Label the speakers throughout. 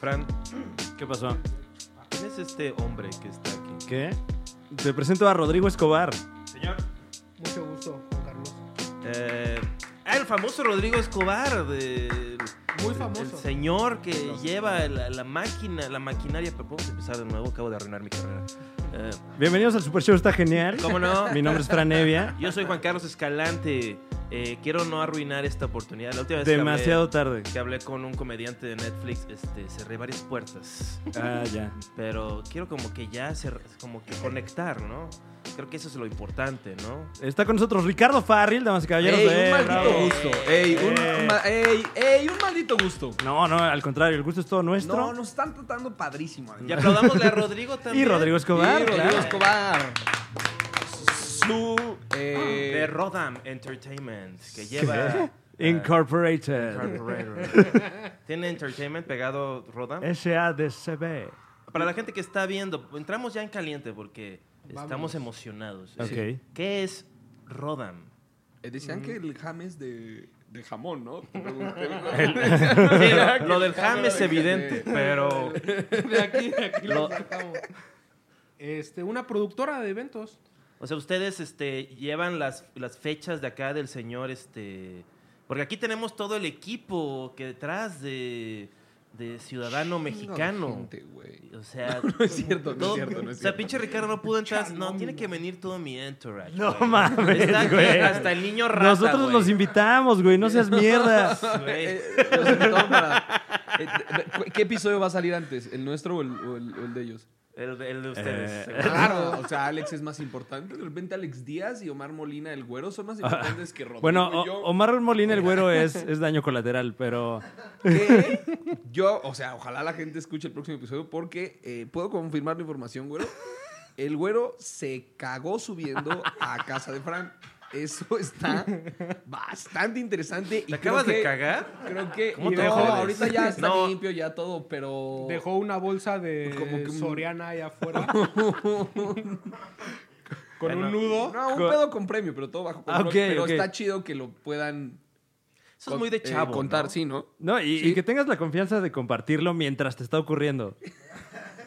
Speaker 1: Fran,
Speaker 2: ¿Qué pasó?
Speaker 1: ¿quién es este hombre que está aquí?
Speaker 2: ¿Qué? Te presento a Rodrigo Escobar.
Speaker 1: Señor.
Speaker 3: Mucho gusto, Juan Carlos.
Speaker 1: Eh, ah, el famoso Rodrigo Escobar. de-
Speaker 3: Muy
Speaker 1: el-
Speaker 3: famoso.
Speaker 1: El señor que lleva la, la máquina, la maquinaria. Pero podemos empezar de nuevo, acabo de arruinar mi carrera. Eh,
Speaker 2: Bienvenidos al Super Show, está genial.
Speaker 1: ¿Cómo no?
Speaker 2: Mi nombre es Fran Evia.
Speaker 1: Yo soy Juan Carlos Escalante. Eh, quiero no arruinar esta oportunidad. La última vez que hablé-
Speaker 2: Demasiado tarde.
Speaker 1: que hablé con un comediante de Netflix, este, cerré varias puertas.
Speaker 2: Ah, ya.
Speaker 1: Pero quiero como que ya cer- como que conectar, ¿no? Creo que eso es lo importante, ¿no?
Speaker 2: Está con nosotros Ricardo Farril, damas y caballeros. Eh,
Speaker 4: Ey, un maldito
Speaker 2: bravo.
Speaker 4: gusto. Ey, un,
Speaker 2: Eh.
Speaker 4: ma- ey, ey, un maldito gusto.
Speaker 2: No, no, al contrario, el gusto es todo nuestro.
Speaker 4: No, nos están tratando padrísimo.
Speaker 1: Y
Speaker 4: además.
Speaker 1: aplaudámosle a Rodrigo
Speaker 2: Y
Speaker 1: también.
Speaker 2: Rodrigo Escobar.
Speaker 4: Sí, Rodrigo
Speaker 2: claro.
Speaker 4: Escobar. Su.
Speaker 2: Ah,
Speaker 4: eh,
Speaker 1: De Rodham Entertainment, que lleva...
Speaker 2: Incorporated.
Speaker 1: Incorporated. Tiene Entertainment pegado Rodham.
Speaker 2: Eh. SADCB.
Speaker 1: Para la gente que está viendo, entramos ya en caliente porque estamos
Speaker 3: Vamos.
Speaker 1: emocionados.
Speaker 2: Ok.
Speaker 1: ¿Qué es Rodham?
Speaker 4: eh, decían que el James de, de jamón, ¿no? Te pregunté, ¿no?
Speaker 1: Sí, lo, lo del Ham es evidente, pero...
Speaker 3: De aquí, de aquí
Speaker 1: Lo-
Speaker 3: lo sacamos. Este, una productora de eventos.
Speaker 1: O sea, ustedes este, llevan las, las fechas de acá del señor, este. Porque aquí tenemos todo el equipo que detrás de, de Ciudadano
Speaker 4: No,
Speaker 1: Mexicano.
Speaker 4: gente, güey.
Speaker 1: O sea,
Speaker 4: No es cierto, no es
Speaker 1: todo-
Speaker 4: cierto, no es
Speaker 1: o sea,
Speaker 4: cierto.
Speaker 1: pinche Ricardo no pudo entrar. No, tiene que venir todo mi entourage.
Speaker 2: No
Speaker 1: güey.
Speaker 2: mames,
Speaker 1: Está aquí
Speaker 2: güey.
Speaker 1: hasta el niño rata,
Speaker 2: Nosotros
Speaker 1: güey.
Speaker 2: los invitamos, güey, no seas mierda.
Speaker 1: Güey.
Speaker 4: Eh, eh, los invitamos para- eh, eh, ¿Qué episodio va a salir antes? ¿El nuestro o el, o el- o el de ellos?
Speaker 1: El, el de ustedes.
Speaker 2: Eh,
Speaker 1: seguro.
Speaker 4: Claro, o sea, Alex es más importante. De repente Alex Díaz y Omar Molina, el güero, son más importantes que Rodrigo.
Speaker 2: Bueno,
Speaker 4: y yo.
Speaker 2: O- Omar Molina el güero es, es daño colateral, pero
Speaker 4: que yo, o sea, ojalá la gente escuche el próximo episodio porque eh, puedo confirmar la información, güero. El güero se cagó subiendo a casa de Fran. Eso está bastante interesante. y
Speaker 1: ¿Te acabas
Speaker 4: creo
Speaker 1: de
Speaker 4: que-
Speaker 1: cagar?
Speaker 4: Creo que
Speaker 1: ¿Cómo te
Speaker 4: no,
Speaker 1: jodes?
Speaker 4: ahorita ya está
Speaker 1: No.
Speaker 4: limpio, ya todo, pero
Speaker 3: Dejó una bolsa de
Speaker 4: Oh. Como que un-
Speaker 3: Soriana allá afuera. Con un nudo.
Speaker 4: no, un
Speaker 2: Co-
Speaker 4: pedo con premio, pero todo bajo
Speaker 2: Ah,
Speaker 4: control.
Speaker 2: ok,
Speaker 4: pero
Speaker 2: ok.
Speaker 4: está chido que lo puedan
Speaker 1: Eso es
Speaker 4: con-
Speaker 1: muy de
Speaker 4: eh,
Speaker 1: chavo.
Speaker 4: contar,
Speaker 1: ¿no?
Speaker 4: sí, ¿no?
Speaker 2: no y, y que tengas la confianza de compartirlo mientras te está ocurriendo.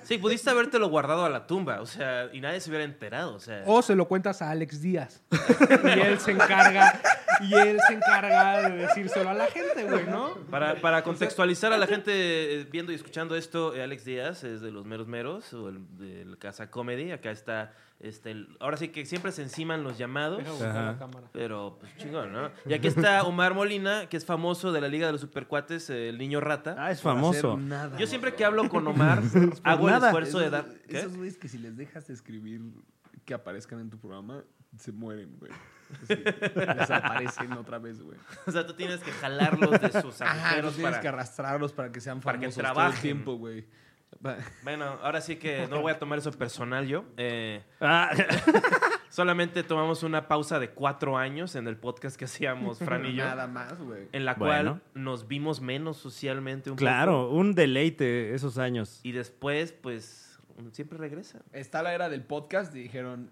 Speaker 1: Sí, pudiste habértelo guardado a la tumba, o sea, y nadie se hubiera enterado, o sea.
Speaker 4: Oh,
Speaker 3: O se lo cuentas a Alex Díaz. Y él se encarga. Y él se encarga de decírselo a la gente, güey, ¿no?
Speaker 1: Para, para contextualizar a la gente eh, viendo y escuchando esto, eh, Alex Díaz es de los meros meros, o el, del Casa Comedy. Acá está, este, el- ahora sí que siempre se enciman los llamados,
Speaker 3: Deja buscar
Speaker 2: Ajá.
Speaker 3: la cámara.
Speaker 1: pero pues chingón, ¿no? Y aquí está Omar Molina, que es famoso de la Liga de los Supercuates, eh, el niño rata.
Speaker 2: Ah, es
Speaker 4: Hacer
Speaker 2: famoso.
Speaker 4: nada,
Speaker 1: Yo siempre que hablo con Omar,
Speaker 4: Pues,
Speaker 1: hago el
Speaker 2: nada.
Speaker 1: esfuerzo de dar...
Speaker 4: Esos-
Speaker 1: ¿Qué?
Speaker 4: Esos güeyes que si les dejas de escribir que aparezcan en tu programa, se mueren, güey. Así, les aparecen otra vez, güey.
Speaker 1: O sea, tú tienes que jalarlos de sus
Speaker 4: Ajá,
Speaker 1: agujeros
Speaker 4: los tienes
Speaker 1: para...
Speaker 4: que arrastrarlos para que sean
Speaker 1: para que
Speaker 4: famosos todo el
Speaker 1: trabajen.
Speaker 4: tiempo, güey. Va-
Speaker 1: Bueno, ahora sí que no voy a tomar eso personal yo. Eh,
Speaker 2: Ah,
Speaker 1: solamente tomamos una pausa de cuatro años en el podcast que hacíamos Fran y yo.
Speaker 4: Nada más, güey.
Speaker 1: en la
Speaker 2: Bueno.
Speaker 1: cual nos vimos menos socialmente un poco.
Speaker 2: claro, un deleite esos años.
Speaker 1: Y después, pues, siempre regresa.
Speaker 4: Está la era del podcast y dijeron,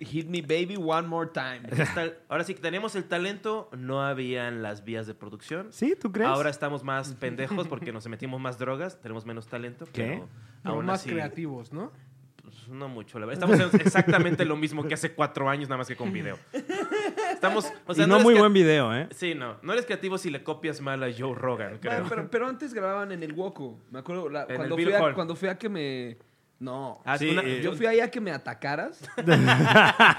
Speaker 4: hit me baby one more time.
Speaker 1: Está el- Ahora sí que tenemos el talento, no habían las vías de producción.
Speaker 2: ¿Sí? ¿Tú crees?
Speaker 1: Ahora estamos más pendejos porque nos metimos más drogas, tenemos menos talento,
Speaker 2: ¿Qué?
Speaker 1: pero
Speaker 3: Pero
Speaker 1: aún
Speaker 3: más
Speaker 1: así,
Speaker 3: creativos, ¿no?
Speaker 1: pues, no mucho, la verdad. Estamos haciendo exactamente lo mismo que hace cuatro años, nada más que con video. Estamos, o sea,
Speaker 2: y no,
Speaker 1: eres
Speaker 2: muy
Speaker 1: crea-
Speaker 2: buen video, ¿eh?
Speaker 1: Sí, no, no eres creativo si le copias mal a Joe Rogan,
Speaker 4: Bueno,
Speaker 1: creo.
Speaker 4: pero, pero antes grababan en el Woco. Me acuerdo, la-
Speaker 1: En el
Speaker 4: cuando,
Speaker 1: Beer
Speaker 4: fui
Speaker 1: Hall.
Speaker 4: a, cuando fui a que me... No.
Speaker 1: Ah,
Speaker 2: Sí,
Speaker 1: una-
Speaker 2: eh,
Speaker 4: Yo fui ahí a que me atacaras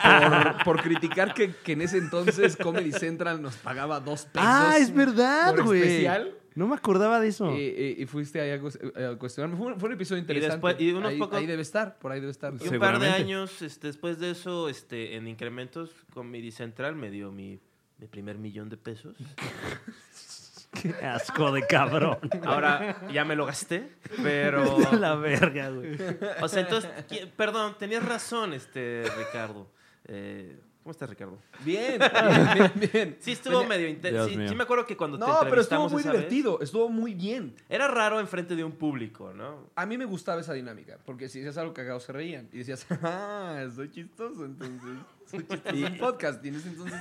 Speaker 4: por, por criticar que, que en ese entonces Comedy Central nos pagaba dos pesos.
Speaker 2: Ah, es verdad,
Speaker 4: por
Speaker 2: güey.
Speaker 4: especial.
Speaker 2: No me acordaba de eso.
Speaker 4: Y, y- y fuiste ahí a, cues- a cuestionarme. Fue, un- fue un episodio interesante.
Speaker 1: después- y unos
Speaker 4: ahí,
Speaker 1: pocos-
Speaker 4: ahí debe estar, por ahí debe estar.
Speaker 1: Y un par de
Speaker 2: Seguramente.
Speaker 1: años este, después de eso, este, en incrementos, Comedy Central me dio mi, mi primer millón de pesos.
Speaker 2: Qué asco de cabrón.
Speaker 1: Ahora ya me lo gasté, pero...
Speaker 2: A la verga, güey.
Speaker 1: O sea, entonces, ¿qué- perdón, tenías razón, este, Ricardo. Eh, ¿Cómo estás, Ricardo?
Speaker 4: Bien, bien, bien, bien.
Speaker 1: Sí, estuvo medio intenso.
Speaker 2: Dios
Speaker 1: Sí,
Speaker 2: mío.
Speaker 1: sí me acuerdo que cuando te
Speaker 4: No, pero estuvo
Speaker 1: entrevistamos
Speaker 4: muy
Speaker 1: esa vez,
Speaker 4: divertido. Estuvo muy bien.
Speaker 1: era raro enfrente de un público, ¿no?
Speaker 4: A mí me gustaba esa dinámica, porque si decías algo cagado se reían. Y decías, ah, soy chistoso, entonces. Soy chistoso en podcast. Y en ese entonces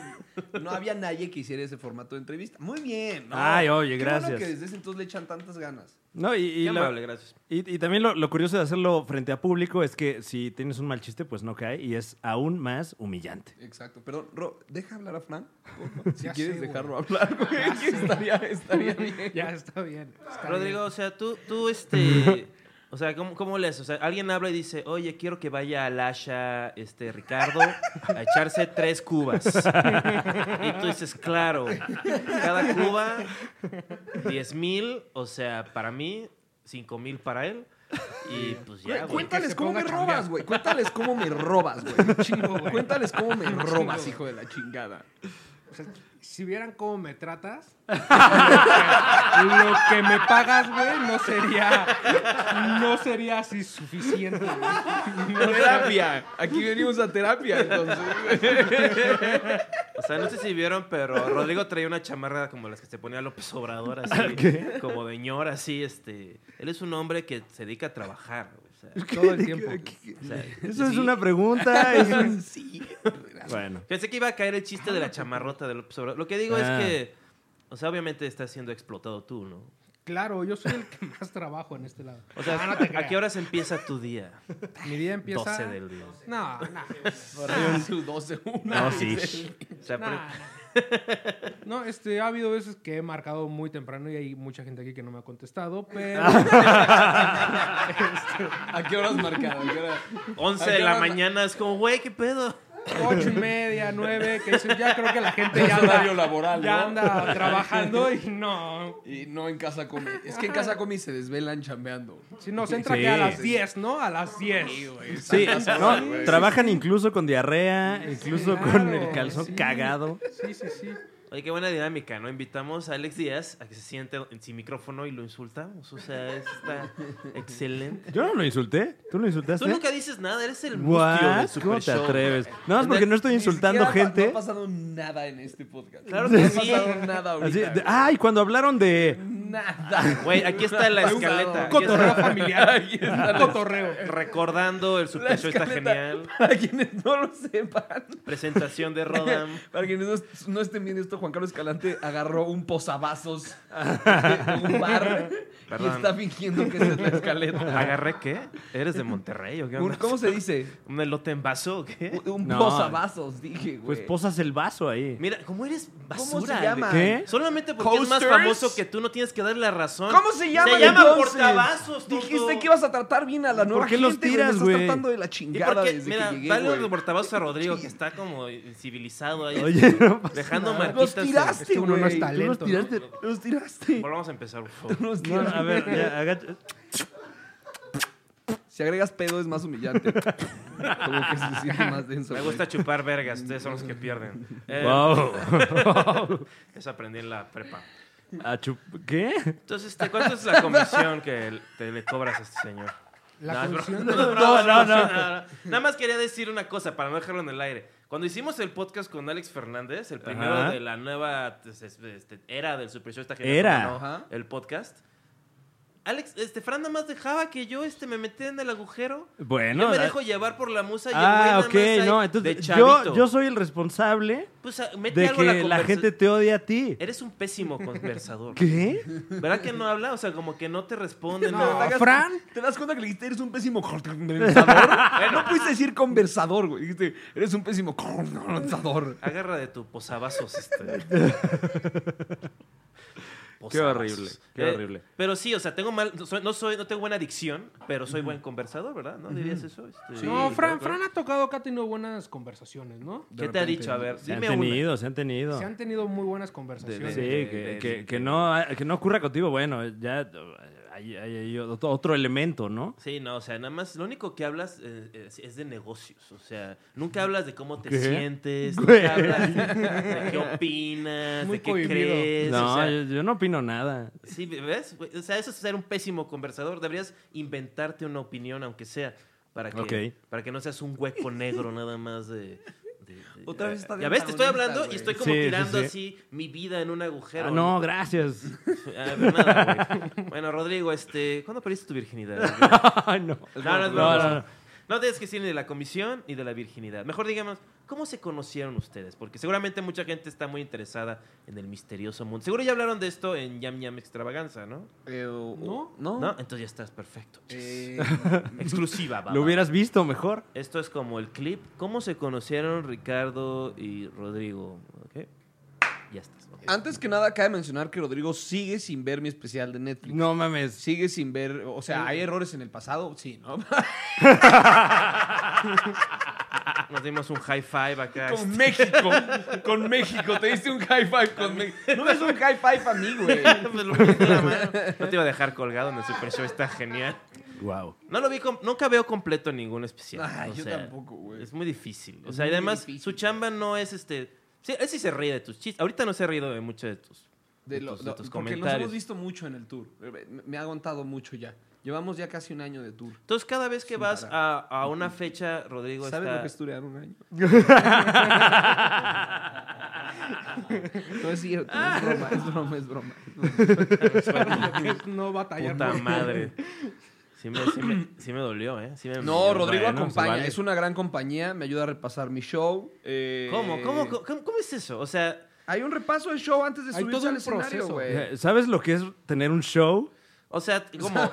Speaker 4: no había nadie que hiciera ese formato de entrevista. Muy bien. ¿no?
Speaker 2: Ay, oye,
Speaker 4: Qué
Speaker 2: gracias.
Speaker 4: Bueno que desde ese entonces le echan tantas ganas.
Speaker 2: No, y, y
Speaker 1: Qué
Speaker 2: la-
Speaker 1: amable, gracias.
Speaker 2: y- y también lo, lo curioso de hacerlo frente a público es que si tienes un mal chiste, pues no cae y es aún más humillante.
Speaker 4: Exacto. Perdón, Ro, deja hablar a Fran. porfa. Si
Speaker 3: Ya
Speaker 4: quieres
Speaker 3: sé, güey.
Speaker 4: dejarlo hablar, güey, estaría, estaría bien.
Speaker 3: Ya está bien. está
Speaker 1: Rodrigo, o sea, tú, tú, este. O sea, ¿cómo, ¿cómo le haces? O sea, alguien habla y dice, oye, quiero que vaya al Asha, este, Ricardo, a echarse tres cubas. Y tú dices, claro, cada cuba, 10 mil, o sea, para mí, 5 mil para él. Y pues
Speaker 4: Güey,
Speaker 1: ya, güey.
Speaker 4: cuéntales
Speaker 3: se
Speaker 4: cómo
Speaker 3: ponga
Speaker 4: me
Speaker 3: a chambear.
Speaker 4: robas, güey. Cuéntales cómo me robas, güey. Chingo, güey. Cuéntales cómo me robas,
Speaker 3: güey.
Speaker 4: hijo de la chingada.
Speaker 3: bien. O sea, si vieran cómo me tratas, lo que- lo que me pagas, güey, no sería, no sería así suficiente. güey. No sería-
Speaker 4: Terapia. Aquí venimos a terapia, entonces.
Speaker 1: O sea, no sé si vieron, pero Rodrigo traía una chamarra como las que se ponía López Obrador, así, como de ñor, así, este. Él es un hombre que se dedica a trabajar, o sea,
Speaker 3: Todo el tiempo.
Speaker 1: o sea,
Speaker 2: Eso es
Speaker 1: sí.
Speaker 2: una pregunta. es un-
Speaker 4: Sí.
Speaker 2: Bueno.
Speaker 1: Pensé que iba a caer el
Speaker 3: Ah,
Speaker 1: chiste
Speaker 3: pues,
Speaker 1: de la chamarrota del López Obrador. Lo que digo
Speaker 2: Ah.
Speaker 1: es que, o sea, obviamente estás siendo explotado tú, ¿no?
Speaker 3: Claro, yo soy el que más trabajo en este lado.
Speaker 1: O sea,
Speaker 3: Ah, no te
Speaker 1: ¿a
Speaker 3: creas.
Speaker 1: qué horas empieza tu día?
Speaker 3: Mi día empieza.
Speaker 1: 12 del día.
Speaker 3: No, no.
Speaker 4: Su 12 una.
Speaker 2: No, sí.
Speaker 1: O sea,
Speaker 3: No,
Speaker 1: pre-
Speaker 3: no. No, este, ha habido veces que he marcado muy temprano y hay mucha gente aquí que no me ha contestado, pero...
Speaker 4: Ah. ¿A qué horas marcado? ¿A qué hora?
Speaker 1: 11
Speaker 4: ¿A
Speaker 1: de
Speaker 4: qué
Speaker 1: la
Speaker 4: hora-
Speaker 1: mañana es como, güey, ¿qué pedo?
Speaker 3: ocho y media, nueve, que eso ya creo que la gente
Speaker 4: Es
Speaker 3: ya
Speaker 4: horario
Speaker 3: anda,
Speaker 4: laboral,
Speaker 3: ya
Speaker 4: ¿no?
Speaker 3: anda trabajando y no.
Speaker 4: Y no en casa comi. Es que en casa comi se desvelan chambeando.
Speaker 3: Si nos entra
Speaker 2: Sí.
Speaker 3: que a las 10, ¿no? A las 10.
Speaker 2: Sí,
Speaker 4: Santas horas,
Speaker 2: no,
Speaker 4: güey.
Speaker 2: trabajan incluso con diarrea, incluso
Speaker 3: claro,
Speaker 2: con el calzón
Speaker 3: sí.
Speaker 2: cagado.
Speaker 3: Sí, sí, sí.
Speaker 1: Oye, qué buena dinámica, ¿no? Invitamos a Alex Díaz a que se siente en- sin micrófono y lo insultamos. O sea, está excelente.
Speaker 2: Yo no lo insulté. ¿Tú lo insultaste?
Speaker 1: Tú nunca dices nada, eres el
Speaker 2: What?
Speaker 1: mustio de Super
Speaker 2: ¿Cómo te
Speaker 1: Show.
Speaker 2: atreves? No, es porque no estoy
Speaker 4: Ni
Speaker 2: insultando
Speaker 4: siquiera pa- No
Speaker 2: gente.
Speaker 4: ha pasado nada en este podcast.
Speaker 1: Claro
Speaker 4: no
Speaker 1: que
Speaker 4: ha
Speaker 1: sí.
Speaker 4: pasado nada ahorita.
Speaker 2: Así de- "Ah,
Speaker 4: güey.
Speaker 2: ay, cuando hablaron de...
Speaker 4: Nada.
Speaker 1: Güey, aquí está la
Speaker 4: No he usado.
Speaker 1: escaleta. Aquí está-
Speaker 3: Cotorreo familiar.
Speaker 4: Ahí está
Speaker 3: Un
Speaker 4: la-
Speaker 3: cotorreo.
Speaker 1: recordando el
Speaker 4: La
Speaker 1: Super Show está
Speaker 4: escaleta,
Speaker 1: genial.
Speaker 4: Para quienes no lo sepan,
Speaker 1: Presentación de Rodam.
Speaker 4: para quienes no, no estén viendo esto, Juan Carlos Escalante agarró un posavasos de un bar y
Speaker 1: Perdón.
Speaker 4: está fingiendo que esa es la escaleta.
Speaker 1: ¿Agarré qué? ¿Eres de Monterrey o qué?
Speaker 4: Un-
Speaker 1: onda?
Speaker 4: ¿Cómo se dice?
Speaker 1: ¿Un elote en vaso o qué?
Speaker 4: Un
Speaker 2: No.
Speaker 4: posavasos, dije, güey.
Speaker 2: Pues posas el vaso ahí.
Speaker 1: Mira, ¿cómo eres basura?
Speaker 4: ¿Cómo se
Speaker 1: güey?
Speaker 4: llama?
Speaker 2: ¿Qué?
Speaker 1: Solamente porque es
Speaker 4: ¿Coasters?
Speaker 1: más famoso que tú no tienes que darle la razón.
Speaker 4: ¿Cómo se llama?
Speaker 1: Se llama
Speaker 4: entonces?
Speaker 1: portavasos, tonto.
Speaker 4: Dijiste que ibas a tratar bien a la nueva
Speaker 2: qué los
Speaker 4: gente,
Speaker 2: tiras,
Speaker 4: Me
Speaker 2: güey?
Speaker 4: Estás tratando de la
Speaker 1: ¿Y
Speaker 4: chingada
Speaker 1: por qué?
Speaker 4: desde
Speaker 1: Mira,
Speaker 4: que llegué,
Speaker 1: dale los
Speaker 4: güey.
Speaker 1: portavasos a Rodrigo, que está como civilizado ahí.
Speaker 2: Oye, no pasa
Speaker 1: dejando
Speaker 2: nada.
Speaker 1: marquitas.
Speaker 4: Los
Speaker 1: en-
Speaker 4: tiraste,
Speaker 3: Es que uno no
Speaker 4: güey.
Speaker 3: es
Speaker 4: Tú
Speaker 3: talento, ¿no?
Speaker 4: Los tiraste. Los tiraste.
Speaker 1: Volvamos a empezar, por favor.
Speaker 4: Los
Speaker 2: No,
Speaker 4: tiraste.
Speaker 2: a ver, ya, agacha.
Speaker 4: Si agregas pedo es más humillante. Como que se siente más denso.
Speaker 1: Me
Speaker 4: güey.
Speaker 1: gusta chupar vergas, ustedes son los que pierden. Eh,
Speaker 2: Wow.
Speaker 1: Eso aprendí en la prepa.
Speaker 2: A chup- ¿Qué?
Speaker 1: Entonces, este, ¿cuánto es la comisión que te le cobras a este señor?
Speaker 3: La
Speaker 1: No, es
Speaker 3: comisión
Speaker 1: broma.
Speaker 3: de-
Speaker 1: No, no, no, no, no. Nada más quería decir una cosa para no dejarlo en el aire. Cuando hicimos el podcast con Alex Fernández, el primero
Speaker 2: Ajá.
Speaker 1: de la nueva pues, es- este, era del Super Show, esta
Speaker 2: Era.
Speaker 1: ¿no?
Speaker 4: Ajá.
Speaker 1: el podcast. Alex, este, Fran nada más dejaba que yo este, me metiera en el agujero.
Speaker 2: Bueno.
Speaker 1: yo me
Speaker 2: da-
Speaker 1: dejo llevar por la musa y el güey
Speaker 2: Ah,
Speaker 1: nada
Speaker 2: ok,
Speaker 1: más ahí
Speaker 2: no.
Speaker 1: de
Speaker 2: Entonces,
Speaker 1: chavito.
Speaker 2: yo, yo soy el responsable
Speaker 1: Pues, ah, mete
Speaker 2: de
Speaker 1: algo a
Speaker 2: que la
Speaker 1: conversa-
Speaker 2: gente te odia a ti.
Speaker 1: Eres un pésimo conversador.
Speaker 2: ¿Qué?
Speaker 1: ¿Verdad que no habla? O sea, como que no te responde.
Speaker 4: No,
Speaker 1: no-
Speaker 4: te das-
Speaker 3: Fran.
Speaker 4: ¿Te das cuenta que le dijiste eres un pésimo conversador? No pudiste decir conversador, güey. Dijiste, eres un pésimo conversador.
Speaker 1: Agarra de tu posavasos. Este. Posavasos. Eh,
Speaker 2: Qué horrible, qué horrible.
Speaker 1: Pero sí, o sea, tengo mal, no soy, no soy, no tengo buena dicción, pero soy buen conversador, ¿verdad? ¿No dirías eso? Este,
Speaker 3: No,
Speaker 1: claro, claro.
Speaker 3: Fran, Fran ha tocado acá, ha tenido buenas conversaciones, ¿no?
Speaker 1: ¿Qué te ha dicho? A ver,
Speaker 2: Se han
Speaker 1: dime una.
Speaker 2: tenido, se han tenido.
Speaker 3: Se han tenido muy buenas
Speaker 1: De-
Speaker 3: conversaciones.
Speaker 2: Sí,
Speaker 1: de-
Speaker 2: que,
Speaker 1: de-
Speaker 2: que-
Speaker 1: de-
Speaker 2: que no, ah, que no ocurra contigo, bueno, ya eh, hay, hay- hay otro, otro elemento, ¿no?
Speaker 1: Sí, no, o sea, nada más, lo único que hablas eh, es, es de negocios, o sea, nunca hablas de cómo te
Speaker 2: ¿Qué?
Speaker 1: sientes,
Speaker 2: Güey.
Speaker 1: nunca hablas de qué opinas,
Speaker 3: Muy
Speaker 1: de qué
Speaker 3: cohibido.
Speaker 1: crees,
Speaker 2: no,
Speaker 1: o sea,
Speaker 2: yo, yo no opino nada.
Speaker 1: Sí, ¿ves? O sea, eso es ser un pésimo conversador. Deberías inventarte una opinión, aunque sea, para que,
Speaker 2: Ok.
Speaker 1: para que no seas un hueco negro nada más de... de- de- eh,
Speaker 4: Otra vez está de
Speaker 1: Ya ves, te estoy hablando y
Speaker 4: antagonista,
Speaker 1: estoy como
Speaker 2: güey. Sí, sí,
Speaker 1: tirando
Speaker 2: sí.
Speaker 1: así mi vida en un agujero.
Speaker 2: Ah, no, gracias.
Speaker 1: Ah, pero nada, güey. Bueno, Rodrigo, este, ¿cuándo perdiste tu virginidad?
Speaker 2: Ay, no.
Speaker 1: No, no, es
Speaker 2: No,
Speaker 1: broma.
Speaker 2: no, no.
Speaker 1: No tienes que decir ni de la comisión ni de la virginidad. Mejor díganos, ¿cómo se conocieron ustedes? Porque seguramente mucha gente está muy interesada en el misterioso mundo. Seguro ya hablaron de esto en Yam Yam Extravaganza, ¿no?
Speaker 4: Eh, o-
Speaker 3: ¿No?
Speaker 4: ¿No?
Speaker 1: ¿No? Entonces ya estás perfecto.
Speaker 4: Eh,
Speaker 1: Exclusiva, va.
Speaker 2: Lo
Speaker 1: va.
Speaker 2: hubieras visto mejor.
Speaker 1: Esto es como el clip. ¿Cómo se conocieron Ricardo y Rodrigo? ¿Ok? Ya estás. ok.
Speaker 4: antes que nada, cabe mencionar que Rodrigo sigue sin ver mi especial de Netflix.
Speaker 2: No mames.
Speaker 4: Sigue sin ver, o sea, hay errores en el pasado, sí, ¿no?
Speaker 1: Ah, Nos dimos un high five acá. Este,
Speaker 4: Con México, con México, te diste un high five con México. No es un high five a mí, güey.
Speaker 1: Pues lo puse en la mano. No te iba a dejar colgado en el Super Show, está genial.
Speaker 2: Wow.
Speaker 1: No lo vi, com- nunca veo completo ningún especial.
Speaker 4: Ay,
Speaker 1: o
Speaker 4: yo
Speaker 1: sea,
Speaker 4: tampoco, güey.
Speaker 1: Es muy difícil. O
Speaker 4: Es
Speaker 1: sea, y
Speaker 4: muy
Speaker 1: además,
Speaker 4: difícil.
Speaker 1: su chamba no es este. Sí, él sí se ríe de tus chistes. Ahorita no se ha reído de muchos de tus,
Speaker 4: De
Speaker 1: de
Speaker 4: lo-
Speaker 1: tus, de
Speaker 4: lo-
Speaker 1: tus
Speaker 4: porque nos hemos
Speaker 1: comentarios.
Speaker 4: visto mucho en el tour. Eh, Me, me ha aguantado mucho ya. Llevamos ya casi un año de tour.
Speaker 1: Entonces, cada vez que
Speaker 4: Sin
Speaker 1: vas a,
Speaker 4: parar.
Speaker 1: a una fecha, Rodrigo
Speaker 4: ¿Sabes
Speaker 1: está.
Speaker 4: lo que es turear un año? no es cierto, es broma, es broma, es broma. es broma.
Speaker 3: Es no batallar.
Speaker 1: Puta
Speaker 3: por-
Speaker 1: madre. Sí me, sí me- sí me dolió, ¿eh? Sí me-
Speaker 4: No,
Speaker 1: me-
Speaker 4: Rodrigo
Speaker 2: Bueno,
Speaker 4: acompaña,
Speaker 2: se vale.
Speaker 4: es una gran compañía, me ayuda a repasar mi show. eh,
Speaker 1: ¿Cómo? ¿Cómo, cómo, cómo es eso? O sea,
Speaker 4: Hay un repaso del show antes de
Speaker 3: Hay
Speaker 4: subirse
Speaker 3: todo
Speaker 4: al
Speaker 3: un
Speaker 4: escenario,
Speaker 3: proceso.
Speaker 1: Eh,
Speaker 4: güey.
Speaker 2: Eh, ¿Sabes lo que es tener un show?
Speaker 1: o sea, ¿cómo?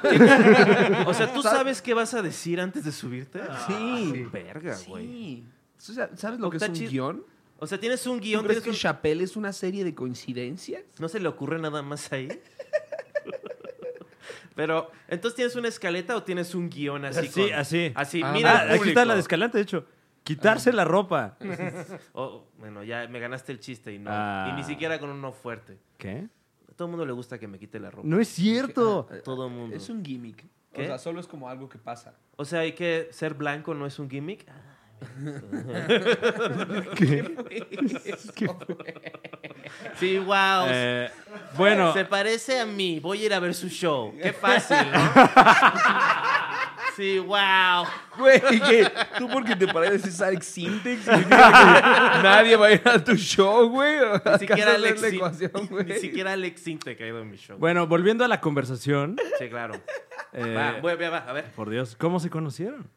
Speaker 1: o sea, ¿tú sabes qué vas a decir antes de subirte?
Speaker 4: Ah, Sí.
Speaker 1: Verga, güey.
Speaker 4: O sea, ¿Sabes lo que es
Speaker 1: Está
Speaker 4: un
Speaker 1: chido.
Speaker 4: guión?
Speaker 1: O sea, tienes un
Speaker 4: ¿Tú
Speaker 1: guión,
Speaker 4: crees
Speaker 1: tienes
Speaker 4: que
Speaker 1: un-
Speaker 4: Chappelle es una serie de coincidencias?
Speaker 1: no se le ocurre nada más ahí. Pero, ¿entonces tienes una escaleta o tienes un guión así?
Speaker 2: Así,
Speaker 1: con-
Speaker 2: así.
Speaker 1: Así,
Speaker 4: Ah,
Speaker 1: mira.
Speaker 2: Ah,
Speaker 1: al
Speaker 2: aquí está la
Speaker 1: público.
Speaker 2: de
Speaker 1: Ah.
Speaker 2: Escalante, de hecho. Quitarse la ropa.
Speaker 1: Oh, bueno, ya me ganaste el chiste y no.
Speaker 2: Ah.
Speaker 1: Y ni siquiera con uno fuerte.
Speaker 2: ¿Qué?
Speaker 1: A todo el mundo le gusta que me quite la ropa.
Speaker 2: No es cierto.
Speaker 4: Ah, ah,
Speaker 1: Todo mundo.
Speaker 4: Es un gimmick.
Speaker 1: ¿Qué?
Speaker 4: O sea, solo es como algo que pasa.
Speaker 1: O sea, hay que ser blanco no es un gimmick. Ah,
Speaker 2: ¿Qué?
Speaker 1: Sí, wow.
Speaker 2: Eh, bueno,
Speaker 1: Se parece a mí. Voy a ir a ver su show. Qué fácil, ¿no? sí, wow.
Speaker 4: Güey, ¿qué? ¿Tú porque te pareces a Alex Sintex? Nadie va a ir a tu show, güey.
Speaker 1: Ni siquiera Alex, Sin-
Speaker 4: ecuación, güey.
Speaker 1: ni siquiera Alex Sin te ha caído en mi show.
Speaker 2: bueno, volviendo a la conversación.
Speaker 1: Sí, claro.
Speaker 2: eh,
Speaker 1: Va, voy, voy, va, a ver.
Speaker 2: por Dios, ¿cómo se conocieron?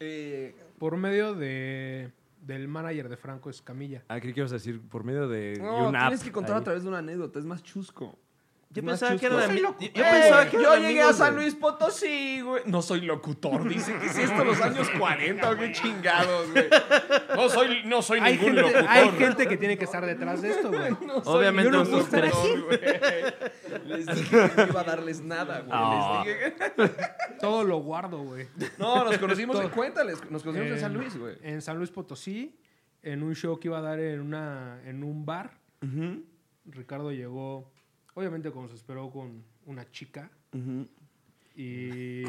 Speaker 4: Eh,
Speaker 3: Por medio de, del manager de Franco Escamilla.
Speaker 2: Ah, creí que ibas a decir por medio de
Speaker 4: no,
Speaker 2: una
Speaker 4: tienes
Speaker 2: app
Speaker 4: que contar
Speaker 2: ahí.
Speaker 4: a través de una anécdota. Es más chusco.
Speaker 1: Yo
Speaker 4: Más
Speaker 1: pensaba que
Speaker 4: chusco.
Speaker 1: era de
Speaker 3: soy
Speaker 1: mí. Yo
Speaker 3: loco.
Speaker 4: Yo
Speaker 1: pensaba que eran
Speaker 4: llegué a
Speaker 1: amigos,
Speaker 4: San
Speaker 1: güey.
Speaker 4: Luis Potosí, güey. No soy locutor, dice. ¿Qué es esto? ¿Los años 40 o qué chingados, güey? No soy, no soy
Speaker 3: Hay gente, hay gente que tiene que estar detrás de esto, güey.
Speaker 1: Obviamente
Speaker 3: yo no
Speaker 1: nosotros
Speaker 3: gusto.
Speaker 1: tres.
Speaker 4: Les dije que no iba a darles nada, güey.
Speaker 2: Ah.
Speaker 4: Les dije que...
Speaker 3: Todo lo guardo, güey.
Speaker 4: No, nos conocimos en... Cuéntales. Nos conocimos en
Speaker 3: En-
Speaker 1: Eh,
Speaker 4: San Luis, güey.
Speaker 3: En San Luis Potosí, en un show que iba a dar en, una, en un bar. Ricardo llegó, obviamente como se esperó, con una chica. Y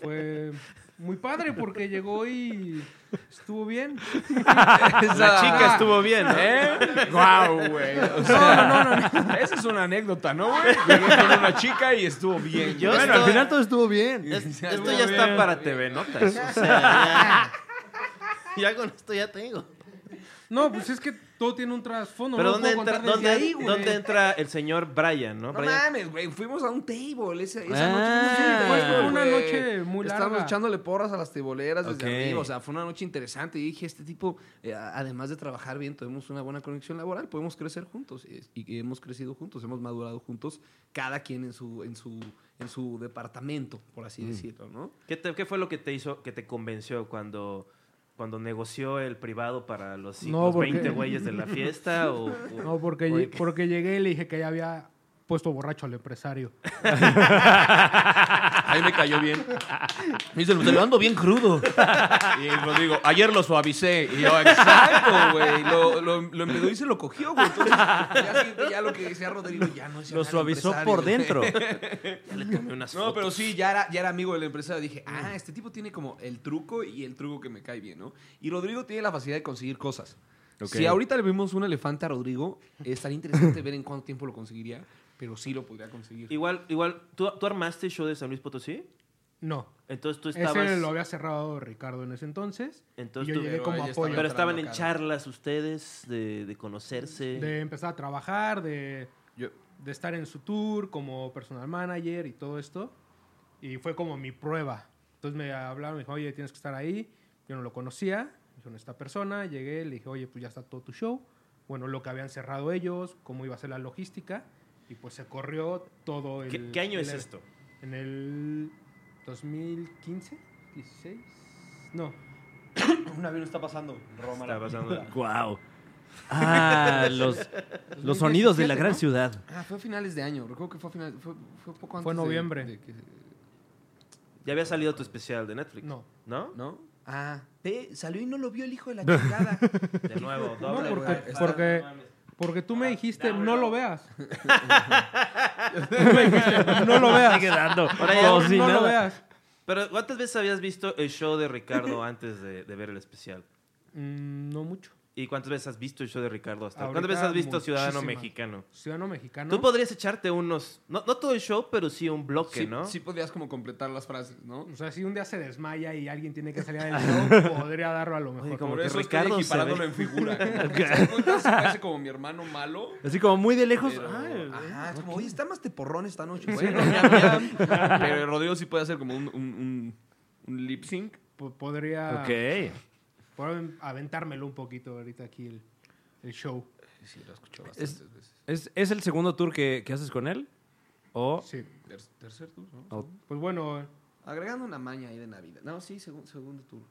Speaker 3: fue muy padre porque llegó y estuvo bien.
Speaker 1: La chica estuvo bien, ¿eh?
Speaker 4: ¿Eh? Guau, güey. O sea, no, no, no, Esa es una anécdota, ¿no, güey? Llegué con una chica y estuvo bien.
Speaker 1: Yo
Speaker 4: güey.
Speaker 2: Bueno, al
Speaker 1: estoy-
Speaker 2: final todo estuvo bien.
Speaker 1: Es-
Speaker 4: Sí,
Speaker 1: esto
Speaker 4: muy
Speaker 1: ya está
Speaker 4: bien.
Speaker 1: para TV Notas. O sea, ya, ya con esto ya tengo.
Speaker 3: No, pues es que todo tiene un trasfondo.
Speaker 1: Pero
Speaker 3: no lo
Speaker 1: ¿dónde,
Speaker 3: puedo
Speaker 1: entra,
Speaker 3: contar
Speaker 1: dónde,
Speaker 3: desde ahí, güey.
Speaker 1: dónde entra el señor Brian, no?
Speaker 4: No
Speaker 1: Brian-
Speaker 4: mames, güey. Fuimos a un table esa, esa
Speaker 2: Ah.
Speaker 4: noche.
Speaker 3: Fue una
Speaker 4: güey.
Speaker 3: noche muy larga.
Speaker 4: Estábamos echándole porras a las teboleras desde
Speaker 2: Ok.
Speaker 4: arriba. O sea, fue una noche interesante. Y dije, este tipo, eh, a- además de trabajar bien, tenemos una buena conexión laboral. Podemos crecer juntos. Y, y hemos crecido juntos. Hemos madurado juntos. Cada quien en su, en su, en su departamento, por
Speaker 2: Mm.
Speaker 4: así decirlo, ¿no?
Speaker 1: ¿Qué, te- qué fue lo que te hizo, que te convenció cuando, cuando negoció el privado para los,
Speaker 3: No,
Speaker 1: los
Speaker 3: porque-
Speaker 1: 20 güeyes de la fiesta? O,
Speaker 3: No, porque, lle- porque llegué y le dije que ya había puesto borracho al empresario.
Speaker 4: Ahí me cayó bien. Me dice, te lo ando bien crudo. Y lo digo, "Ah, ayer lo suavicé. Y yo, exacto, güey. Lo, lo, lo empedó y se lo cogió, güey. Entonces, ya, siempre, ya lo que decía Rodrigo, ya no es
Speaker 2: Lo
Speaker 4: llamar al
Speaker 2: suavizó
Speaker 4: empresario,
Speaker 2: por
Speaker 4: güey.
Speaker 2: dentro.
Speaker 1: ya le tomé unas
Speaker 4: No, pero
Speaker 1: fotos.
Speaker 4: sí, ya era, ya era amigo del empresario. Dije, ah, este tipo tiene como el truco y el truco que me cae bien, ¿no? Y Rodrigo tiene la facilidad de conseguir cosas.
Speaker 2: Ok.
Speaker 4: Si ahorita le vimos un elefante a Rodrigo, estaría interesante ver en cuánto tiempo lo conseguiría, pero sí lo podría conseguir.
Speaker 1: Igual, igual ¿tú, tú armaste el show de San Luis Potosí?
Speaker 3: No.
Speaker 1: Entonces tú estabas...
Speaker 3: Ese lo había cerrado Ricardo en ese entonces.
Speaker 1: Entonces
Speaker 3: y yo
Speaker 1: tú-
Speaker 3: llegué
Speaker 4: Pero
Speaker 3: como
Speaker 4: ella
Speaker 3: apoyo.
Speaker 1: Pero estaban en
Speaker 4: Entrando, claro.
Speaker 1: charlas ustedes de, de conocerse.
Speaker 3: De empezar a trabajar, de,
Speaker 4: Yo-
Speaker 3: de estar en su tour como personal manager y todo esto. Y fue como mi prueba. Entonces me hablaron, me dijo, oye, tienes que estar ahí. Yo no lo conocía, me dijeron, esta persona, llegué, le dije, oye, pues ya está todo tu show. Bueno, lo que habían cerrado ellos, cómo iba a ser la logística, y pues se corrió todo el...
Speaker 1: ¿Qué, qué año es
Speaker 3: el-
Speaker 1: esto?
Speaker 3: En el 2015, 16, no,
Speaker 5: Un avión está pasando. Roma.
Speaker 1: Está pasando.
Speaker 2: Wow. Ah, los, los sonidos de la
Speaker 4: 2017,
Speaker 2: gran
Speaker 4: ¿no?
Speaker 2: ciudad.
Speaker 4: Ah, fue a finales de año. Recuerdo que fue a finales. Fue, fue poco antes.
Speaker 3: Fue
Speaker 4: de-
Speaker 3: noviembre.
Speaker 4: de que-
Speaker 1: Ya había salido tu especial de Netflix.
Speaker 3: no.
Speaker 1: ¿No?
Speaker 4: ¿No? Ah. Ve, salió y no lo vio el hijo de la chingada.
Speaker 1: De nuevo, doble.
Speaker 3: porque-
Speaker 1: wifi.
Speaker 3: porque- Porque tú
Speaker 4: Ah,
Speaker 3: me dijiste, no lo veas.
Speaker 2: No lo veas. Sigue dando.
Speaker 1: Ahora ya-
Speaker 2: Como
Speaker 1: no
Speaker 2: si
Speaker 3: no lo
Speaker 2: nada.
Speaker 3: veas.
Speaker 1: Pero ¿cuántas veces habías visto el show de Ricardo antes de, de ver el especial?
Speaker 3: Mm, no mucho.
Speaker 1: ¿Y cuántas veces has visto el show de Ricardo hasta?
Speaker 3: Ahorita ¿Ah,
Speaker 1: ¿Cuántas veces has visto Ciudadano
Speaker 3: muchísimas.
Speaker 1: Mexicano?
Speaker 3: Ciudadano mexicano.
Speaker 1: Tú podrías echarte unos, no, no todo el show, pero sí un bloque,
Speaker 4: sí,
Speaker 1: ¿no?
Speaker 4: sí podías como completar las frases, ¿no?
Speaker 3: O sea, si un día se desmaya y alguien tiene que salir del show, podría darlo a lo mejor.
Speaker 1: Oye, como
Speaker 4: Por
Speaker 1: que
Speaker 4: eso
Speaker 1: Ricardo
Speaker 4: estoy
Speaker 1: se
Speaker 4: equiparándolo
Speaker 1: ve.
Speaker 4: en figura. ¿no? O sea, cuenta, se parece como mi hermano malo.
Speaker 2: Así como muy de lejos.
Speaker 4: Pero, ah,
Speaker 2: Ay,
Speaker 4: ajá, es como, oye, está más teporrón esta noche. Bueno, ya, ya. Pero Rodrigo sí puede hacer como un, un, un, un lip sync.
Speaker 3: Po- Podría
Speaker 2: Ok.
Speaker 3: podría aventármelo un poquito ahorita aquí el, el show.
Speaker 4: Sí, lo escuchó
Speaker 2: bastantes
Speaker 4: bastantes veces.
Speaker 2: ¿Es, es el segundo tour que, que haces con él? ¿O,
Speaker 3: Sí.
Speaker 4: tercer tour, ¿no?
Speaker 1: Oh.
Speaker 2: o-
Speaker 3: Pues bueno,
Speaker 4: Agregando una maña ahí de Navidad. No, sí, segun- segundo tour.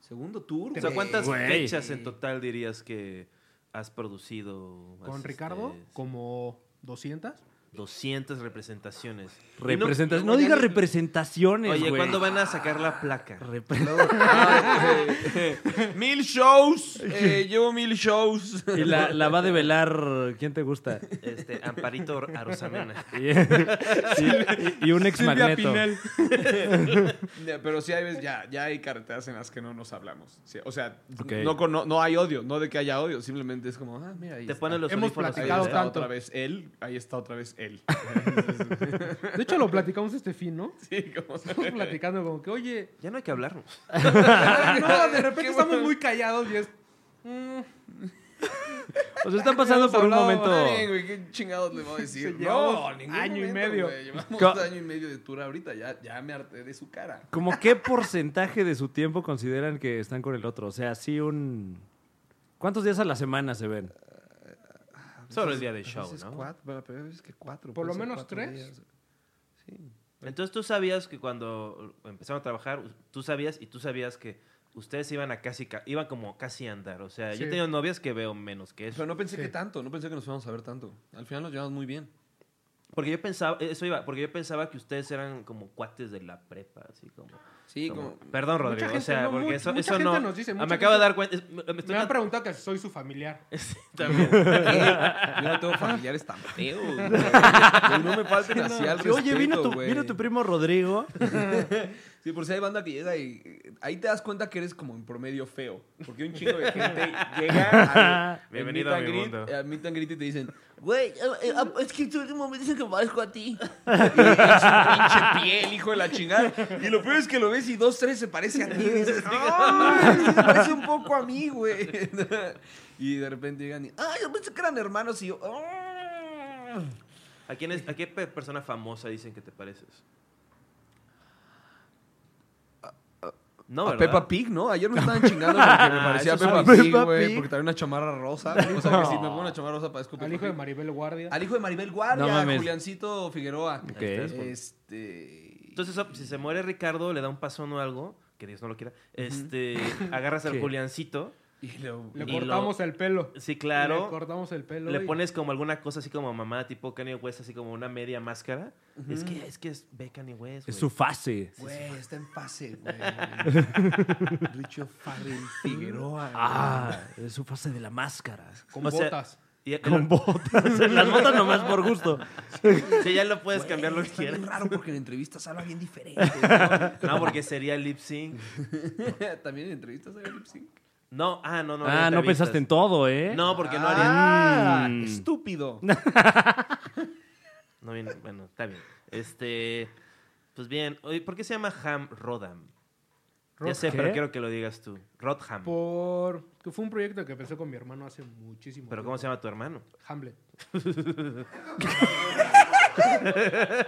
Speaker 4: Segundo tour.
Speaker 1: O sea,
Speaker 4: güey.
Speaker 1: ¿cuántas
Speaker 2: Güey.
Speaker 1: fechas en total dirías que has producido? Has,
Speaker 3: con
Speaker 1: este,
Speaker 3: Ricardo, como 200.
Speaker 1: 200 representaciones. Y no-
Speaker 2: representas- no, digas representaciones,
Speaker 1: Oye,
Speaker 2: güey.
Speaker 1: ¿cuándo van a sacar la placa?
Speaker 2: Repre-
Speaker 4: Ah, eh, eh, mil shows. eh, llevo mil shows.
Speaker 2: y la, la va a develar. ¿Quién te gusta?
Speaker 1: Este, Amparito Arosamena.
Speaker 2: Y, y- y un ex magneto.
Speaker 4: Ya, Pero sí hay veces, ya, ya hay carreteras en las que no nos hablamos. Sí, o sea,
Speaker 2: Ok.
Speaker 4: no, con- no, no hay odio, no de que haya odio, simplemente es como, ah, mira, ahí
Speaker 1: Te
Speaker 4: está.
Speaker 1: ponen los
Speaker 3: Hemos
Speaker 1: audífonos y
Speaker 4: Ahí
Speaker 3: platicado
Speaker 1: ves,
Speaker 4: está
Speaker 1: ¿eh?
Speaker 3: tanto.
Speaker 4: otra vez él, ahí está otra vez él.
Speaker 3: De hecho, lo platicamos este fin, ¿no?
Speaker 4: sí, como
Speaker 3: Estamos platicando como que, oye,
Speaker 1: Ya no hay que hablarnos.
Speaker 3: no, de repente
Speaker 4: Qué
Speaker 3: estamos
Speaker 4: bueno.
Speaker 3: muy callados y es... mm,
Speaker 2: O sea, están pasando por un momento.
Speaker 4: Ay, güey, ¿Qué chingados le voy a
Speaker 3: Se
Speaker 4: decir?
Speaker 3: llevó
Speaker 4: No, ningún
Speaker 3: año y
Speaker 4: momento,
Speaker 3: medio. Pues
Speaker 4: güey. Llevamos
Speaker 2: Co-
Speaker 4: año y medio de tour ahorita, ya, ya me harté de su cara.
Speaker 2: ¿Cómo qué porcentaje de su tiempo consideran que están con el otro? O sea, sí un. ¿Cuántos días a la semana se ven?
Speaker 1: Solo el día del
Speaker 4: A
Speaker 1: show,
Speaker 4: veces
Speaker 1: ¿no?
Speaker 4: Cuatro, pero- pero a veces que cuatro.
Speaker 3: Por lo
Speaker 4: puede ser
Speaker 3: menos
Speaker 4: cuatro
Speaker 3: tres.
Speaker 4: días. Sí.
Speaker 1: Entonces tú sabías que cuando empezaron a trabajar, tú sabías y tú sabías que ustedes iban a casi, ca- iban como casi a andar. O sea,
Speaker 3: Sí.
Speaker 1: yo he tenido novias que veo menos que
Speaker 4: Pero
Speaker 1: eso.
Speaker 4: no pensé
Speaker 3: Sí.
Speaker 4: que tanto, no pensé que nos íbamos a ver tanto. Al final nos llevamos muy bien.
Speaker 1: Porque yo pensaba, e, eso iba, porque yo pensaba que ustedes eran como cuates de la prepa, así como.
Speaker 4: Sí,
Speaker 1: como-
Speaker 4: como...
Speaker 1: Perdón,
Speaker 3: Mucha
Speaker 1: Rodrigo.
Speaker 3: gente,
Speaker 1: o sea,
Speaker 3: no,
Speaker 1: porque
Speaker 3: mucha-
Speaker 1: eso,
Speaker 3: mucha
Speaker 1: eso
Speaker 3: gente
Speaker 1: no.
Speaker 3: nos dice,
Speaker 1: Ah, me
Speaker 3: mucha
Speaker 1: acabo de
Speaker 3: gente-
Speaker 1: dar cuenta. es- Me, me estoy
Speaker 3: Me han
Speaker 1: tan-
Speaker 3: preguntado que si soy su familiar.
Speaker 1: también.
Speaker 4: Yo no tengo familiares tan feos. güey. No me falten así al
Speaker 2: Sí, Oye, vino
Speaker 4: respeto,
Speaker 2: tu,
Speaker 4: güey.
Speaker 2: vino tu primo Rodrigo.
Speaker 4: Sí, por si hay banda que llega y eh, ahí te das cuenta que eres como en promedio feo. Porque un chingo de gente llega al-
Speaker 1: Bienvenido
Speaker 4: al
Speaker 1: a
Speaker 4: meet
Speaker 1: mi
Speaker 4: and
Speaker 1: mundo.
Speaker 4: greet, al meet and greet y te dicen,
Speaker 5: Güey, eh, eh,
Speaker 4: ah,
Speaker 5: es que en tu último me dicen que parezco a ti.
Speaker 4: pinche piel, hijo de la chingada. Y lo peor es que lo ves y dos, tres se parece a ti. Y dices, "Ay, se parece un poco a mí, güey. Y de repente llegan y, ah, yo pensé que eran hermanos y yo, "Ah".
Speaker 1: ¿A, quién es- ¿A qué pe- persona famosa dicen que te pareces? No,
Speaker 4: a
Speaker 1: ¿verdad?
Speaker 4: Peppa Pig, ¿no? Ayer me estaban chingando porque me parecía
Speaker 2: Ah, eso es una-
Speaker 4: Peppa Pig,
Speaker 2: Peppa
Speaker 4: güey,
Speaker 2: Pig.
Speaker 4: porque traía una chamarra rosa. O sea, que si me pongo una chamarra rosa parezco
Speaker 3: Al
Speaker 4: Peppa
Speaker 3: hijo de
Speaker 4: Pig.
Speaker 3: Maribel Guardia.
Speaker 4: Al hijo de Maribel Guardia,
Speaker 2: No mames.
Speaker 4: Juliancito Figueroa.
Speaker 2: Ok.
Speaker 1: Ahí estás, por-
Speaker 4: Este...
Speaker 1: Entonces, oh, si se muere Ricardo, le da un pasón o algo, que Dios no lo quiera, este, agarras al
Speaker 2: Sí.
Speaker 1: Juliancito,
Speaker 4: Y lo-
Speaker 3: Le
Speaker 1: y
Speaker 3: cortamos el pelo.
Speaker 1: sí,
Speaker 3: Le
Speaker 1: claro,
Speaker 3: cortamos el pelo.
Speaker 1: le
Speaker 3: y-
Speaker 1: pones como alguna cosa así como mamá, tipo Kanye West, así como una media máscara. Es que es que es ve Kanye West.
Speaker 2: Es
Speaker 1: güey.
Speaker 2: su fase.
Speaker 4: Güey, está en fase, güey. Richo Farrell Figueroa.
Speaker 2: Ah, es su fase de la máscara.
Speaker 3: Con
Speaker 1: o sea,
Speaker 3: botas.
Speaker 1: Y el-
Speaker 2: Con botas. Las botas nomás por gusto.
Speaker 1: sí, ya lo puedes
Speaker 4: Güey,
Speaker 1: cambiar lo que
Speaker 4: está bien
Speaker 1: quieras.
Speaker 4: raro porque en entrevistas habla bien diferente. ¿no?
Speaker 1: No, porque sería lip sync.
Speaker 4: También en entrevistas habla lip sync.
Speaker 1: No, ah, no, no.
Speaker 2: Ah, no pensaste en todo, ¿eh?
Speaker 1: No, porque no haría.
Speaker 4: Ah,
Speaker 2: Mm.
Speaker 4: estúpido.
Speaker 1: No, bien, bueno, está bien. Este, pues bien, oye, ¿por qué se llama Ham Rodham?
Speaker 3: Rodham.
Speaker 1: Ya sé,
Speaker 2: ¿Qué?
Speaker 1: pero quiero que lo digas tú. Rodham.
Speaker 3: Por... Que fue un proyecto que empezó con mi hermano hace muchísimo
Speaker 1: ¿Pero
Speaker 3: tiempo.
Speaker 1: cómo se llama tu hermano?
Speaker 3: Hamlet.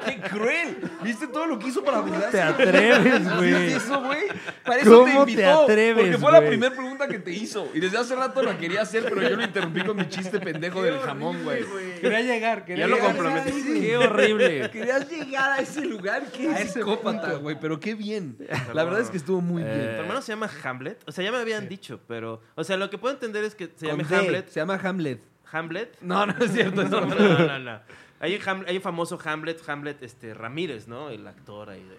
Speaker 4: ¡Qué cruel! ¿Viste todo lo que hizo para burlarse?
Speaker 2: te atreves,
Speaker 4: ¿Viste
Speaker 2: güey?
Speaker 4: Ah, eso, güey? Para eso te
Speaker 2: ¿Cómo te
Speaker 4: invitó.
Speaker 2: atreves,
Speaker 4: porque fue la
Speaker 2: güey?
Speaker 4: primera pregunta que te hizo. Y desde hace rato la quería hacer, pero yo lo interrumpí con mi chiste pendejo del jamón, güey.
Speaker 3: Quería llegar, quería
Speaker 1: Ya lo
Speaker 3: llegar.
Speaker 1: comprometí.
Speaker 2: Qué horrible.
Speaker 4: Querías llegar a ese lugar, qué psicópata, güey, pero qué bien. La verdad es que estuvo
Speaker 1: Eh,
Speaker 4: muy bien.
Speaker 1: ¿Tu hermano se llama Hamlet? O sea, ya me habían dicho, pero... O sea, lo que puedo entender es que se
Speaker 4: Con
Speaker 1: llame
Speaker 4: D,
Speaker 1: Hamlet.
Speaker 4: Se llama Hamlet.
Speaker 1: ¿Hamlet?
Speaker 4: No, no es cierto.
Speaker 1: No,
Speaker 4: no.
Speaker 1: no, no, no. Hay un, Ham- hay un famoso Hamlet, Hamlet este, Ramírez, ¿no? El actor ahí. De,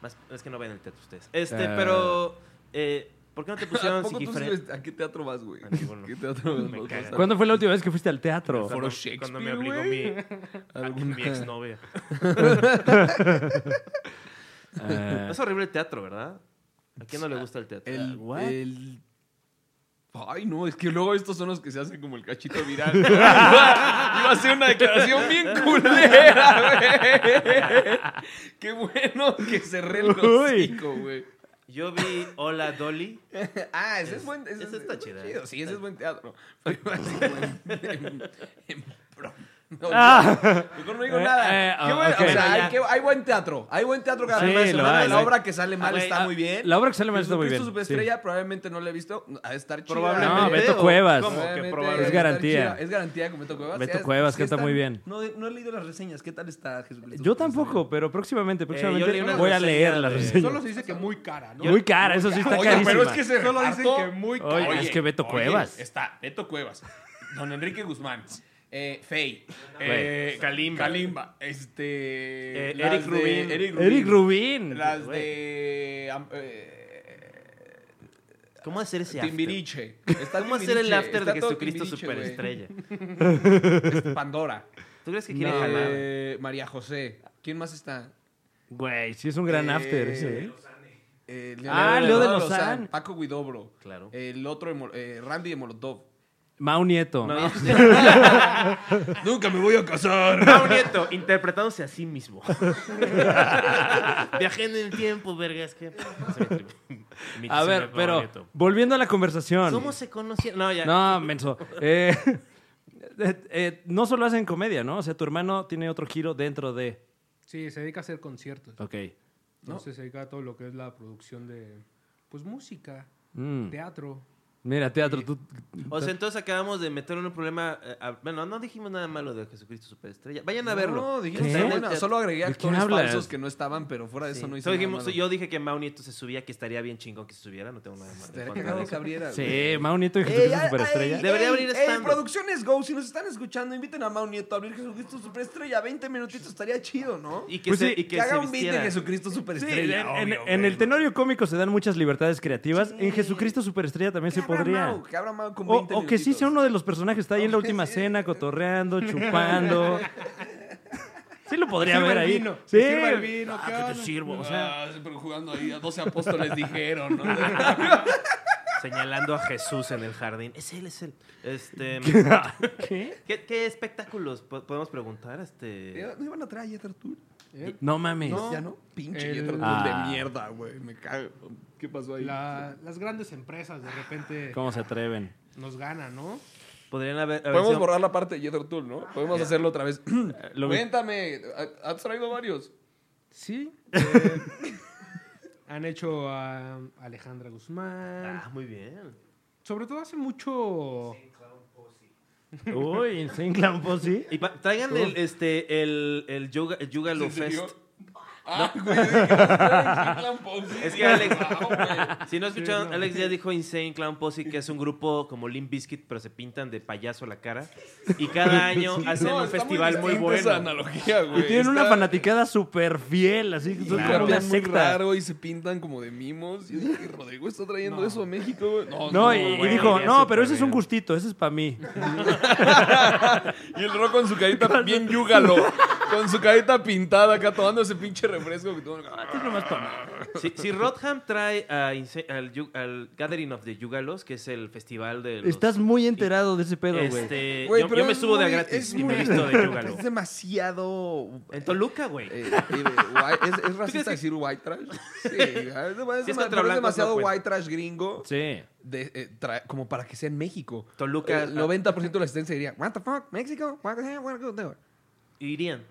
Speaker 1: más, es que no ven el teatro ustedes. Este,
Speaker 2: Ah.
Speaker 1: pero... eh, ¿Por qué no te
Speaker 4: ¿A,
Speaker 1: pusieron
Speaker 4: poco tú
Speaker 1: Sigifredo?
Speaker 4: sabes a qué teatro vas, güey?
Speaker 1: A ninguno.
Speaker 4: ¿Qué teatro
Speaker 1: Me
Speaker 4: vas?
Speaker 1: caga.
Speaker 2: ¿Cuándo fue la última vez que fuiste al teatro?
Speaker 4: Foro
Speaker 1: Cuando- Cuando me
Speaker 4: Shakespeare,
Speaker 1: obligó mi,
Speaker 4: güey.
Speaker 1: a mi exnovia.
Speaker 2: Ah,
Speaker 1: Es horrible el teatro, ¿verdad? ¿A quién no le gusta el teatro?
Speaker 4: El,
Speaker 2: Uh, What?
Speaker 4: el- Ay, no, es que luego estos son los que se hacen como el cachito viral. Iba a hacer una declaración bien culera, güey. Qué bueno que cerré el
Speaker 2: Uy.
Speaker 4: hocico, güey.
Speaker 1: Yo vi Hola Dolly.
Speaker 4: Ah, ese es,
Speaker 1: Es-
Speaker 4: buen ese
Speaker 1: ese
Speaker 4: es-
Speaker 1: está
Speaker 4: es
Speaker 1: chido, eh.
Speaker 4: chido. Sí, ese
Speaker 1: está-
Speaker 4: es buen teatro. Pero iba a decir, güey, en- en pro- no, Mejor no digo
Speaker 2: Eh,
Speaker 4: nada.
Speaker 2: eh,
Speaker 4: Qué
Speaker 2: oh,
Speaker 4: bueno,
Speaker 2: ok.
Speaker 4: O sea, hay,
Speaker 1: Ya.
Speaker 4: que- hay buen teatro. Hay buen teatro cada
Speaker 2: Sí,
Speaker 4: fin de
Speaker 2: lo
Speaker 4: semana.
Speaker 2: hay,
Speaker 4: la
Speaker 2: lo hay.
Speaker 4: obra que sale mal
Speaker 1: Ah, güey,
Speaker 4: está
Speaker 1: ah,
Speaker 4: muy bien.
Speaker 2: la obra que sale mal está muy bien.
Speaker 4: Jesucristo Superestrella probablemente no la he visto. Ha de estar chida.
Speaker 2: No,
Speaker 1: Probablemente,
Speaker 2: Beto
Speaker 1: o-
Speaker 2: Cuevas.
Speaker 1: ¿cómo que
Speaker 4: Probablemente
Speaker 1: probablemente?
Speaker 4: ha de
Speaker 2: Es
Speaker 4: estar
Speaker 2: garantía.
Speaker 4: chida. Es garantía que Beto Cuevas.
Speaker 2: Beto
Speaker 4: sea,
Speaker 2: Cuevas
Speaker 4: sí
Speaker 2: canta muy
Speaker 4: están-
Speaker 2: bien.
Speaker 4: No, no he leído las reseñas. ¿Qué tal está Jesucristo?
Speaker 2: Yo
Speaker 4: Superestrella?
Speaker 2: tampoco, pero
Speaker 4: Eh,
Speaker 2: próximamente,
Speaker 1: yo leí
Speaker 2: próximamente
Speaker 1: una
Speaker 2: voy a
Speaker 1: reseña
Speaker 2: leer la
Speaker 1: de-
Speaker 2: reseña.
Speaker 3: Solo se dice que muy cara, ¿no?
Speaker 2: Muy cara, eso sí está
Speaker 4: Oye,
Speaker 2: carísima.
Speaker 4: pero es que se
Speaker 3: Solo dicen
Speaker 4: hartó-
Speaker 3: que muy cara.
Speaker 2: Oye, es que Beto Cuevas.
Speaker 4: Está Beto Cuevas, Don Enrique Guzmán, eh, Fey, Eh,
Speaker 1: Güey. Kalimba.
Speaker 4: Kalimba, este,
Speaker 1: Eh,
Speaker 4: las
Speaker 1: Eric
Speaker 4: de-
Speaker 1: Rubin.
Speaker 4: Eric Rubin,
Speaker 2: Eric Rubin.
Speaker 4: las
Speaker 1: güey.
Speaker 4: de am- eh,
Speaker 1: ¿Cómo hacer ese after?
Speaker 4: Timbiriche. Está
Speaker 1: ¿Cómo hacer el
Speaker 4: Timbiriche,
Speaker 1: after de
Speaker 4: está todo
Speaker 1: Jesucristo
Speaker 4: Timbiriche, güey.
Speaker 1: Superestrella? ¿Tú
Speaker 4: Pandora,
Speaker 1: crees que quiere
Speaker 4: Eh,
Speaker 1: jalar?
Speaker 4: María José, ¿quién más está?
Speaker 2: Güey, sí es un gran
Speaker 4: Eh,
Speaker 2: after ese. ¿eh?
Speaker 4: Eh,
Speaker 2: Ah, Leo de Lozán.
Speaker 4: Paco Guidobro,
Speaker 1: Claro.
Speaker 4: el otro, de Mol- eh, Randy de Molotov.
Speaker 2: Mau Nieto.
Speaker 1: No,
Speaker 4: Nunca me voy a casar.
Speaker 1: Mau Nieto, interpretándose a sí mismo. Viajé en el tiempo, vergas. Que...
Speaker 2: a ver, pero volviendo a la conversación.
Speaker 1: ¿Cómo se conocieron? No, ya.
Speaker 2: No, menso. Eh, eh, eh, no solo hacen comedia, ¿no? O sea, tu hermano tiene otro giro dentro de...
Speaker 3: Sí, se dedica a hacer conciertos.
Speaker 2: Ok.
Speaker 3: Entonces se dedica a todo lo que es la producción de, pues, música,
Speaker 2: Mm.
Speaker 3: teatro.
Speaker 2: Mira, teatro, tú...
Speaker 1: O sea, entonces acabamos de meter un problema. eh, a- bueno, no dijimos nada malo de Jesucristo Superestrella. Vayan a verlo.
Speaker 4: No, dijimos
Speaker 2: ¿Qué?
Speaker 4: que
Speaker 1: Está en el
Speaker 4: buena.
Speaker 1: teatro.
Speaker 4: Solo agregué
Speaker 2: ¿De quién
Speaker 4: actores
Speaker 2: hablas?
Speaker 4: falsos que no estaban, pero fuera de
Speaker 1: Sí.
Speaker 4: eso no hice
Speaker 1: Solo dijimos-
Speaker 4: nada. malo.
Speaker 1: Yo dije que Mau Nieto se subía, que estaría bien chingón que se subiera. No tengo nada malo. en
Speaker 4: Estaría
Speaker 1: contra
Speaker 4: cagado
Speaker 1: de
Speaker 4: que
Speaker 1: eso.
Speaker 4: abriera, güey.
Speaker 2: Sí, Eh, Mau Nieto y
Speaker 4: Ey,
Speaker 2: Jesucristo
Speaker 4: ay,
Speaker 2: Superestrella.
Speaker 4: ay,
Speaker 1: Debería
Speaker 4: ey,
Speaker 1: abrir
Speaker 4: ey,
Speaker 1: stand-up.
Speaker 4: Producciones Go, si nos están escuchando, inviten a Mau Nieto a abrir Jesucristo Superestrella. 20 minutitos estaría chido, ¿no?
Speaker 1: Y que,
Speaker 2: Pues
Speaker 1: se,
Speaker 2: sí,
Speaker 1: y que,
Speaker 4: que,
Speaker 1: se
Speaker 4: haga un beat de
Speaker 1: vistiera.
Speaker 4: Jesucristo
Speaker 2: Sí,
Speaker 4: Superestrella.
Speaker 2: en,
Speaker 4: obvio,
Speaker 2: en
Speaker 4: güey.
Speaker 2: el tenorio cómico se dan muchas libertades creativas.
Speaker 4: Sí.
Speaker 2: En Jesucristo Superestrella también se
Speaker 4: Que abra
Speaker 2: podría.
Speaker 4: Mau, que abra Mau con
Speaker 2: O,
Speaker 4: 20
Speaker 2: o que sí sea
Speaker 4: minutitos.
Speaker 2: uno de los personajes, está ahí en la
Speaker 4: Aunque
Speaker 2: última
Speaker 4: sí.
Speaker 2: cena, cotorreando, chupando. Sí lo podría
Speaker 3: Sirva
Speaker 2: ver
Speaker 3: el
Speaker 2: ahí.
Speaker 3: vino,
Speaker 2: sí.
Speaker 3: que sirva el vino, ¿qué
Speaker 2: Ah, que te
Speaker 3: onda?
Speaker 2: sirvo. O sea,
Speaker 4: Ah, pero jugando ahí a 12 apóstoles dijeron, ¿no?
Speaker 1: Señalando a Jesús en el jardín. Es él, es él. Este,
Speaker 2: ¿qué?
Speaker 1: ¿qué, qué espectáculos po- podemos preguntar? Este,
Speaker 4: ¿No iban a traer a Jet Artur?
Speaker 3: ¿eh?
Speaker 2: No mames.
Speaker 4: ¿Ya no? Pinche
Speaker 3: El-
Speaker 4: Jet Artur
Speaker 2: Ah.
Speaker 4: de mierda, güey. Me cago. ¿Qué pasó ahí?
Speaker 3: La- las grandes empresas de repente
Speaker 2: ¿Cómo se atreven?
Speaker 3: nos ganan, ¿no?
Speaker 1: podrían haber. haber
Speaker 4: Podemos
Speaker 1: sido-
Speaker 4: borrar la parte de Jethro Tull, ¿no? Podemos hacerlo otra vez.
Speaker 2: Lo vi-
Speaker 4: Cuéntame, ha- has traído varios.
Speaker 3: Sí. Eh, han hecho a Alejandra Guzmán.
Speaker 1: Ah, muy bien.
Speaker 3: Sobre todo hace mucho...
Speaker 2: Uy, pues Insane Clown Posse.
Speaker 1: Y pa- traigan el, este, el, el Yuga, el Yugalo
Speaker 4: ¿En serio?
Speaker 1: Fest.
Speaker 4: Ah, güey, dije, Clan Posse.
Speaker 1: Es que Alex-
Speaker 4: Wow, güey.
Speaker 1: Si no escucharon,
Speaker 3: Sí, no.
Speaker 1: Alex ya dijo Insane Clown Posse, que es un grupo como Limp Bizkit, pero se pintan de payaso la cara. Y cada año hacen
Speaker 4: No,
Speaker 1: un
Speaker 4: está
Speaker 1: festival muy,
Speaker 4: distinta Esa
Speaker 1: bueno.
Speaker 4: analogía, güey.
Speaker 2: Y tienen una
Speaker 4: Está-
Speaker 2: fanaticada súper fiel, así que son
Speaker 4: Claro,
Speaker 2: como una
Speaker 4: es muy
Speaker 2: secta.
Speaker 4: raro y se pintan como de mimos. Y yo dije, Rodrigo está trayendo eso a México, güey. No,
Speaker 2: No, y, y
Speaker 1: güey,
Speaker 2: dijo,
Speaker 1: ya
Speaker 2: no,
Speaker 1: súper
Speaker 2: pero ese es un
Speaker 1: bien".
Speaker 2: gustito, ese es para mí.
Speaker 4: Y el rock con su carita bien yúgalo. Con su carita pintada acá tomando ese pinche refresco que todo.
Speaker 1: Eh,
Speaker 2: Esto es nomás pa' mí.
Speaker 1: Si, si Rodham trae a Inse- al, Yu- al Gathering of the Yugalos, que es el festival de los...
Speaker 2: Estás muy enterado de ese pedo, güey.
Speaker 1: Este,
Speaker 4: Güey,
Speaker 1: yo,
Speaker 4: pero
Speaker 1: yo me
Speaker 4: es
Speaker 1: subo de a
Speaker 4: muy-
Speaker 1: gratis
Speaker 4: es
Speaker 1: y me
Speaker 4: muy-
Speaker 1: visto de Yugalo.
Speaker 4: Es demasiado.
Speaker 1: En Toluca, güey.
Speaker 4: eh, eh, guay- es, es racista
Speaker 1: que-
Speaker 4: decir white trash. Sí, ah, es, dema- es
Speaker 1: Si es
Speaker 4: dema-
Speaker 1: contra
Speaker 4: pero es
Speaker 1: blancos,
Speaker 4: demasiado
Speaker 1: no cuenta.
Speaker 4: white trash gringo.
Speaker 2: Sí.
Speaker 4: de, eh, tra- como para que sea en México. Eh,
Speaker 1: Toluca.
Speaker 4: El 90% de la asistencia diría, ¿What the fuck? ¿México? What the hell? What the hell?"
Speaker 1: Irían.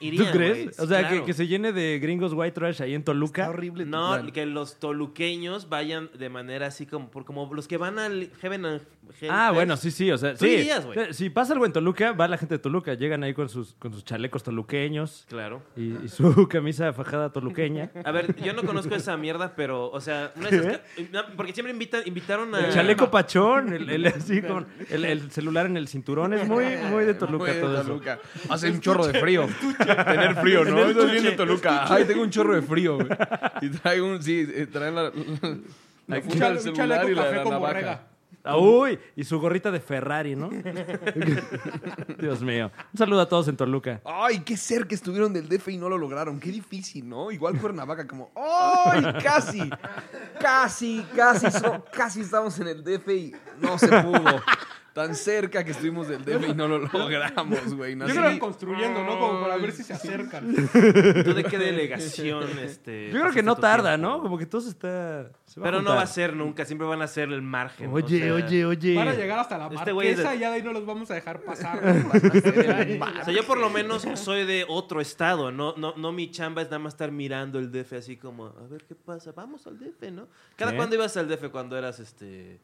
Speaker 1: Irían,
Speaker 2: ¿Tú crees?
Speaker 1: güey,
Speaker 2: o sea,
Speaker 1: claro.
Speaker 2: que, que se llene de gringos white trash ahí en
Speaker 4: Está
Speaker 2: Toluca.
Speaker 4: horrible. tu
Speaker 1: No,
Speaker 4: plan.
Speaker 1: que los toluqueños vayan de manera así como, por, como los que van al Heaven and Hell
Speaker 2: Ah,
Speaker 1: Fest.
Speaker 2: bueno, sí, sí, o sea,
Speaker 1: Tú
Speaker 2: sí. Eh,
Speaker 1: irías, güey.
Speaker 2: si pasa algo en Toluca, va la gente de Toluca, llegan ahí con sus, con sus chalecos toluqueños
Speaker 1: Claro.
Speaker 2: y, y su camisa fajada toluqueña.
Speaker 1: A ver, yo no conozco esa mierda, pero, o sea, una de esas que- no, porque siempre invitan, invitaron a.
Speaker 2: ¿Eh? El chaleco pachón, el, el así con el, el celular en el cinturón, es muy, muy de Toluca
Speaker 4: Muy de
Speaker 2: todo eso.
Speaker 4: Toluca. Hace un chorro de frío. Tener frío, ¿no? Estás viendo Toluca. Ay, tengo un chorro de frío, güey. Y trae un, sí, eh, trae la, la, la
Speaker 3: Un
Speaker 4: funda del
Speaker 3: chale- un
Speaker 4: celular
Speaker 3: chaleco
Speaker 4: y la,
Speaker 3: café
Speaker 4: la
Speaker 3: con
Speaker 4: navaja.
Speaker 3: borrega.
Speaker 2: Ah, Uy, y su gorrita de Ferrari, ¿no? Dios mío. Un saludo a todos en Toluca.
Speaker 4: Ay, qué cerca estuvieron del DF y no lo lograron. Qué difícil, ¿no? Igual Cuernavaca, como, ¡ay! Casi, casi, casi, so- casi estamos en el DF y no se pudo. Tan cerca que estuvimos del DF y no lo logramos, güey.
Speaker 3: Yo
Speaker 4: Nací-
Speaker 3: creo que construyendo, ¿no? Como para ver si se acercan.
Speaker 1: ¿Tú de qué delegación? Este,
Speaker 2: Yo creo que no
Speaker 1: pasaste tu
Speaker 2: tarda,
Speaker 1: tiempo?
Speaker 2: ¿no? Como que todo se está. se
Speaker 1: Pero no
Speaker 2: juntar.
Speaker 1: va a ser nunca, siempre van a ser el margen.
Speaker 2: Oye,
Speaker 1: o sea,
Speaker 2: oye, oye.
Speaker 3: Van a llegar hasta la
Speaker 1: Este güey es de-
Speaker 3: marquesa y ya de ahí no los vamos a dejar pasar.
Speaker 1: O sea, yo por lo menos soy de otro estado, no, no, no mi chamba es nada más estar mirando el DF así como, a ver qué pasa, vamos al DF, ¿no? ¿Cada
Speaker 2: ¿Qué?
Speaker 1: cuándo ibas al DF cuando eras, este,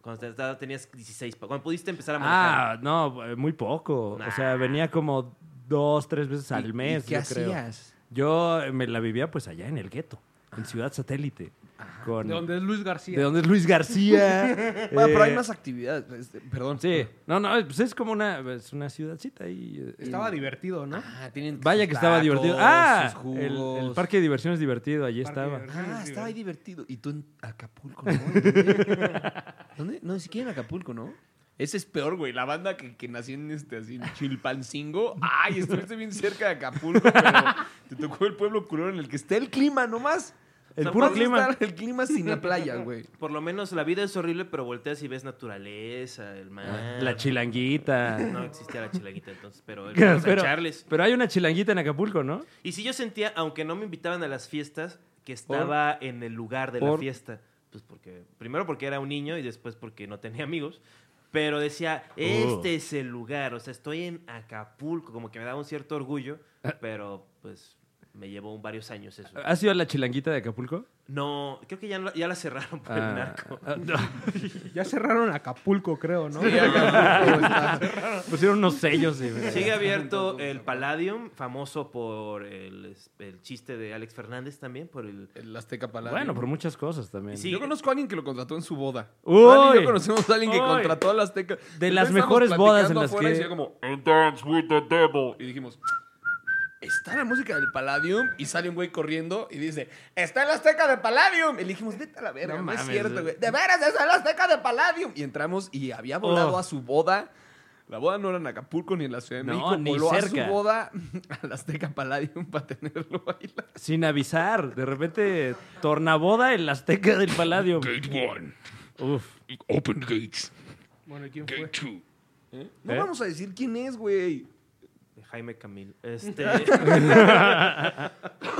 Speaker 1: cuando te- te- tenías 16, pa- cuando pudiste empezar a manejar?
Speaker 2: Ah, no, eh, muy poco.
Speaker 1: Nah.
Speaker 2: O sea, venía como dos, tres veces
Speaker 4: ¿Y- y
Speaker 2: al mes.
Speaker 4: ¿Qué
Speaker 2: yo creo.
Speaker 4: hacías?
Speaker 2: Yo eh, me la vivía pues allá en el gueto, en Ciudad Satélite. Con,
Speaker 3: De donde es Luis García.
Speaker 2: de donde es Luis García.
Speaker 4: Bueno, pero hay
Speaker 2: eh,
Speaker 4: más actividades. este, perdón.
Speaker 2: Sí, no, no, pues es como una, es una ciudadcita ahí. eh,
Speaker 3: Estaba divertido, ¿no?
Speaker 4: Ah, tienen
Speaker 2: Vaya
Speaker 4: sus
Speaker 2: que estaba
Speaker 4: tacos,
Speaker 2: divertido.
Speaker 4: sus
Speaker 2: Ah, el-
Speaker 4: jugos.
Speaker 2: el, parque de diversiones divertido, allí
Speaker 3: Parque
Speaker 2: estaba.
Speaker 3: de diversiones
Speaker 4: Ah, estaba ahí
Speaker 3: divertido.
Speaker 4: divertido. Y tú en Acapulco, ¿no? ¿Dónde? No, ni siquiera en Acapulco, ¿no? Ese es peor, güey. La banda que, que nació en este así, en Chilpancingo. Ay, estuviste bien cerca de Acapulco, pero te tocó el pueblo culero en el que está el clima nomás.
Speaker 2: El
Speaker 1: O sea,
Speaker 2: puro
Speaker 4: Vas a
Speaker 2: clima.
Speaker 4: estar el clima sin la playa, güey.
Speaker 1: Por lo menos la vida es horrible, pero volteas y ves naturaleza, el mar.
Speaker 2: Ah, La chilanguita.
Speaker 1: No existía la chilanguita entonces, pero el
Speaker 2: Pero-
Speaker 1: San Charles.
Speaker 2: Pero hay una chilanguita en Acapulco, ¿no?
Speaker 1: Y si yo sentía, aunque no me invitaban a las fiestas, que estaba en el lugar de la
Speaker 2: por-
Speaker 1: fiesta. Pues porque, primero porque era un niño y después porque no tenía amigos. Pero decía,
Speaker 2: Oh.
Speaker 1: este es el lugar, o sea, estoy en Acapulco, como que me daba un cierto orgullo,
Speaker 2: Ah.
Speaker 1: pero pues me llevó varios años eso.
Speaker 2: ¿Has ido a la chilanguita de Acapulco?
Speaker 1: No, creo que ya, no- ya la cerraron por
Speaker 2: Ah,
Speaker 1: el narco.
Speaker 2: ah, no.
Speaker 3: Ya cerraron Acapulco, creo, ¿no?
Speaker 2: Pusieron unos sellos. y- eh,
Speaker 1: Sigue abierto el Palladium, famoso por el, el chiste de Alex Fernández también, por el...
Speaker 4: El Azteca Palacio.
Speaker 2: Bueno, por muchas cosas también.
Speaker 1: Sí.
Speaker 4: Yo conozco a alguien que lo contrató en su boda.
Speaker 2: Uy.
Speaker 4: Fran y yo conocemos a alguien que
Speaker 2: Uy.
Speaker 4: contrató al Azteca.
Speaker 2: De las
Speaker 4: Entonces,
Speaker 2: mejores
Speaker 4: estábamos
Speaker 2: bodas en
Speaker 4: platicando
Speaker 2: las
Speaker 4: afuera
Speaker 2: que-
Speaker 4: Y, decía como,
Speaker 6: and dance with the devil.
Speaker 4: y dijimos, está la música del Palladium. Y sale un güey corriendo y dice, está el Azteca del Palladium. Y le dijimos, vete a la verga, no,
Speaker 2: No
Speaker 4: es
Speaker 2: mames,
Speaker 4: cierto,
Speaker 2: güey.
Speaker 4: güey. De veras, es el Azteca del Palladium. Y entramos y había volado
Speaker 2: Oh.
Speaker 4: a su boda. La boda no era en Acapulco ni en la Ciudad de
Speaker 2: No,
Speaker 4: México.
Speaker 2: ni
Speaker 4: voló a
Speaker 2: cerca.
Speaker 4: su boda al Azteca Palladium para tenerlo bailando.
Speaker 2: Sin avisar. De repente, tornaboda el azteca del paladio.
Speaker 6: Gate one,
Speaker 2: Uf.
Speaker 6: open gates.
Speaker 3: Bueno, ¿y quién fue?
Speaker 4: Pues,
Speaker 6: Gate two,
Speaker 4: No
Speaker 2: ¿Eh?
Speaker 4: vamos a decir quién es, güey.
Speaker 1: Jaime Camil. Este.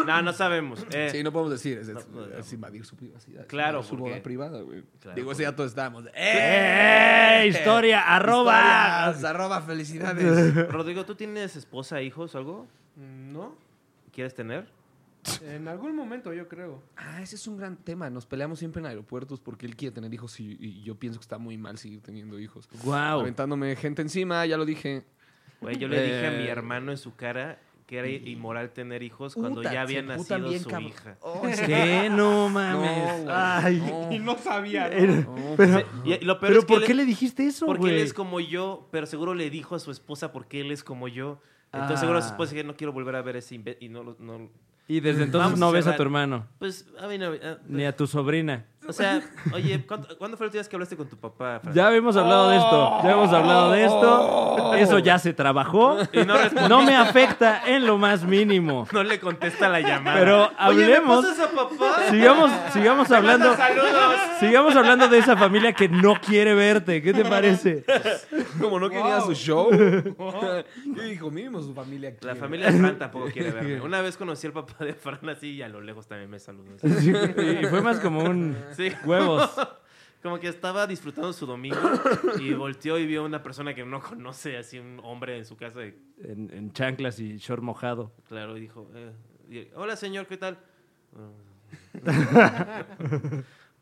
Speaker 1: no, no sabemos. Eh,
Speaker 4: Sí, no podemos decir. Es, es-
Speaker 1: no, no.
Speaker 4: es invadir su privacidad.
Speaker 1: Claro,
Speaker 4: Es su
Speaker 1: porque-
Speaker 4: boda privada, güey.
Speaker 1: Claro,
Speaker 4: Digo,
Speaker 1: porque-
Speaker 4: ese ya todos estábamos. ¡Eh!
Speaker 2: ¡Eh! Historia, arroba.
Speaker 4: Historias, arroba felicidades.
Speaker 1: Rodrigo, ¿tú tienes esposa, hijos o algo?
Speaker 3: Mm, ¿No?
Speaker 1: ¿Quieres tener?
Speaker 3: En algún momento, yo creo.
Speaker 4: ah, ese es un gran tema. Nos peleamos siempre en aeropuertos porque él quiere tener hijos y, y yo pienso que está muy mal seguir teniendo hijos.
Speaker 2: Guau.
Speaker 4: Aventándome gente encima, ya lo dije.
Speaker 1: Güey, yo le dije a mi
Speaker 4: Eh.
Speaker 1: hermano en su cara que era inmoral tener hijos cuando ya
Speaker 4: Puta, se
Speaker 1: había
Speaker 4: emputan
Speaker 1: nacido
Speaker 4: bien,
Speaker 1: su
Speaker 4: cabrón.
Speaker 1: hija.
Speaker 4: Oh, es-
Speaker 2: ¿Qué? No
Speaker 1: Ah,
Speaker 2: mames.
Speaker 4: güey,
Speaker 2: Ay.
Speaker 4: no.
Speaker 3: Y no sabía, ¿no?
Speaker 4: no,
Speaker 2: Pero,
Speaker 1: Y- y lo peor
Speaker 2: ¿pero
Speaker 1: es que
Speaker 2: ¿por
Speaker 1: él-
Speaker 2: qué le dijiste eso,
Speaker 1: Porque él
Speaker 2: güey?
Speaker 1: es como yo, pero seguro le dijo a su esposa porque él es como yo. Entonces seguro su
Speaker 2: Ah.
Speaker 1: esposa dice no quiero volver a ver ese imbé- y no lo- no-
Speaker 2: Y desde entonces
Speaker 1: Vamos a
Speaker 2: no ves a
Speaker 1: cerrar.
Speaker 2: tu hermano,
Speaker 1: pues a mí no ah,
Speaker 2: ni a tu sobrina.
Speaker 1: o sea, oye, ¿cuánto- ¿cuándo fue la última vez que hablaste con tu papá? Fran?
Speaker 2: Ya hemos hablado de esto, ya hemos hablado de esto. Eso ya se trabajó.
Speaker 1: Oh. Y no respondiste.
Speaker 2: No me afecta en lo más mínimo.
Speaker 1: No le contesta la llamada.
Speaker 2: Pero hablemos,
Speaker 1: Oye, ¿me pasas a papá?
Speaker 2: sigamos, sigamos hablando, sigamos hablando de esa familia que no quiere verte. ¿Qué te parece?
Speaker 4: como no quería
Speaker 3: Wow.
Speaker 4: su show. yo dijo, mínimo su familia aquí.
Speaker 1: La familia de Fran tampoco quiere verme. Una vez conocí al papá de Fran así y a lo lejos también me saludó.
Speaker 2: Y fue más como un
Speaker 1: Sí.
Speaker 2: huevos.
Speaker 1: Como que estaba disfrutando su domingo y volteó y vio a una persona que no conoce, así un hombre en su casa. y
Speaker 2: En, en chanclas y short mojado.
Speaker 1: claro, dijo, eh, y- hola señor, ¿qué tal?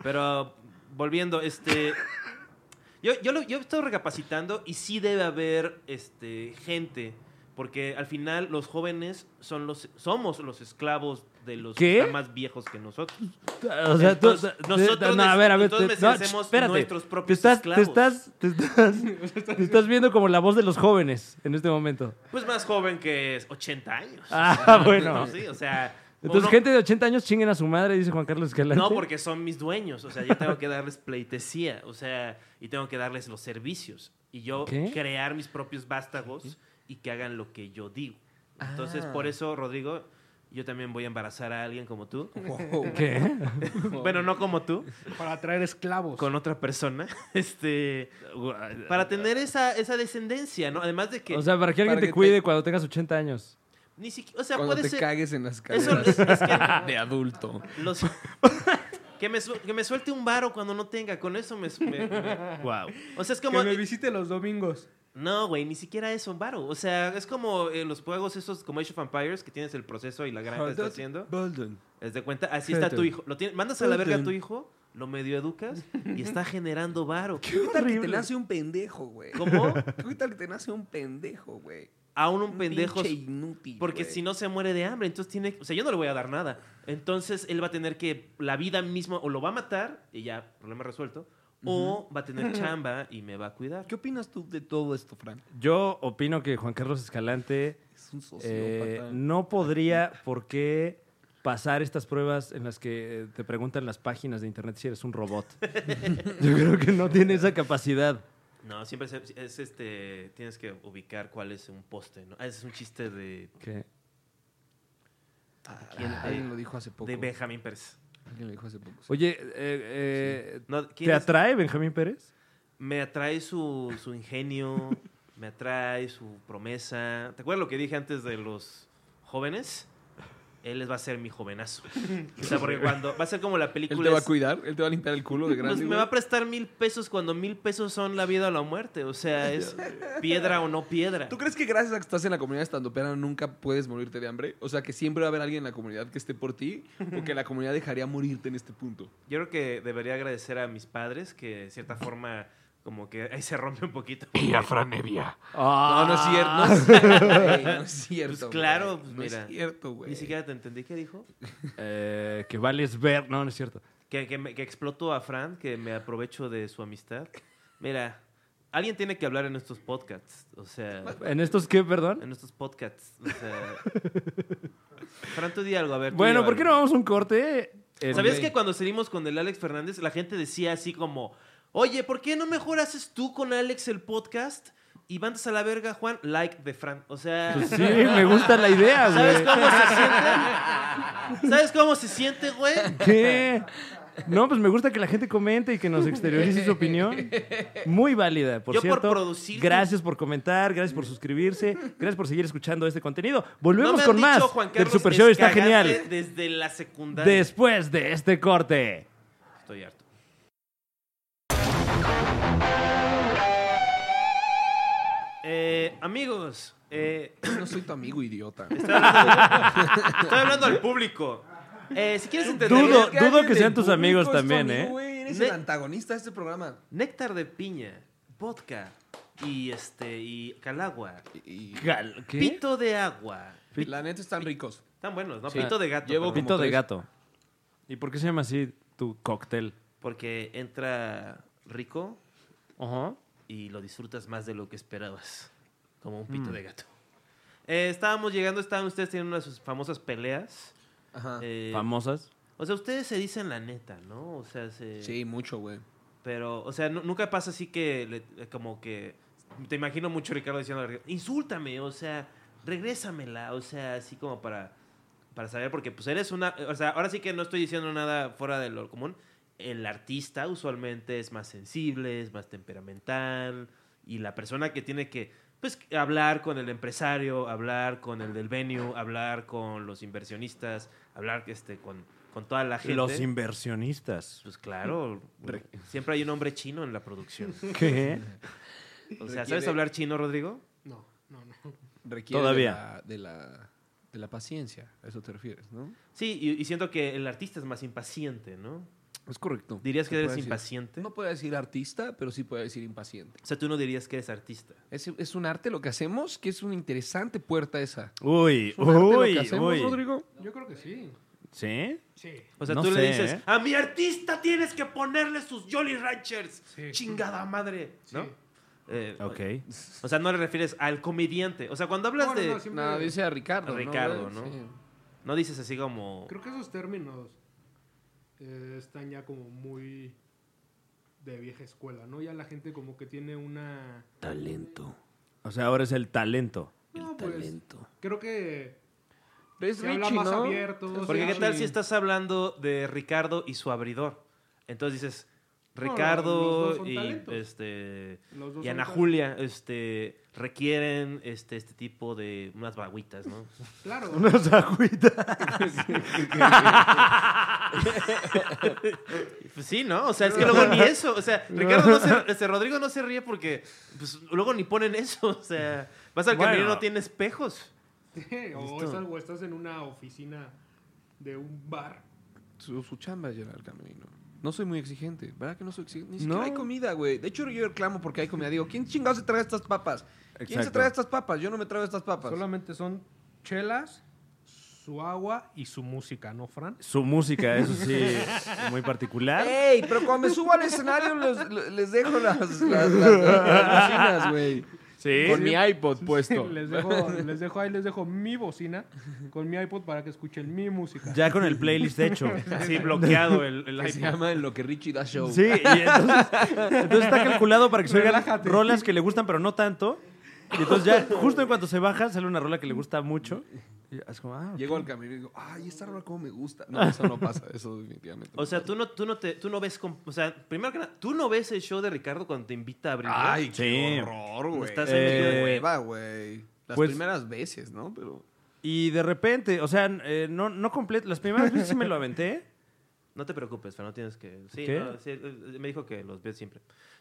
Speaker 1: Pero volviendo, este... Yo, yo, lo- yo he estado recapacitando y sí debe haber este, gente, porque al final los jóvenes son los, somos los esclavos de los
Speaker 2: ¿Qué?
Speaker 1: que están más viejos que nosotros.
Speaker 2: O sea, tú-
Speaker 1: Entonces,
Speaker 2: tú-
Speaker 1: nosotros
Speaker 2: no, a ver, a ver,
Speaker 1: entonces
Speaker 2: te- no,
Speaker 1: hacemos
Speaker 2: ch, espérate.
Speaker 1: nuestros propios
Speaker 2: te estás, te
Speaker 1: esclavos.
Speaker 2: estás, te estás, te estás viendo como la voz de los jóvenes en este momento.
Speaker 1: Pues más joven que es 80 años.
Speaker 2: Ah,
Speaker 1: O sea,
Speaker 2: bueno.
Speaker 1: Sí, o sea.
Speaker 2: Entonces,
Speaker 1: uno-
Speaker 2: gente de 80 años chinguen a su madre, dice Juan Carlos Escalante.
Speaker 1: No, porque son mis dueños. O sea, yo tengo que darles pleitesía. O sea, y tengo que darles los servicios. Y yo
Speaker 2: ¿Qué?
Speaker 1: crear mis propios vástagos y que hagan lo que yo digo. Entonces, por eso, Rodrigo, yo también voy a embarazar a alguien como tú.
Speaker 4: Wow.
Speaker 2: ¿Qué?
Speaker 1: Bueno, no como tú,
Speaker 3: Para atraer esclavos.
Speaker 1: con otra persona. Este. Para tener esa, esa descendencia, ¿no? Además de que.
Speaker 2: O sea, para que alguien
Speaker 4: Para
Speaker 2: te
Speaker 4: que
Speaker 2: cuide
Speaker 4: te-
Speaker 2: cuando tengas 80 años.
Speaker 1: ni siquiera. O sea,
Speaker 4: Cuando
Speaker 1: puede
Speaker 4: te
Speaker 1: ser.
Speaker 4: cagues en las
Speaker 1: Eso
Speaker 4: caderas
Speaker 1: es- es que
Speaker 4: ah. de adulto.
Speaker 1: Los- que, me su- que me suelte un varo cuando no tenga. Con eso me. su- me- me-
Speaker 2: Wow.
Speaker 1: O sea, es
Speaker 3: que
Speaker 1: como.
Speaker 3: me visite los domingos.
Speaker 1: No, güey, ni siquiera es un varo. O sea, es como eh, los juegos esos como Age of Empires que tienes el proceso y la granja está haciendo.
Speaker 4: Bolden.
Speaker 1: Haz de cuenta, así está tu hijo. Lo tiene- mandas a la verga a tu hijo, lo medio educas y está generando varo.
Speaker 4: ¿Qué tal que te nace un pendejo, güey?
Speaker 1: ¿Cómo?
Speaker 4: ¿Qué tal que te nace un pendejo, güey?
Speaker 1: Aún un pendejo.
Speaker 4: pinche inútil.
Speaker 1: Porque
Speaker 4: güey.
Speaker 1: si no se muere de hambre, entonces tiene. O sea, yo no le voy a dar nada. Entonces él va a tener que. La vida misma o lo va a matar y ya, problema resuelto. O va a tener chamba y me va a cuidar.
Speaker 4: ¿Qué opinas tú de todo esto, Frank?
Speaker 2: Yo opino que Juan Carlos Escalante
Speaker 4: Es un
Speaker 2: eh,
Speaker 4: sociópata.
Speaker 2: no podría, ¿por qué? pasar estas pruebas en las que eh, te preguntan las páginas de internet si eres un robot. Yo creo que no tiene esa capacidad.
Speaker 1: No, siempre se- es, este. Tienes que ubicar cuál es un poste, ¿no? Ah, ese es un chiste de.
Speaker 2: ¿Qué?
Speaker 1: ¿quién?
Speaker 4: Ah, Alguien lo dijo hace poco.
Speaker 1: De Benjamin Pérez.
Speaker 4: Alguien lo dijo hace poco. sí.
Speaker 2: Oye, eh, eh,
Speaker 1: No, ¿quién
Speaker 2: ¿te
Speaker 1: es?
Speaker 2: atrae Benjamín Pérez?
Speaker 1: Me atrae su, su ingenio, me atrae su promesa. ¿Te acuerdas lo que dije antes de los jóvenes? Él les va a ser mi jovenazo. O sea, porque cuando. Va a ser como la película.
Speaker 4: Él te va a
Speaker 1: es-
Speaker 4: cuidar, él te va a limpiar el culo de grande.
Speaker 1: Pues me
Speaker 4: güey.
Speaker 1: va a prestar mil pesos cuando mil pesos son la vida o la muerte. O sea, es piedra o no piedra.
Speaker 4: ¿Tú crees que gracias a que estás en la comunidad estandopera nunca puedes morirte de hambre? O sea, que siempre va a haber alguien en la comunidad que esté por ti o que la comunidad dejaría morirte en este punto.
Speaker 1: Yo creo que debería agradecer a mis padres que de cierta forma como que ahí se rompe un poquito.
Speaker 6: Y a Franevia.
Speaker 4: No, no es cierto.
Speaker 2: Ah,
Speaker 4: No es cierto. güey, no es cierto,
Speaker 1: Pues
Speaker 4: güey.
Speaker 1: claro, pues
Speaker 4: no
Speaker 1: mira.
Speaker 4: es cierto, güey.
Speaker 1: Ni siquiera te entendí qué dijo.
Speaker 2: Eh, que vales ver. No, no es cierto.
Speaker 1: Que, que, me- que exploto a Fran, que me aprovecho de su amistad. Mira, alguien tiene que hablar en estos podcasts. O sea,
Speaker 2: ¿En estos qué, perdón?
Speaker 1: en estos podcasts. O sea, Fran, tú di algo, a ver. tú
Speaker 2: Bueno,
Speaker 1: di
Speaker 2: ¿por qué no
Speaker 1: algo.
Speaker 2: vamos a un corte? Eh,
Speaker 1: ¿Sabías
Speaker 4: Ok.
Speaker 1: que cuando salimos con el Alex Fernández, la gente decía así como, oye, ¿por qué no mejor haces tú con Alex el podcast y mandas a la verga, Juan, like de Fran? O sea,
Speaker 2: pues Sí, me gusta la idea,
Speaker 1: ¿sabes
Speaker 2: güey.
Speaker 1: cómo se siente? ¿Sabes cómo se siente, güey?
Speaker 2: ¿Qué? No, pues me gusta que la gente comente y que nos exteriorice su opinión. Muy válida, por
Speaker 1: Yo por
Speaker 2: cierto.
Speaker 1: producir-
Speaker 2: Gracias por comentar, gracias por suscribirse, gracias por seguir escuchando este contenido.
Speaker 1: No
Speaker 2: Volvemos
Speaker 1: me han
Speaker 2: con
Speaker 1: dicho,
Speaker 2: más.
Speaker 1: Juan
Speaker 2: del
Speaker 1: Carlos
Speaker 2: Super Show está genial.
Speaker 1: Escagante Desde la secundaria.
Speaker 2: Después de este corte.
Speaker 1: Estoy harto. Eh, amigos, eh,
Speaker 4: No soy tu amigo idiota.
Speaker 1: estoy, hablando, estoy hablando al público. Eh, si quieres entender,
Speaker 2: Dudo-
Speaker 4: alguien
Speaker 2: dudo que
Speaker 4: del
Speaker 2: sean tus
Speaker 4: público
Speaker 2: amigos
Speaker 4: es tu
Speaker 2: también,
Speaker 4: amigo,
Speaker 2: ¿eh?
Speaker 4: güey, Eres
Speaker 1: Ne-
Speaker 4: el antagonista de este programa.
Speaker 1: néctar de piña, vodka y este y calagua,
Speaker 4: Y,
Speaker 2: Gal- ¿Qué?
Speaker 1: pito de agua.
Speaker 4: y la neta están ricos.
Speaker 1: Están buenos, ¿no?
Speaker 4: Sí.
Speaker 1: Pito de gato.
Speaker 4: Llevo
Speaker 1: perdón.
Speaker 4: como
Speaker 2: Pito de
Speaker 4: tres.
Speaker 2: gato. ¿Y por qué se llama así tu cóctel?
Speaker 1: Porque entra rico y lo disfrutas más de lo que esperabas. Como un pito de gato. Eh, estábamos llegando, estaban ustedes teniendo unas sus famosas peleas.
Speaker 4: Ajá.
Speaker 1: Eh,
Speaker 2: Famosas.
Speaker 1: o sea, ustedes se dicen la neta, ¿no? O sea, se,
Speaker 4: sí, mucho, güey.
Speaker 1: Pero, o sea, nu- nunca pasa así que, le- eh, como que, te imagino mucho Ricardo diciendo, insúltame, o sea, regrésamela, o sea, así como para, para saber, porque pues eres una, o sea, ahora sí que no estoy diciendo nada fuera de lo común. El artista usualmente es más sensible, es más temperamental, y la persona que tiene que, pues, hablar con el empresario, hablar con el del venue, hablar con los inversionistas, hablar este, con con toda la gente.
Speaker 2: Los inversionistas.
Speaker 1: Pues claro, siempre hay un hombre chino en la producción.
Speaker 2: ¿Qué?
Speaker 1: O sea, ¿sabes
Speaker 4: Requiere-
Speaker 1: hablar chino, Rodrigo?
Speaker 3: No, no, no.
Speaker 4: Requiere
Speaker 2: Todavía.
Speaker 4: De, la, de, la, de la paciencia, a eso te refieres, ¿no?
Speaker 1: Sí, y, y siento que el artista es más impaciente, ¿no?
Speaker 4: Es correcto.
Speaker 1: ¿Dirías que
Speaker 4: Se puede
Speaker 1: eres
Speaker 4: decir.
Speaker 1: impaciente?
Speaker 4: No puede decir artista, pero sí puede decir impaciente.
Speaker 1: O sea, tú no dirías que eres artista.
Speaker 4: Es, es un arte lo que hacemos, que es una interesante puerta esa.
Speaker 2: Uy,
Speaker 4: ¿Es un arte lo
Speaker 2: uy,
Speaker 4: que hacemos,
Speaker 2: uy.
Speaker 4: Rodrigo?
Speaker 3: Yo creo que sí.
Speaker 2: ¿Sí?
Speaker 3: Sí.
Speaker 1: O sea,
Speaker 2: No
Speaker 1: tú
Speaker 2: sé,
Speaker 1: le dices,
Speaker 2: ¿eh?
Speaker 1: a mi artista tienes que ponerle sus Jolly Ranchers.
Speaker 3: Sí.
Speaker 1: Chingada madre. ¿No?
Speaker 3: Sí.
Speaker 1: Eh,
Speaker 2: Ok.
Speaker 1: O sea, no le refieres al comediante. O sea, cuando hablas
Speaker 3: No, no,
Speaker 1: de...
Speaker 3: no, siempre-
Speaker 4: No, dice a Ricardo.
Speaker 1: A Ricardo,
Speaker 4: ¿no?
Speaker 1: ¿no? No dices así como...
Speaker 3: Creo que esos términos eh, están ya como muy de vieja escuela, ¿no? Ya la gente como que tiene una...
Speaker 4: Talento.
Speaker 2: O sea, ahora es el talento.
Speaker 3: No, pues, Creo que...
Speaker 4: Es
Speaker 3: Se habla
Speaker 4: Richie,
Speaker 3: más
Speaker 4: ¿no?
Speaker 3: abierto,
Speaker 4: Es
Speaker 3: se
Speaker 1: Porque qué
Speaker 3: habla-
Speaker 1: tal
Speaker 3: sí.
Speaker 1: si estás hablando de Ricardo y su abridor. Entonces dices,
Speaker 3: No, no, los dos
Speaker 1: Ricardo
Speaker 3: son
Speaker 1: y
Speaker 3: talentos.
Speaker 1: este
Speaker 3: Los dos
Speaker 1: y
Speaker 3: son
Speaker 1: Ana
Speaker 3: tal-
Speaker 1: Julia este requieren este este tipo de unas bagüitas, ¿no?
Speaker 3: Claro.
Speaker 2: Unas agüitas.
Speaker 1: Pues sí, ¿no? O sea, es que luego ni eso, o sea, Ricardo no se, este, Rodrigo no se ríe porque pues, luego ni ponen eso, o sea, vas al
Speaker 2: Bueno.
Speaker 1: camino no tiene espejos.
Speaker 3: o, estás, o estás en una oficina de un bar.
Speaker 4: Su, su chamba es llenar el camerino. No soy muy exigente, ¿verdad que no soy exigente? Ni
Speaker 2: No.
Speaker 4: siquiera hay comida, güey. De hecho, yo reclamo porque hay comida. Digo, ¿quién chingado se trae estas papas? ¿Quién se
Speaker 2: Exacto.
Speaker 4: trae estas papas? Yo no me traigo estas papas.
Speaker 3: Solamente son chelas, su agua y su música, ¿no, Fran?
Speaker 2: Su música, eso sí, es muy particular.
Speaker 4: ¡Ey! Pero cuando me subo al escenario, los- los- les dejo las, las, las- las bocinas, güey.
Speaker 2: Sí.
Speaker 4: Con mi iPod puesto.
Speaker 3: les, dejo, les dejo ahí, les dejo mi bocina con mi iPod para que escuchen mi música.
Speaker 2: Ya con el playlist hecho.
Speaker 1: Así bloqueado el, el
Speaker 4: Que se
Speaker 1: iPod.
Speaker 4: llama en lo que Richie da show.
Speaker 2: Sí, y entonces, entonces está calculado para que se oigan
Speaker 3: Relájate.
Speaker 2: rolas que le gustan, pero no tanto. Y entonces ya, justo en cuanto se baja, sale una rola que le gusta mucho. Y es como, ah,
Speaker 4: Llego al camerino y digo, ¡ay, esta rola cómo me gusta! No, eso no pasa, eso definitivamente.
Speaker 1: O sea, tú no, tú no te, tú no ves, com- o sea, primero que nada, tú no ves el show de Ricardo cuando te invita a abrir.
Speaker 4: ¡Ay, qué
Speaker 2: Sí.
Speaker 4: horror, güey!
Speaker 1: Estás
Speaker 4: Qué
Speaker 2: en-
Speaker 4: hueva, güey. Las
Speaker 2: pues-
Speaker 4: primeras veces, ¿no? Pero...
Speaker 2: Y de repente, o sea, eh, no, no completo. Las primeras veces sí me lo aventé.
Speaker 1: No te preocupes, Fran, no tienes que. Sí,
Speaker 2: ¿Qué?
Speaker 1: no, sí, eh, me dijo que los ves siempre.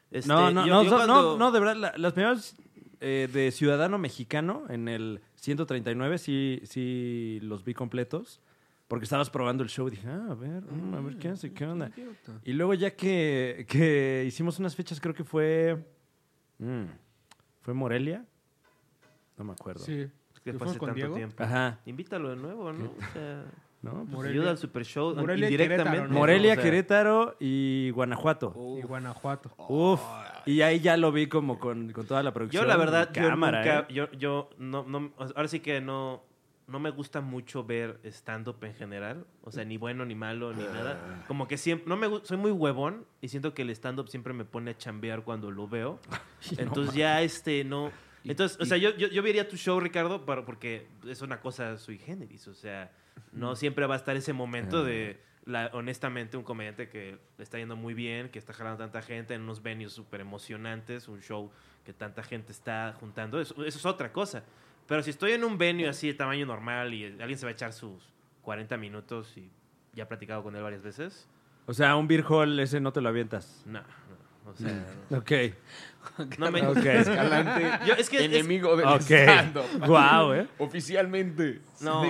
Speaker 1: Este,
Speaker 2: no, no,
Speaker 1: yo-
Speaker 2: no,
Speaker 1: yo
Speaker 2: so-
Speaker 1: cuando-
Speaker 2: no, no, de verdad, la- las primeras eh, de Ciudadano Mexicano en el 139 sí, sí los vi completos. Porque estabas probando el show y dije, ah, a ver, mm, a ver qué hace, qué onda. Y luego ya que, que hicimos unas fechas, creo que fue. mm, ¿Fue Morelia? No me acuerdo.
Speaker 3: Sí.
Speaker 1: Que
Speaker 3: ¿Y
Speaker 1: fue hace
Speaker 3: fueron con
Speaker 1: tanto
Speaker 3: Diego?
Speaker 1: tiempo.
Speaker 2: Ajá.
Speaker 1: Invítalo de nuevo, ¿no? O sea,
Speaker 2: ¿no?
Speaker 1: pues,
Speaker 3: Morelia.
Speaker 1: ayuda al Super Show
Speaker 3: Morelia y
Speaker 1: indirectamente.
Speaker 3: Querétaro, ¿no?
Speaker 2: Morelia,
Speaker 1: O sea,
Speaker 2: Querétaro y Guanajuato.
Speaker 3: Y Guanajuato.
Speaker 2: Uf. Y ahí ya lo vi como con, con toda la producción.
Speaker 1: Yo, la verdad,
Speaker 2: y
Speaker 1: yo nunca.
Speaker 2: ¿eh?
Speaker 1: Yo, yo no, no- o sea, ahora sí que no. No me gusta mucho ver stand-up en general. O sea, ni bueno, ni malo,
Speaker 2: Ah.
Speaker 1: ni nada. Como que siempre. No me, gu- soy muy huevón y siento que el stand-up siempre me pone a chambear cuando lo veo. Entonces ya este no. Entonces, o sea, yo, yo, yo vería tu show, Ricardo, para- porque es una cosa sui generis. O sea, no siempre va a estar ese momento de,
Speaker 2: Ah.
Speaker 1: la- honestamente, un comediante que le está yendo muy bien, que está jalando tanta gente en unos venues súper emocionantes, un show que tanta gente está juntando. Eso, eso es otra cosa. Pero si estoy en un venue así de tamaño normal y alguien se va a echar sus 40 minutos y ya he platicado con él varias veces,
Speaker 2: O sea, un beer hall ese no te lo avientas.
Speaker 1: no. no, o sea, no.
Speaker 2: Ok.
Speaker 1: No me-
Speaker 2: Ok.
Speaker 4: Escalante,
Speaker 1: Yo- es que- es-
Speaker 4: enemigo del
Speaker 2: Ok.
Speaker 4: stand-up.
Speaker 2: Guau, ¿eh?
Speaker 4: Oficialmente.
Speaker 1: No.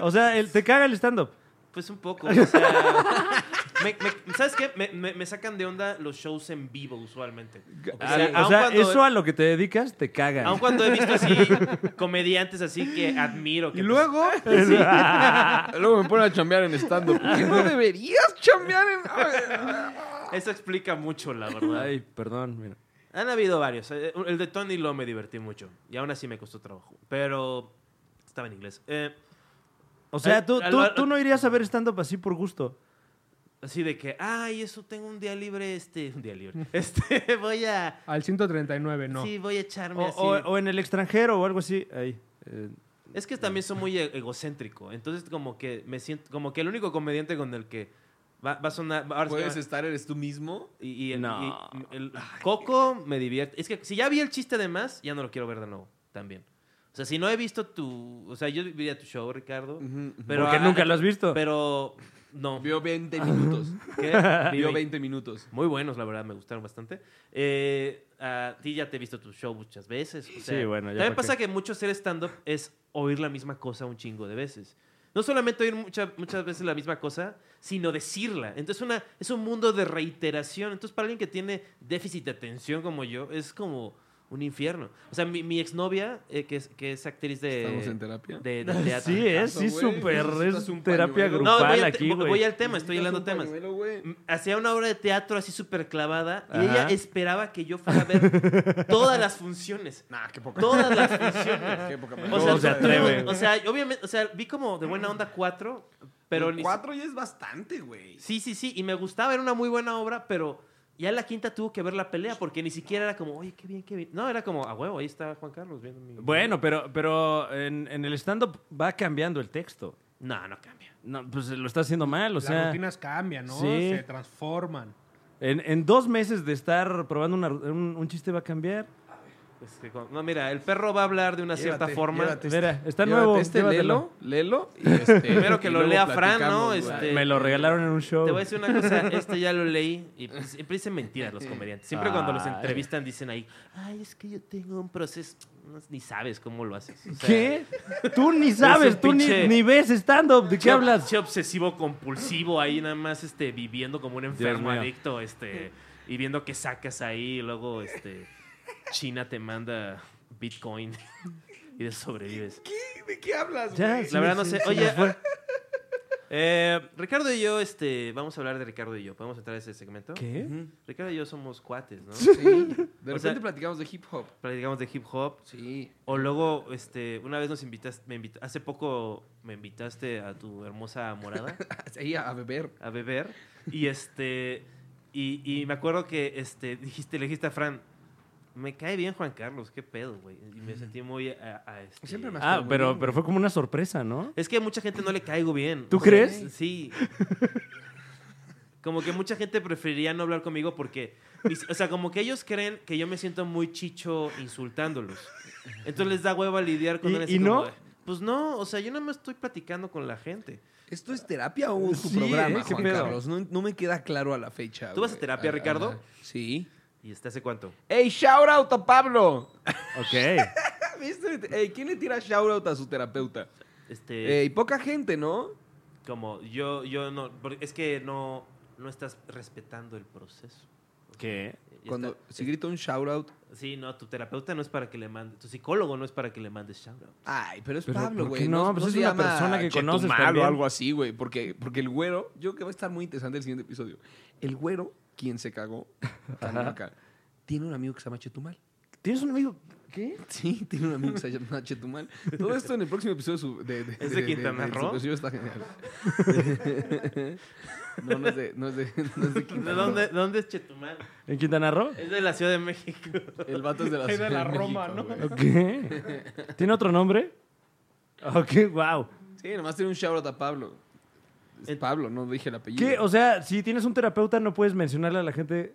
Speaker 2: O sea, el- te caga el stand-up.
Speaker 1: Pues un poco, o sea... me- me- ¿Sabes qué? Me, me- me sacan de onda los shows en vivo usualmente. O sea,
Speaker 2: Al-
Speaker 1: aun
Speaker 2: o sea,
Speaker 1: cuando-
Speaker 2: eso a lo que te dedicas te caga.
Speaker 1: Aun cuando he visto así comediantes así que admiro. Que
Speaker 4: Y luego, Ah, luego me ponen a chambear en stand-up. ¿Por qué no deberías chambear en.?
Speaker 1: pues, eso explica mucho, la verdad.
Speaker 2: Ay, perdón, mira.
Speaker 1: Han habido varios. Eh, El de Tony Lo me divertí mucho. Y aún así me costó trabajo. Pero estaba en inglés. Eh,
Speaker 2: O sea,
Speaker 1: Ay,
Speaker 2: tú,
Speaker 1: al-
Speaker 2: tú-
Speaker 1: al-
Speaker 2: tú no irías a ver stand-up así por gusto.
Speaker 1: así de que, ay, eso tengo un día libre, este, un día libre. Este, voy a,
Speaker 3: Al 139, no.
Speaker 1: sí, voy a echarme
Speaker 2: O,
Speaker 1: así.
Speaker 2: o- o en el extranjero o algo así. Ahí. Eh,
Speaker 1: Es que también soy muy e- egocéntrico. Entonces, como que me siento. Como que el único comediante con el que va, va a sonar. va- ahora sí que
Speaker 4: ¿Puedes
Speaker 1: va-
Speaker 4: estar, eres tú mismo?
Speaker 1: y, y el,
Speaker 2: No.
Speaker 1: y el- Coco me divierte. Es que si ya vi el chiste de más, ya no lo quiero ver de nuevo. También. O O sea, si no he visto tu. O sea, yo diría tu show, Ricardo. pero,
Speaker 2: Porque
Speaker 1: ah,
Speaker 2: nunca lo has visto.
Speaker 1: Pero. No.
Speaker 4: Vio 20 minutos.
Speaker 1: ¿Qué? Vi
Speaker 4: Vio
Speaker 1: veinte.
Speaker 4: 20 minutos.
Speaker 1: Muy buenos, la verdad, me gustaron bastante. Eh, a ti ya te he visto tu show muchas veces. o sea,
Speaker 2: Sí, bueno, ya
Speaker 1: También
Speaker 2: pa' qué.
Speaker 1: pasa que mucho hacer stand-up es oír la misma cosa un chingo de veces. No solamente oír mucha- muchas veces la misma cosa, sino decirla. Entonces una, es un mundo de reiteración. Entonces para alguien que tiene déficit de atención como yo, es como un infierno. O sea, mi, mi exnovia, eh, que, es, que es actriz de...
Speaker 4: Estamos en terapia.
Speaker 1: De, de teatro.
Speaker 2: sí, es,
Speaker 4: caso,
Speaker 2: sí,
Speaker 4: güey.
Speaker 2: súper. Es
Speaker 4: Necesitas un
Speaker 2: terapia
Speaker 4: pañuelo.
Speaker 1: No,
Speaker 2: grupal
Speaker 1: voy, al te-
Speaker 2: aquí,
Speaker 1: voy- voy
Speaker 2: güey.
Speaker 1: al tema, estoy hilando temas.
Speaker 4: Pañuelo, güey.
Speaker 1: M- hacía una obra de teatro así súper clavada y
Speaker 2: Ajá.
Speaker 1: ella esperaba que yo fuera a ver todas las funciones.
Speaker 4: Nah, qué poca.
Speaker 1: Todas las funciones.
Speaker 4: Qué poca madre.
Speaker 1: O sea,
Speaker 2: ¿Cómo se
Speaker 1: tú-
Speaker 2: atreve?
Speaker 1: O sea, obviamente, o sea, vi como de buena onda cuatro, pero ni.
Speaker 4: Cuatro ya es bastante, güey.
Speaker 1: Sí, sí, sí. Y me gustaba, era una muy buena obra, pero ya la quinta tuvo que ver la pelea porque ni siquiera era como, oye, qué bien, qué bien. No, era como, a huevo, ahí está Juan Carlos viendo mi.
Speaker 2: Bueno, pero, pero en, en el stand-up va cambiando el texto.
Speaker 1: No, no cambia.
Speaker 2: No, pues lo está haciendo mal, o sea.
Speaker 3: Las rutinas cambian, ¿no?
Speaker 2: sí.
Speaker 3: Se transforman.
Speaker 2: En, en dos meses de estar probando una- un, un chiste va a cambiar.
Speaker 1: Es que Este, como- no, mira, el perro va a hablar de una cierta
Speaker 4: Llévate,
Speaker 1: forma.
Speaker 4: llévate este.
Speaker 2: Mira, está
Speaker 4: Llévate
Speaker 2: nuevo.
Speaker 4: Este,
Speaker 2: llévatelo.
Speaker 4: lelo, lelo. y este,
Speaker 1: Primero que
Speaker 4: y
Speaker 1: lo
Speaker 4: luego
Speaker 1: lea Fran,
Speaker 4: platicamos,
Speaker 1: ¿no?
Speaker 4: güey.
Speaker 1: Este-
Speaker 2: Me lo regalaron en un show.
Speaker 1: Te voy a decir una cosa, este ya lo leí y pues, siempre dicen mentiras los comediantes. Siempre cuando los
Speaker 2: Ay.
Speaker 1: entrevistan dicen ahí, ay, es que yo tengo un proceso, No, ni sabes cómo lo haces. O sea,
Speaker 2: ¿Qué? Tú ni sabes,
Speaker 1: un
Speaker 2: tú ni,
Speaker 1: pinche-
Speaker 2: ni ves stand-up. ¿De qué
Speaker 1: che-
Speaker 2: hablas?
Speaker 1: che obsesivo compulsivo ahí nada más este, viviendo como un enfermo
Speaker 2: mío.
Speaker 1: adicto este, y viendo que sacas ahí y luego este, China te manda Bitcoin y de sobrevives.
Speaker 4: ¿De qué hablas,
Speaker 2: Ya,
Speaker 4: güey?
Speaker 2: sí,
Speaker 1: La verdad no
Speaker 2: sí,
Speaker 1: sé.
Speaker 2: sí,
Speaker 1: Oye, ah,
Speaker 2: me fue.
Speaker 1: eh, Ricardo y yo, este, vamos a hablar de Ricardo y yo. ¿Podemos entrar a ese segmento?
Speaker 2: ¿Qué?
Speaker 1: Ricardo y yo somos cuates, ¿no?
Speaker 4: Sí. De
Speaker 1: O
Speaker 4: repente
Speaker 1: sea-
Speaker 4: platicamos de hip hop.
Speaker 1: Platicamos de hip hop.
Speaker 4: Sí.
Speaker 1: O luego, este, una vez nos invitaste, me invita- hace poco me invitaste a tu hermosa morada
Speaker 4: Ahí a, a beber.
Speaker 1: a beber. Y este, y, y me acuerdo que este, dijiste, le dijiste a Fran, me cae bien Juan Carlos, qué pedo, güey. Y me sentí muy a, a- este-
Speaker 4: Siempre me-
Speaker 2: Ah, pero, pero fue como una sorpresa, ¿no?
Speaker 1: Es que a mucha gente no le caigo bien.
Speaker 2: ¿Tú
Speaker 1: O sea,
Speaker 2: crees?
Speaker 1: Sí. Como que mucha gente preferiría no hablar conmigo porque, o sea, como que ellos creen que yo me siento muy chicho insultándolos. Entonces les da hueva lidiar con
Speaker 2: ¿Y-
Speaker 1: él así
Speaker 2: y
Speaker 1: como
Speaker 2: no?
Speaker 1: de, Pues no, o sea, yo no me estoy platicando con la gente.
Speaker 4: ¿Esto es terapia o tu
Speaker 2: Sí,
Speaker 4: programa,
Speaker 2: ¿eh? ¿Qué
Speaker 4: Juan
Speaker 2: pedo?
Speaker 4: Carlos? No, no me queda claro a la fecha.
Speaker 1: ¿Tú vas
Speaker 4: güey.
Speaker 1: a terapia,
Speaker 4: Ah,
Speaker 1: Ricardo?
Speaker 4: ah, Sí.
Speaker 1: ¿Y este hace cuánto?
Speaker 4: ¡Ey, shout out a Pablo!
Speaker 2: Ok.
Speaker 4: Ah, ¿Viste? Ey, ¿Quién le tira shout out a su terapeuta?
Speaker 1: Este,
Speaker 2: Eh,
Speaker 4: Ey, poca gente, ¿no?
Speaker 1: como yo, yo no, porque es que no, no estás respetando el proceso.
Speaker 2: ¿Qué?
Speaker 1: Y está-
Speaker 4: Cuando se grita un shout out.
Speaker 1: sí, no, tu terapeuta no es para que le mande, tu psicólogo no es para que le mandes shout out.
Speaker 4: Ay, pero es
Speaker 2: Pero,
Speaker 4: Pablo,
Speaker 2: ¿por qué
Speaker 4: güey.
Speaker 2: no? Pues es
Speaker 4: se
Speaker 2: una
Speaker 4: llama
Speaker 2: persona que
Speaker 4: Chetumal
Speaker 2: conoces también.
Speaker 4: o algo así, güey. Porque, porque el güero, yo creo que va a estar muy interesante el siguiente episodio. El güero, quien se cagó, Tanaka, tiene un amigo que se llama Chetumal.
Speaker 2: ¿Tienes un amigo? ¿Qué?
Speaker 4: Sí, tiene un amigo que se llama Chetumal. Todo esto en el próximo episodio su- de, de,
Speaker 1: ¿Es de Quintana
Speaker 4: del
Speaker 1: Roo?
Speaker 4: episodio está genial. no, no es de, no es de, no es de
Speaker 1: ¿De
Speaker 4: Quintana Roo.
Speaker 1: dónde, dónde es Chetumal?
Speaker 2: ¿En Quintana Roo?
Speaker 1: Es de la Ciudad de México.
Speaker 4: El vato es de la,
Speaker 3: Es de
Speaker 4: Ciudad
Speaker 3: la
Speaker 4: México,
Speaker 3: Roma, ¿no?
Speaker 4: güey.
Speaker 2: Ok. ¿Tiene otro nombre? Ok, wow.
Speaker 4: Sí, nomás tiene un shout out a Pablo. Es
Speaker 1: En-
Speaker 4: Pablo, no dije el apellido.
Speaker 2: ¿Qué? O sea, si tienes un terapeuta, no puedes mencionarle a la gente.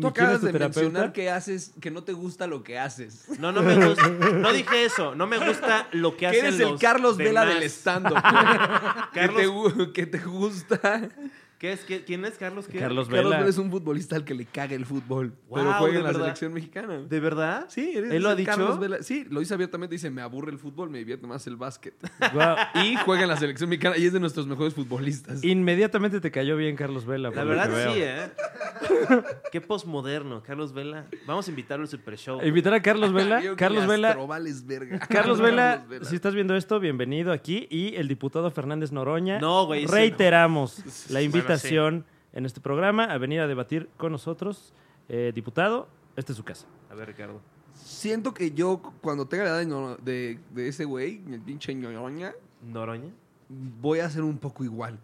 Speaker 4: Tú acabas de mencionar que haces, que no te gusta lo que haces.
Speaker 1: No, no me gusta. No dije eso. No me gusta lo que
Speaker 4: Que
Speaker 1: hacen
Speaker 4: eres el
Speaker 1: los
Speaker 4: Carlos Vela del
Speaker 1: demás.
Speaker 4: stand-up. güey. que, te,
Speaker 1: Carlos,
Speaker 4: gu- que te gusta.
Speaker 1: ¿qué es? ¿Qué- ¿Quién es Carlos? ¿Qué?
Speaker 2: Carlos
Speaker 4: Carlos Vela
Speaker 2: Vela.
Speaker 4: es un futbolista al que le caga el fútbol.
Speaker 1: Guau,
Speaker 4: pero juega
Speaker 1: ¿de
Speaker 4: en la
Speaker 1: verdad?
Speaker 4: selección mexicana.
Speaker 1: ¿De verdad?
Speaker 4: Sí, eres
Speaker 1: ¿Él lo ha
Speaker 4: el
Speaker 1: dicho?
Speaker 4: Carlos Vela. Sí, lo dice abiertamente. Dice, me aburre el fútbol, me divierte más el básquet.
Speaker 2: Guau.
Speaker 4: Y juega en la selección mexicana y es de nuestros mejores futbolistas.
Speaker 2: Inmediatamente te cayó bien Carlos Vela.
Speaker 1: La
Speaker 2: por lo que
Speaker 1: verdad sí,
Speaker 2: veo.
Speaker 1: ¿eh? Qué posmoderno, Carlos Vela. Vamos a invitarlo al Super Show.
Speaker 2: Invitar a Carlos Vela.
Speaker 4: Yo que
Speaker 2: Carlos Vela.
Speaker 4: Astrobal es verga.
Speaker 2: Carlos Vela, si estás viendo esto, bienvenido aquí. Y el diputado Fernández Noroña.
Speaker 1: No, güey, ese
Speaker 2: Reiteramos la
Speaker 1: sí.
Speaker 2: invitación en este programa a venir a debatir con nosotros. Eh, diputado, esta es su casa.
Speaker 1: A ver, Ricardo.
Speaker 4: Siento que yo, cuando tenga la edad de ño- de, de ese güey, el pinche ñoña,
Speaker 1: ¿Noroña?
Speaker 4: voy a ser un poco igual.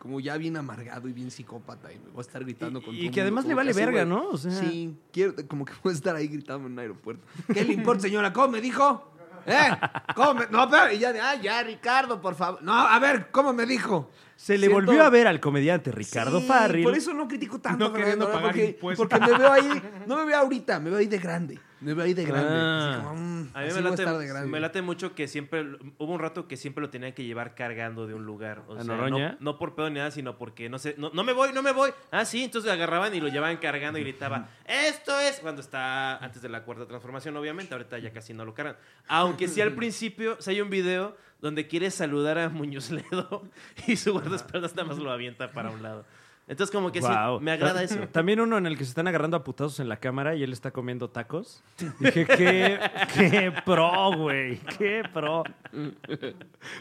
Speaker 4: Como ya bien amargado y bien psicópata. Y me voy a estar gritando
Speaker 2: Y-
Speaker 4: con
Speaker 2: y
Speaker 4: todo el
Speaker 2: que además
Speaker 4: mundo,
Speaker 2: le
Speaker 4: como
Speaker 2: vale
Speaker 4: que así,
Speaker 2: verga,
Speaker 4: güey.
Speaker 2: ¿no? O sea-
Speaker 4: Sí, quiero, como que voy a estar ahí gritando en un aeropuerto. ¿Qué le importa, señora? ¿Cómo me dijo? ¿Eh? ¿Cómo me- No, pero... Y ya de, ah, ya, Ricardo, por favor. No, a ver, ¿cómo me dijo?
Speaker 2: Se le
Speaker 4: Siento-
Speaker 2: volvió a ver al comediante Ricardo
Speaker 4: Sí,
Speaker 2: Farril.
Speaker 4: Por eso no critico tanto,
Speaker 3: No queriendo
Speaker 4: Fernando, ¿verdad?
Speaker 3: pagar
Speaker 4: porque,
Speaker 3: impuestos.
Speaker 4: porque me veo ahí, no me veo ahorita, me veo ahí de grande. Me veo ahí de grande.
Speaker 2: Ah.
Speaker 4: Así como, mm,
Speaker 1: A mí
Speaker 4: así
Speaker 1: me
Speaker 4: voy a estar de
Speaker 1: late,
Speaker 4: grande.
Speaker 1: me late mucho que siempre, hubo un rato que siempre lo tenía que llevar cargando de un lugar. O
Speaker 2: ¿A
Speaker 1: sea,
Speaker 2: Noroña?
Speaker 1: no, no por pedo ni nada, sino porque no sé, no, no me voy, no me voy. Ah, sí, entonces lo agarraban y lo llevaban cargando y gritaba, esto es, cuando está antes de la cuarta transformación, obviamente, ahorita ya casi no lo cargan. Aunque sí al principio, si hay un video donde quiere saludar a Muñoz Ledo y su guardaespaldas nada más lo avienta para un lado. Entonces como que
Speaker 2: Guau.
Speaker 1: sí, me agrada
Speaker 2: Ta-
Speaker 1: eso.
Speaker 2: También uno en el que se están agarrando a putazos en la cámara y él está comiendo tacos. Dije, qué, qué pro, güey, qué pro.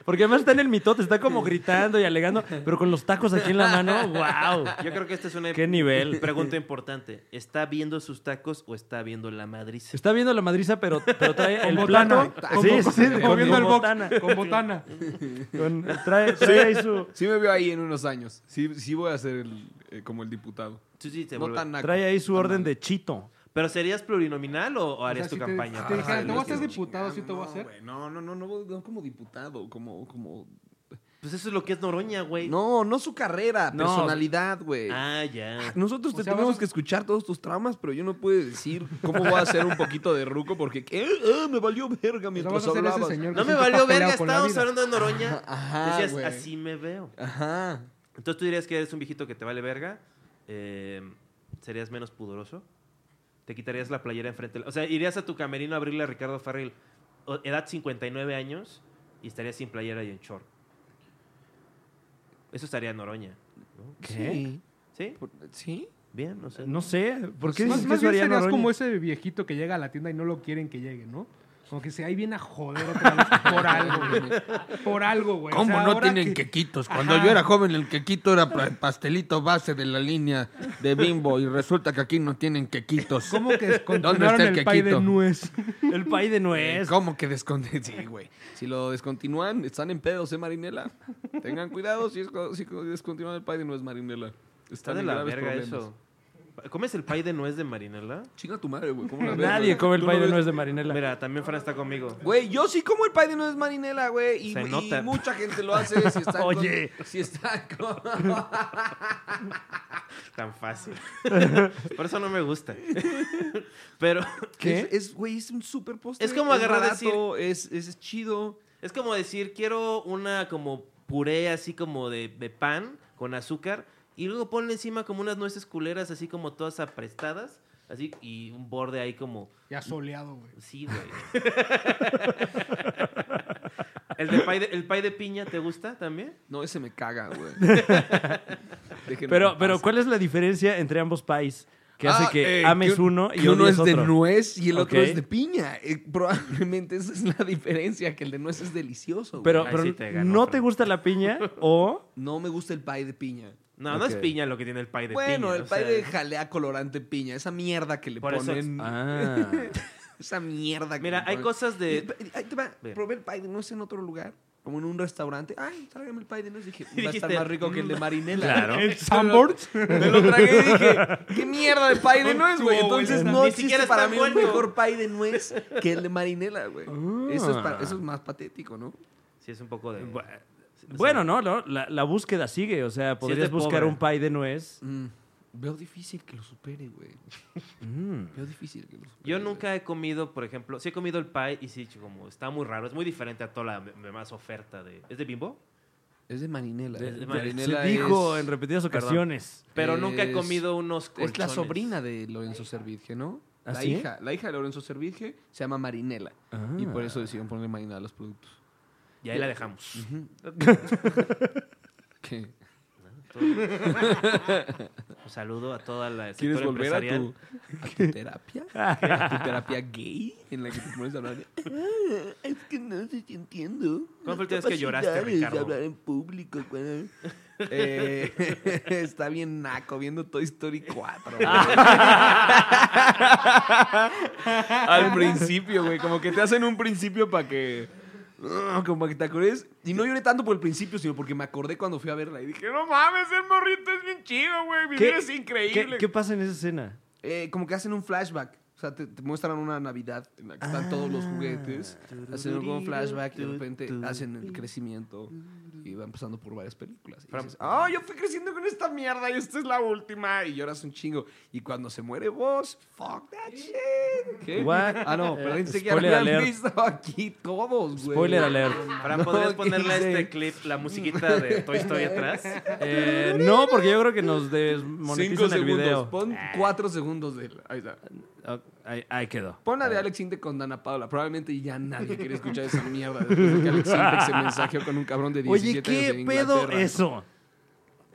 Speaker 2: Porque además está en el mitote, está como gritando y alegando, pero con los tacos aquí en la mano, wow.
Speaker 1: Yo creo que esta es una
Speaker 2: ¿Qué nivel?
Speaker 1: pregunta importante. ¿Está viendo sus tacos o está viendo la madriz?
Speaker 2: Está viendo la madriza, pero, pero trae el
Speaker 3: botana.
Speaker 2: plato. Sí, sí, sí,
Speaker 3: Como
Speaker 2: con-
Speaker 3: viendo
Speaker 2: con
Speaker 3: el box,
Speaker 2: botana.
Speaker 3: Con botana. Pues
Speaker 2: Con- trae, trae ahí su,
Speaker 4: Sí me veo ahí en unos años. Sí, sí voy a ser el, eh, como el diputado.
Speaker 1: Sí, sí, te
Speaker 4: No
Speaker 1: vuelve-
Speaker 4: tan naco.
Speaker 2: trae ahí su orden de chito.
Speaker 1: ¿Pero serías plurinominal o, o harías
Speaker 3: O
Speaker 1: tu
Speaker 3: sea, si te-
Speaker 1: campaña? Ah,
Speaker 3: te dijeran,
Speaker 4: Ay,
Speaker 3: "Te voy a hacer
Speaker 4: no,
Speaker 3: diputado, sí
Speaker 4: este, chingada,
Speaker 3: te voy a
Speaker 4: no,
Speaker 3: hacer".
Speaker 4: güey, No, no, no, no, no como diputado, como, como...
Speaker 1: Pues eso es lo que es Noroña, güey.
Speaker 4: No, no su carrera,
Speaker 2: No.
Speaker 4: personalidad, güey.
Speaker 1: Ah, ya.
Speaker 4: Nosotros
Speaker 3: O
Speaker 4: te
Speaker 3: sea,
Speaker 4: tenemos
Speaker 3: vas a-
Speaker 4: que escuchar todos tus traumas, pero yo no puedo decir cómo voy a hacer un poquito de ruco porque ¿qué? Ah, me valió verga mientras
Speaker 3: vas a hacer ese
Speaker 4: hablabas.
Speaker 3: señor que
Speaker 1: No me
Speaker 3: siempre
Speaker 1: valió
Speaker 3: está
Speaker 1: verga,
Speaker 3: peleado con la
Speaker 1: estábamos
Speaker 3: vida. Ah,
Speaker 1: hablando de Noroña.
Speaker 4: Ajá,
Speaker 1: Decías,
Speaker 4: güey.
Speaker 1: así me veo.
Speaker 4: Ajá.
Speaker 1: Entonces tú dirías que eres un viejito que te vale verga. eh, ¿Serías menos pudoroso? ¿Te quitarías la playera enfrente? de la- O sea, irías a tu camerino a abrirle a Ricardo Farril, o- edad 59 años, y estarías sin playera y en short. Eso estaría Noroña.
Speaker 2: ¿Qué?
Speaker 1: ¿Sí?
Speaker 4: Por- ¿Sí?
Speaker 1: Bien, no sé.
Speaker 2: No sé, ¿por qué
Speaker 3: Más,
Speaker 2: dices que
Speaker 3: más
Speaker 2: eso
Speaker 3: bien
Speaker 2: haría
Speaker 3: serías
Speaker 2: Noroña?
Speaker 3: como ese viejito que llega a la tienda y no lo quieren que llegue, ¿no? Como que se ahí viene a joder otra vez por algo, güey. Por algo, güey. O
Speaker 7: ¿Cómo
Speaker 3: sea,
Speaker 7: no
Speaker 3: Pues ahora
Speaker 7: tienen
Speaker 3: que-
Speaker 7: quequitos? Cuando
Speaker 3: Ajá.
Speaker 7: yo era joven, el quequito era pa- pastelito base de la línea de bimbo y resulta que aquí no tienen quequitos.
Speaker 3: ¿Cómo que descontinuaron
Speaker 7: está el
Speaker 3: el, pay de
Speaker 7: quequito?
Speaker 3: nuez?
Speaker 2: El pay de
Speaker 7: Eh,
Speaker 2: nuez.
Speaker 7: ¿Cómo que desconté?
Speaker 4: Sí, güey. Si lo descontinúan, están en pedos, ¿eh, Marinela? Tengan cuidado si, es, si descontinúan el padre no es Marinela.
Speaker 1: Está
Speaker 4: Están
Speaker 1: de
Speaker 4: en
Speaker 1: la
Speaker 4: graves
Speaker 1: verga
Speaker 4: problemas.
Speaker 1: eso. ¿Comes el pay de nuez de marinela?
Speaker 4: Chinga tu madre, güey. ¿cómo la ves,
Speaker 2: Nadie
Speaker 4: güey?
Speaker 2: come el
Speaker 4: Tú
Speaker 2: pay
Speaker 4: no
Speaker 2: de
Speaker 4: ves-
Speaker 2: nuez de marinela.
Speaker 1: Mira, también Fran está conmigo.
Speaker 4: Güey, yo sí como el pay de nuez marinela, güey. Y,
Speaker 1: Se
Speaker 4: y
Speaker 1: nota.
Speaker 4: mucha gente lo hace si está
Speaker 2: Oye.
Speaker 4: Con, si está con...
Speaker 1: Tan fácil. Por eso no me gusta. Pero
Speaker 4: ¿Qué? Es, es, güey, es un super postre.
Speaker 1: Es como agarrar
Speaker 4: barato, Es, es chido.
Speaker 1: es como decir, quiero una como puré así como de, de pan con azúcar y luego ponle encima como unas nueces culeras así como todas aprestadas. Así, y un borde ahí como...
Speaker 3: Ya soleado, güey.
Speaker 1: Sí, güey. ¿El, de pay de, ¿El pay de piña te gusta también?
Speaker 4: No, ese me caga, güey. Déjenme
Speaker 2: Pero,
Speaker 4: en
Speaker 2: pero
Speaker 4: paz.
Speaker 2: ¿cuál es la diferencia entre ambos países que
Speaker 4: Ah,
Speaker 2: hace que
Speaker 4: eh,
Speaker 2: ames
Speaker 4: que un-
Speaker 2: uno y
Speaker 4: que uno
Speaker 2: odies
Speaker 4: es de
Speaker 2: otro?
Speaker 4: nuez y el otro
Speaker 2: Ok.
Speaker 4: es de piña. Eh, probablemente esa es la diferencia, que el de nuez es delicioso. güey.
Speaker 2: Pero,
Speaker 1: Ahí
Speaker 2: pero
Speaker 1: sí te ganó,
Speaker 2: no
Speaker 1: Fran.
Speaker 2: te gusta la piña o
Speaker 4: no me gusta el pie de piña.
Speaker 1: No, no es
Speaker 2: Ok.
Speaker 1: piña lo que tiene el pay de piña.
Speaker 4: bueno, el
Speaker 1: o
Speaker 4: pie
Speaker 1: sea,
Speaker 4: de jalea colorante piña, esa mierda que le
Speaker 1: Por eso
Speaker 4: ponen.
Speaker 2: ah,
Speaker 4: Esa mierda que
Speaker 1: Mira,
Speaker 4: le
Speaker 1: hay
Speaker 4: ponen.
Speaker 1: cosas de...
Speaker 4: Y- y- ahí te va,
Speaker 1: Ve.
Speaker 4: probé el pie de nuez en otro lugar, como en un restaurante. Ay, tráigame el pie de nuez. Dije, va a estar
Speaker 1: dijiste, "Mm,
Speaker 4: más rico que el de marinela.
Speaker 2: claro.
Speaker 3: El Sanborns.
Speaker 4: Me lo tragué y dije, ¿qué mierda de pay de nuez, güey? Entonces no
Speaker 1: Ni siquiera
Speaker 4: existe
Speaker 1: es
Speaker 4: para
Speaker 1: tan
Speaker 4: mí
Speaker 1: bueno.
Speaker 4: un mejor pay de nuez que el de marinela, güey. Eso, es pa- eso es más patético, ¿no?
Speaker 1: Sí, es un poco de...
Speaker 2: Bu- Bueno, no, no, la, la búsqueda sigue. O sea, podrías
Speaker 1: de
Speaker 2: buscar
Speaker 1: pobre.
Speaker 2: un pay de nuez.
Speaker 4: Mm, Veo difícil que lo supere, güey.
Speaker 1: Mm.
Speaker 4: Veo difícil que lo supere.
Speaker 1: Yo nunca he comido, por ejemplo, sí he comido el pie y sí, como está muy raro, es muy diferente a toda la m- demás oferta de... ¿Es de bimbo?
Speaker 4: güey. Es de marinela.
Speaker 1: De-
Speaker 4: eh.
Speaker 1: de
Speaker 2: Se
Speaker 1: marinela
Speaker 2: dijo
Speaker 4: es-
Speaker 2: en repetidas
Speaker 1: Perdón.
Speaker 2: ocasiones.
Speaker 1: Pero nunca he
Speaker 4: Es-
Speaker 1: comido unos colchones.
Speaker 4: Es la sobrina de Lorenzo Servitje, ¿no?
Speaker 2: ¿Ah,
Speaker 4: la
Speaker 2: sí?
Speaker 4: hija, la hija de Lorenzo Servitje se llama Marinela.
Speaker 1: Ah.
Speaker 4: Y por eso decidieron ponerle marinela a los productos.
Speaker 1: Y ahí la dejamos.
Speaker 4: ¿Qué?
Speaker 1: Un saludo a toda la el
Speaker 4: ¿Quieres
Speaker 1: sector
Speaker 4: volver a
Speaker 1: empresarial.
Speaker 4: tu, a tu terapia? ¿A tu terapia gay? En la que te pones a hablar de...
Speaker 5: Ah, es que no sé si entiendo.
Speaker 1: ¿Cuándo fue
Speaker 5: Las
Speaker 1: la última vez que lloraste,
Speaker 5: capacidades de
Speaker 1: Ricardo?
Speaker 5: hablar en público, cuando-
Speaker 4: Eh, está bien naco viendo Toy Story 4. güey. Al principio, güey. Como que te hacen un principio para que. Ah, Como para que te acordes. Y no lloré tanto por el principio, sino porque me acordé cuando fui a verla y dije, no mames, el morrito es bien chido, güey. Vivir es
Speaker 2: ¿Qué,
Speaker 4: increíble.
Speaker 2: qué pasa en esa escena?
Speaker 4: Eh, como que hacen un flashback. O sea, te, te muestran una Navidad en la que
Speaker 2: Ah.
Speaker 4: están todos los juguetes. Hacen como un flashback y de repente hacen el crecimiento. Y va empezando por varias películas. Y dices, ah, yo fui creciendo con esta mierda y esta es la última. Y lloras un chingo. Y cuando se muere vos, fuck that shit. ¿Qué?
Speaker 2: What?
Speaker 4: Ah, no,
Speaker 2: Eh,
Speaker 4: pero dice que ya
Speaker 2: spoiler
Speaker 4: lo habían
Speaker 2: alert.
Speaker 4: visto aquí todos, güey.
Speaker 2: Spoiler alert.
Speaker 1: Para
Speaker 4: No,
Speaker 1: poder
Speaker 4: ¿qué
Speaker 1: ponerle a
Speaker 4: hice?
Speaker 1: este clip la musiquita de Toy Story atrás.
Speaker 2: Eh, no, porque yo creo que nos
Speaker 4: Cinco
Speaker 2: desmonetizan el
Speaker 4: segundos.
Speaker 2: video. Eh.
Speaker 4: Pon cuatro segundos de él. Ahí está.
Speaker 2: Ah, Ahí, ahí quedó.
Speaker 4: Pon la de Alex Intec con Dana Paula. Probablemente ya nadie quiere escuchar esa mierda después de que Alex Intec se mensajeó con un cabrón de 17
Speaker 2: Oye,
Speaker 4: años en
Speaker 2: ¿qué pedo
Speaker 4: Inglaterra.
Speaker 2: eso?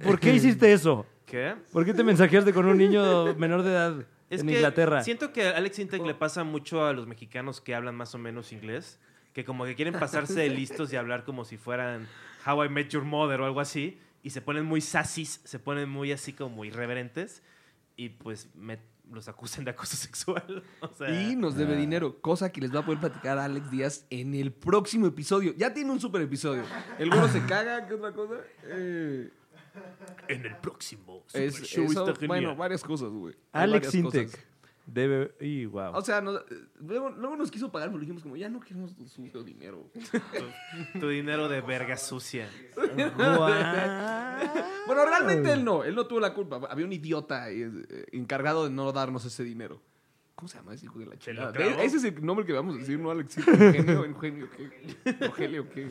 Speaker 2: ¿Por qué hiciste eso?
Speaker 1: ¿Qué?
Speaker 2: ¿Por qué te mensajeaste con un niño menor de edad
Speaker 1: Es
Speaker 2: en
Speaker 1: que
Speaker 2: Inglaterra?
Speaker 1: Siento que a Alex Intec le pasa mucho a los mexicanos que hablan más o menos inglés, que como que quieren pasarse de listos y hablar como si fueran How I Met Your Mother o algo así, y se ponen muy sassys, se ponen muy así como irreverentes, y pues me- los acusan de acoso sexual. O sea,
Speaker 4: Y nos
Speaker 2: Ah.
Speaker 4: debe dinero, cosa que les va a poder platicar a Alex Díaz en el próximo episodio. Ya tiene un super episodio. El güero se caga, ¿qué otra cosa? Eh,
Speaker 1: en el próximo. Super
Speaker 4: es,
Speaker 1: show
Speaker 4: eso,
Speaker 1: está genial.
Speaker 4: bueno, varias cosas, güey. Hay
Speaker 2: Alex
Speaker 4: varias
Speaker 2: Intec
Speaker 4: cosas.
Speaker 2: debe... Y wow.
Speaker 4: O sea, nos- eh, luego, luego nos quiso pagar, pero dijimos como, ya no queremos tu sucio dinero.
Speaker 1: tu, tu dinero de verga sucia.
Speaker 4: Bueno, realmente él no, él no tuvo la culpa. Había un idiota eh, eh, encargado de no darnos ese dinero. ¿Cómo se llama ese hijo de la chingada?
Speaker 1: lo clavó?
Speaker 4: De- Ese es el nombre que vamos a decir, ¿no, Alex? Eugenio, Eugenio, ¿qué? Rogelio, ¿qué?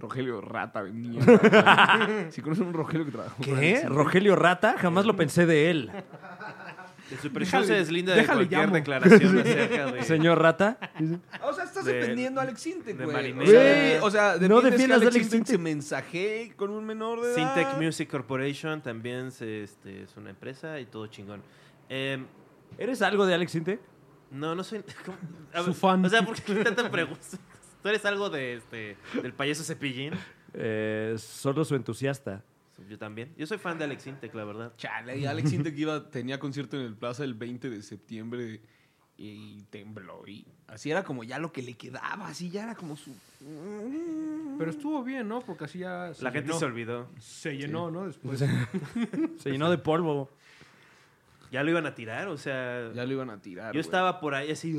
Speaker 4: Rogelio Rata, de mierda. güey. Si conoces un Rogelio que trabajó. para
Speaker 2: ¿Qué?
Speaker 4: Alex,
Speaker 2: ¿Rogelio Rata? Jamás lo pensé de él.
Speaker 1: El super show se deslinda de
Speaker 3: déjale,
Speaker 1: cualquier
Speaker 3: llamo.
Speaker 1: declaración acerca de.
Speaker 2: Señor Rata.
Speaker 4: O sea, estás
Speaker 1: De-
Speaker 4: defendiendo a Alex Intec,
Speaker 1: de
Speaker 4: güey. O
Speaker 1: Marinela.
Speaker 4: sea, o sea,
Speaker 2: No
Speaker 4: defiendes que
Speaker 2: defiendas a
Speaker 4: Alex
Speaker 2: Alex
Speaker 4: Intec
Speaker 2: Intec.
Speaker 4: se mensaje con un menor de edad.
Speaker 1: Syntec Music Corporation también se- este, es una empresa y todo chingón. Em,
Speaker 2: ¿Eres algo de Alex Intec?
Speaker 1: no, no soy. ¿cómo? A
Speaker 3: Su
Speaker 1: ver,
Speaker 3: fan.
Speaker 1: O sea, ¿por qué tanta pregunta? ¿Tú eres algo de, este, del payaso Cepillín?
Speaker 2: Eh, solo su entusiasta.
Speaker 1: Yo también. Yo soy fan de Alex Intec, la verdad.
Speaker 4: Chale, y Alex Intec iba, tenía concierto en el Plaza el 20 de septiembre y tembló. Y así era como ya lo que le quedaba, así ya era como su...
Speaker 3: Pero estuvo bien, ¿no? Porque así ya se
Speaker 1: La gente
Speaker 3: llenó.
Speaker 1: se olvidó.
Speaker 3: Se llenó, ¿no? Después.
Speaker 2: Se llenó de polvo.
Speaker 1: Ya lo iban a tirar, o sea.
Speaker 4: Ya lo iban a tirar.
Speaker 1: yo
Speaker 4: güey.
Speaker 1: estaba por ahí así.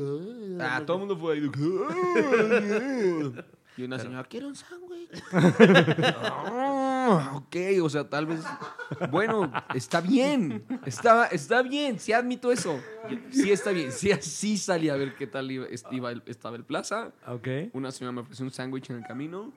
Speaker 4: Ah, todo el mundo fue ahí. de "Ah, que, y una señora, ¿quiere un sándwich? Ah, ok, o sea, tal vez... Bueno, está bien. Está, está bien, sí admito eso. Sí está bien, sí, sí salí a ver qué tal iba, iba el- estaba el Plaza.
Speaker 2: Ah, Ok.
Speaker 4: Una señora me ofreció un sándwich en el camino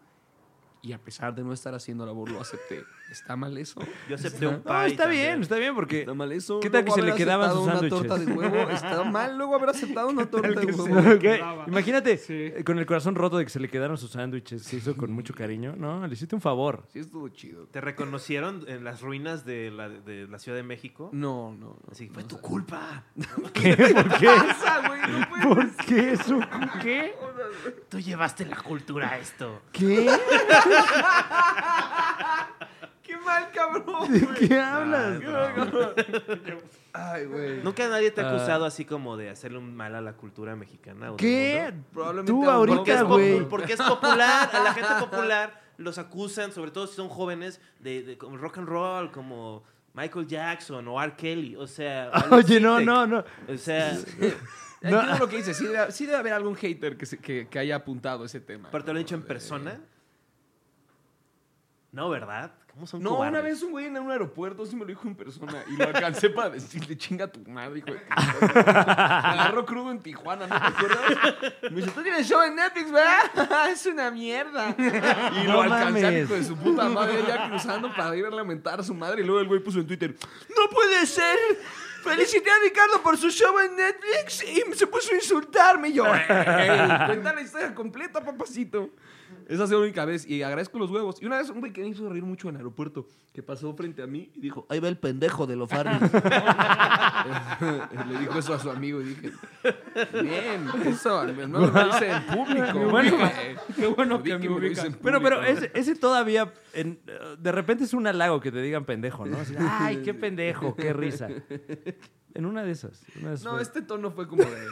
Speaker 4: y a pesar de no estar haciendo labor lo acepté. ¿Está mal eso?
Speaker 1: Yo acepté un
Speaker 2: No,
Speaker 1: pie.
Speaker 2: está
Speaker 1: también.
Speaker 2: bien, está bien porque...
Speaker 4: ¿Está mal eso?
Speaker 2: ¿Qué tal
Speaker 4: Luego
Speaker 2: que se le
Speaker 4: haber
Speaker 2: quedaban sus
Speaker 4: aceptado una torta de
Speaker 2: sándwiches?
Speaker 4: huevo. Está mal luego haber aceptado una torta de huevo.
Speaker 2: ¿Qué? Imagínate,
Speaker 3: Sí.
Speaker 2: eh, con el corazón roto de que se le quedaron sus sándwiches, se hizo con mucho cariño. No, le hiciste un favor.
Speaker 4: Sí, estuvo chido.
Speaker 1: ¿Te reconocieron en las ruinas de la, de la Ciudad de México?
Speaker 4: No, no. no.
Speaker 1: Así, fue tu culpa.
Speaker 2: ¿Qué? ¿Por qué?
Speaker 4: pasa, güey? No puede
Speaker 2: ¿Por qué eso? ¿Qué?
Speaker 1: Tú llevaste la cultura a esto.
Speaker 2: ¿Qué?
Speaker 4: ¡Qué mal, cabrón!
Speaker 2: ¿De qué hablas?
Speaker 4: Ay, güey.
Speaker 1: ¿Nunca nadie te ha
Speaker 2: Ah.
Speaker 1: acusado así como de hacerle un mal a la cultura mexicana? o del
Speaker 2: ¿Qué?
Speaker 1: mundo?
Speaker 4: Probablemente
Speaker 2: Tú
Speaker 4: a un
Speaker 1: Porque es,
Speaker 2: ahorita,
Speaker 4: poco-
Speaker 1: popu-
Speaker 2: güey.
Speaker 1: porque es popular, a la gente popular los acusan, sobre todo si son jóvenes, de, de como rock and roll, como Michael Jackson o R. Kelly. O sea. o Alex
Speaker 2: Oye, no,
Speaker 1: Intec.
Speaker 2: no, no.
Speaker 1: O sea,
Speaker 4: Entiendo lo que dices. Sí debe, sí debe haber algún hater que, se- que, que haya apuntado ese tema.
Speaker 1: pero te lo he dicho en
Speaker 4: Eh,
Speaker 1: persona. No, ¿verdad? ¿Cómo son
Speaker 4: No, una
Speaker 1: cobardes?
Speaker 4: vez un güey en un aeropuerto sí me lo dijo en persona y lo alcancé para decirle, chinga tu madre, hijo de tu madre". Me agarró crudo en Tijuana, ¿no te acuerdas? Me dice, tú tienes show en Netflix, ¿verdad? es una mierda. Y lo
Speaker 2: No
Speaker 4: alcancé al
Speaker 2: mames.
Speaker 4: hijo de su puta madre ya cruzando para ir a lamentar a su madre y luego el güey puso en Twitter, ¡No puede ser! Felicité a Ricardo por su show en Netflix y se puso a insultarme. Y yo, "Ey, cuenta la historia completa, papacito. Esa es la única vez y agradezco los huevos. Y una vez un güey que me hizo reír mucho en el aeropuerto, que pasó frente a mí y dijo,
Speaker 5: Ahí va el pendejo de los Army.
Speaker 4: le dijo eso a su amigo y dije, bien, eso al menos no lo hice en público.
Speaker 2: Bueno,
Speaker 4: güey.
Speaker 3: Qué bueno
Speaker 4: Vi
Speaker 3: que me
Speaker 4: me lo
Speaker 3: ubicas.
Speaker 4: hice en
Speaker 2: Pero, pero
Speaker 4: público.
Speaker 2: ese, ese todavía, en- de repente es un halago que te digan pendejo, ¿no? Así, Ay, qué pendejo, qué risa. En una de esas. una
Speaker 1: Pues,
Speaker 2: de esas
Speaker 4: No,
Speaker 2: fue-
Speaker 4: este tono fue como de...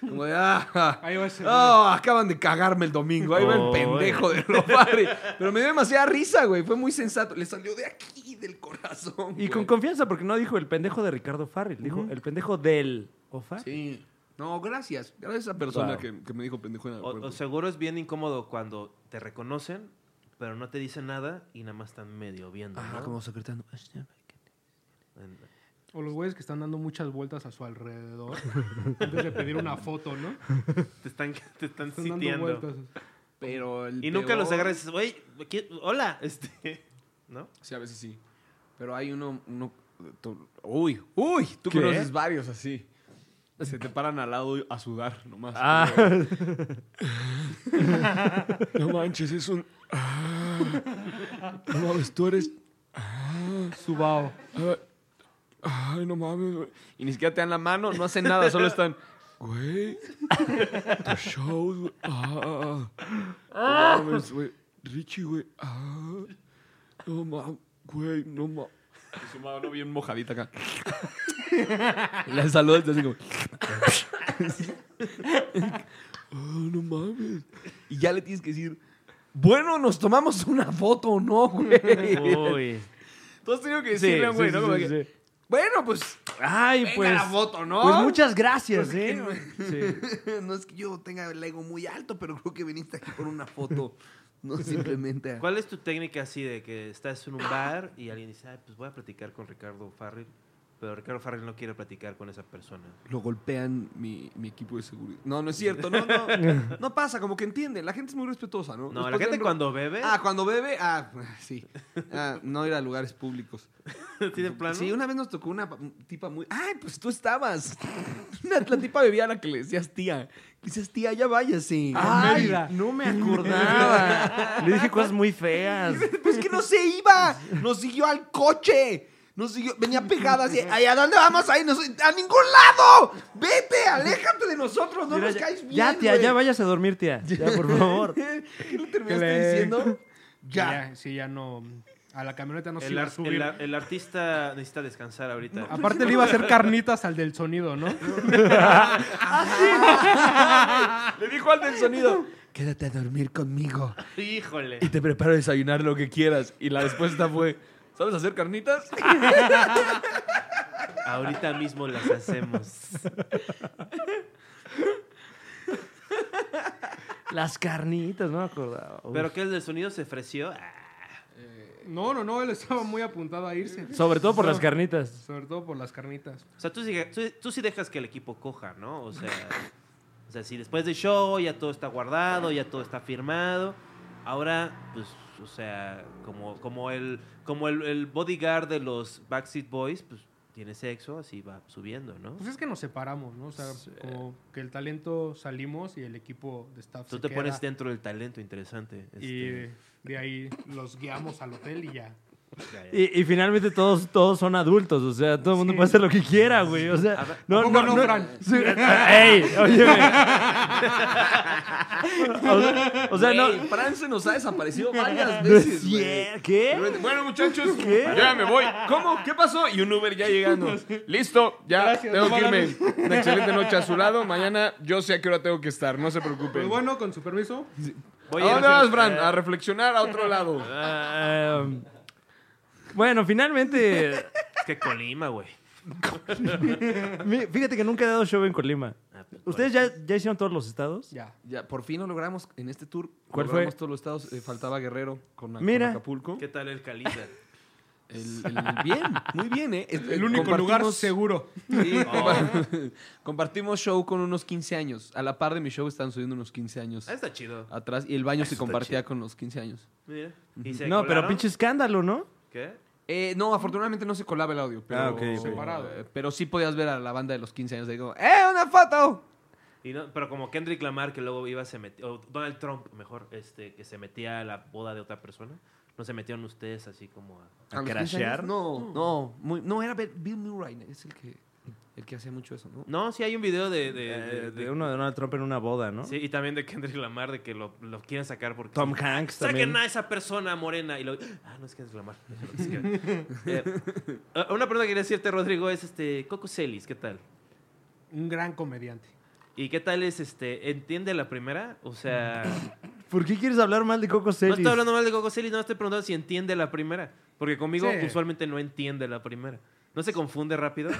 Speaker 4: Como de ah, ah,
Speaker 3: Ahí va ese.
Speaker 4: oh, acaban de cagarme el domingo. Ahí va el
Speaker 2: Oh,
Speaker 4: pendejo de los padres. Pero me dio demasiada risa, güey. Fue muy sensato. Le salió de aquí, del corazón.
Speaker 2: Y con
Speaker 4: güey.
Speaker 2: confianza, porque no dijo el pendejo de Ricardo Farrell, dijo el pendejo del O'Farrell.
Speaker 4: Sí. No, gracias. Gracias a esa persona
Speaker 2: Wow.
Speaker 4: que, que me dijo pendejo en el
Speaker 1: O,
Speaker 4: aeropuerto.
Speaker 1: o seguro es bien incómodo cuando te reconocen, pero no te dicen nada y nada más están medio viendo. ¿no?
Speaker 7: secretando.
Speaker 1: En-
Speaker 3: O los güeyes que están dando muchas vueltas a su alrededor antes de pedir una foto, ¿no?
Speaker 1: Te están, te están,
Speaker 3: Están dando
Speaker 1: sitiando.
Speaker 3: vueltas.
Speaker 4: Pero el
Speaker 1: Y nunca los
Speaker 4: peor-
Speaker 1: agarras y dices, güey, ¿qué- hola. Este, ¿No?
Speaker 4: Sí, a veces sí. Pero hay uno. uno tú- uy, uy, tú conoces varios así. Se te paran al lado a sudar nomás.
Speaker 2: Ah,
Speaker 6: No manches, es un. No mames, tú eres.
Speaker 3: Subao.
Speaker 6: Ah. Ay, no mames, güey.
Speaker 4: Y ni siquiera te dan la mano, no hacen nada, solo están.
Speaker 6: Güey. Tus shows, güey. Ah.
Speaker 4: Ah.
Speaker 6: No mames, güey. Richie, güey. Ah. No mames, güey. No mames.
Speaker 4: Y su mano bien mojadita acá. Y la saludas y así como.
Speaker 6: Ah, no mames.
Speaker 4: Y ya le tienes que decir. Bueno, nos tomamos una foto o no,
Speaker 6: Oh.
Speaker 4: güey.
Speaker 1: Uy.
Speaker 4: Tú has tenido que
Speaker 2: sí,
Speaker 4: decirle, a un güey,
Speaker 2: sí,
Speaker 4: ¿no?
Speaker 2: sí,
Speaker 4: Como
Speaker 2: sí,
Speaker 4: que,
Speaker 2: sí.
Speaker 4: Bueno, pues.
Speaker 2: Ay,
Speaker 4: Venga
Speaker 2: pues.
Speaker 4: la foto, ¿no?
Speaker 2: Pues muchas gracias, ¿eh? Sí.
Speaker 7: No es que yo tenga el ego muy alto, pero creo que viniste aquí por una foto. No simplemente. a-
Speaker 1: ¿Cuál es tu técnica así de que estás en un bar y alguien dice, Ay, pues voy a platicar con Ricardo Farrell, pero Ricardo Farrell no quiere platicar con esa persona?
Speaker 4: lo golpean mi, mi equipo de seguridad. No, no es cierto, no, no. No pasa, como que entienden. La gente es muy respetuosa, ¿no?
Speaker 1: No,
Speaker 4: Después
Speaker 1: la gente
Speaker 4: de-
Speaker 1: cuando bebe,
Speaker 4: Ah, cuando bebe, ah, sí. Ah, no ir a lugares públicos.
Speaker 1: así de plano.
Speaker 4: Sí, una vez nos tocó una pa- tipa muy. ¡Ay, pues tú estabas! Una, la tipa bebía a la que le decías tía. Le decías tía, ya váyase.
Speaker 2: Ah,
Speaker 4: ¡Ay!
Speaker 2: Mérida.
Speaker 4: No me
Speaker 2: Acordaba. Le dije cosas muy feas.
Speaker 4: Pues que no se iba. Nos siguió al coche. Nos siguió. Venía pegada así. Ay, ¿a dónde vamos ahí? Nos- ¡A ningún lado! ¡Vete! ¡Aléjate de nosotros! ¡No
Speaker 2: Mira,
Speaker 4: nos
Speaker 2: ya-
Speaker 4: caes bien!
Speaker 2: ya, tía,
Speaker 4: güey".
Speaker 2: ya vayas a dormir, tía. Ya, por favor.
Speaker 4: ¿Qué le
Speaker 3: Que
Speaker 4: terminaste
Speaker 3: le-
Speaker 4: diciendo?
Speaker 3: Ya. Sí, ya no. A la camioneta no se
Speaker 1: El,
Speaker 3: iba a
Speaker 1: ar- el
Speaker 3: subir.
Speaker 1: ar- el artista necesita descansar ahorita.
Speaker 3: Aparte le iba a hacer carnitas al del sonido, ¿no?
Speaker 4: Le dijo al del sonido.
Speaker 7: Quédate a dormir conmigo.
Speaker 1: Híjole.
Speaker 4: Y te preparo a desayunar lo que quieras. Y la respuesta fue, ¿sabes hacer carnitas?
Speaker 1: Ahorita mismo las hacemos.
Speaker 2: Las carnitas, no me acordaba. Uf.
Speaker 1: Pero que el del sonido se ofreció. Ah,
Speaker 3: No, no, no, él estaba muy apuntado a irse.
Speaker 2: Sobre todo por las carnitas.
Speaker 3: Sobre todo por las carnitas.
Speaker 1: O sea, tú sí, tú, tú sí dejas que el equipo coja, ¿no? O sea, o sea, si después del show ya todo está guardado, ya todo está firmado. Ahora, pues, o sea, como, como, el, como el, el bodyguard de los Backseat Boys, pues tiene sexo, así va subiendo, ¿no?
Speaker 3: Pues es que nos separamos, ¿no? O sea, como que el talento salimos y el equipo de staff
Speaker 1: Tú
Speaker 3: se
Speaker 1: te
Speaker 3: queda
Speaker 1: pones dentro del talento, interesante.
Speaker 3: Y
Speaker 1: este,
Speaker 3: de ahí los guiamos al hotel y ya.
Speaker 1: ya, ya.
Speaker 2: Y, y finalmente todos, todos son adultos, o sea, todo el mundo puede hacer lo que quiera, güey. O sea, no, no, no. Sí, ¡Ey! Oye, güey. O sea, o sea, no.
Speaker 4: Güey, Fran se nos ha desaparecido varias veces, güey.
Speaker 2: Sí, ¿Qué?
Speaker 4: Bueno, muchachos, yo ya me voy. ¿Cómo? ¿Qué pasó? Y un Uber ya llegando. Listo, ya
Speaker 3: Gracias,
Speaker 4: tengo
Speaker 3: no
Speaker 4: que irme.
Speaker 3: mames.
Speaker 4: Una excelente noche a su lado. Mañana yo sé a qué hora tengo que estar, no se preocupen.
Speaker 3: Pues bueno, con su permiso.
Speaker 1: Voy
Speaker 4: ¿A
Speaker 1: a-
Speaker 4: dónde vas, Fran? A reflexionar a otro lado.
Speaker 2: Ah, um, bueno, finalmente.
Speaker 1: Es que Colima, güey.
Speaker 2: mi- Fíjate que nunca he dado show en Colima.
Speaker 1: Ah, pues,
Speaker 2: ¿Ustedes ya, ya hicieron todos los estados?
Speaker 3: Ya.
Speaker 4: Ya, por fin lo logramos en este tour.
Speaker 2: ¿Cuál
Speaker 4: logramos
Speaker 2: fue?
Speaker 4: todos los estados. Eh, faltaba Guerrero con, con
Speaker 2: Mira.
Speaker 4: Acapulco.
Speaker 1: ¿Qué tal el Caliza?
Speaker 4: El, el- bien, muy bien, ¿eh? Este,
Speaker 3: El único lugar
Speaker 4: compartimos-
Speaker 3: seguro.
Speaker 4: Sí,
Speaker 1: Oh,
Speaker 4: compa- compartimos show con unos 15 años. A la par de mi show están subiendo unos 15 años
Speaker 1: Ah, está chido.
Speaker 4: atrás y el baño se compartía con los 15 años.
Speaker 1: Mira. Y se
Speaker 2: No, pero
Speaker 1: colaron.
Speaker 2: pinche escándalo, ¿no?
Speaker 1: ¿Qué?
Speaker 4: Eh, no, afortunadamente no se colaba el audio, pero,
Speaker 2: Ah, ok, ok.
Speaker 3: Separado.
Speaker 4: eh, pero sí podías ver a la banda de los 15 años. De ahí como, ¡eh, una foto!
Speaker 1: Y no- pero como Kendrick Lamar, que luego iba, se metió, o Donald Trump, mejor, este, que se metía a la boda de otra persona, no se metieron ustedes así como a... Mm.
Speaker 2: ¿A
Speaker 4: los 15
Speaker 2: crashear?
Speaker 4: años? No, no, muy- no, era Bill Murray, es el que, el que hacía mucho eso, ¿no?
Speaker 1: No, sí hay un video de...
Speaker 2: Eh,
Speaker 1: de- de-
Speaker 2: De,
Speaker 1: de-
Speaker 2: uno de Donald Trump en una boda, ¿no?
Speaker 1: sí, y también de Kendrick Lamar, de que lo, lo quieren sacar porque...
Speaker 2: Tom Hanks
Speaker 1: Saquen
Speaker 2: también.
Speaker 1: a esa persona morena y lo... Ah, no es Kendrick Lamar. es que- Eh, eh, una pregunta que quería decirte, Rodrigo, es este... Coco Celis, ¿qué tal?
Speaker 3: Un gran comediante.
Speaker 1: ¿Y qué tal es este? ¿Entiende la primera? O sea...
Speaker 2: ¿Por qué quieres hablar mal de Coco
Speaker 1: No
Speaker 2: Celis?
Speaker 1: estoy hablando mal de Coco Celis, no estoy preguntando si entiende la primera. Porque conmigo
Speaker 3: Sí.
Speaker 1: usualmente no entiende la primera. ¿No se confunde rápido?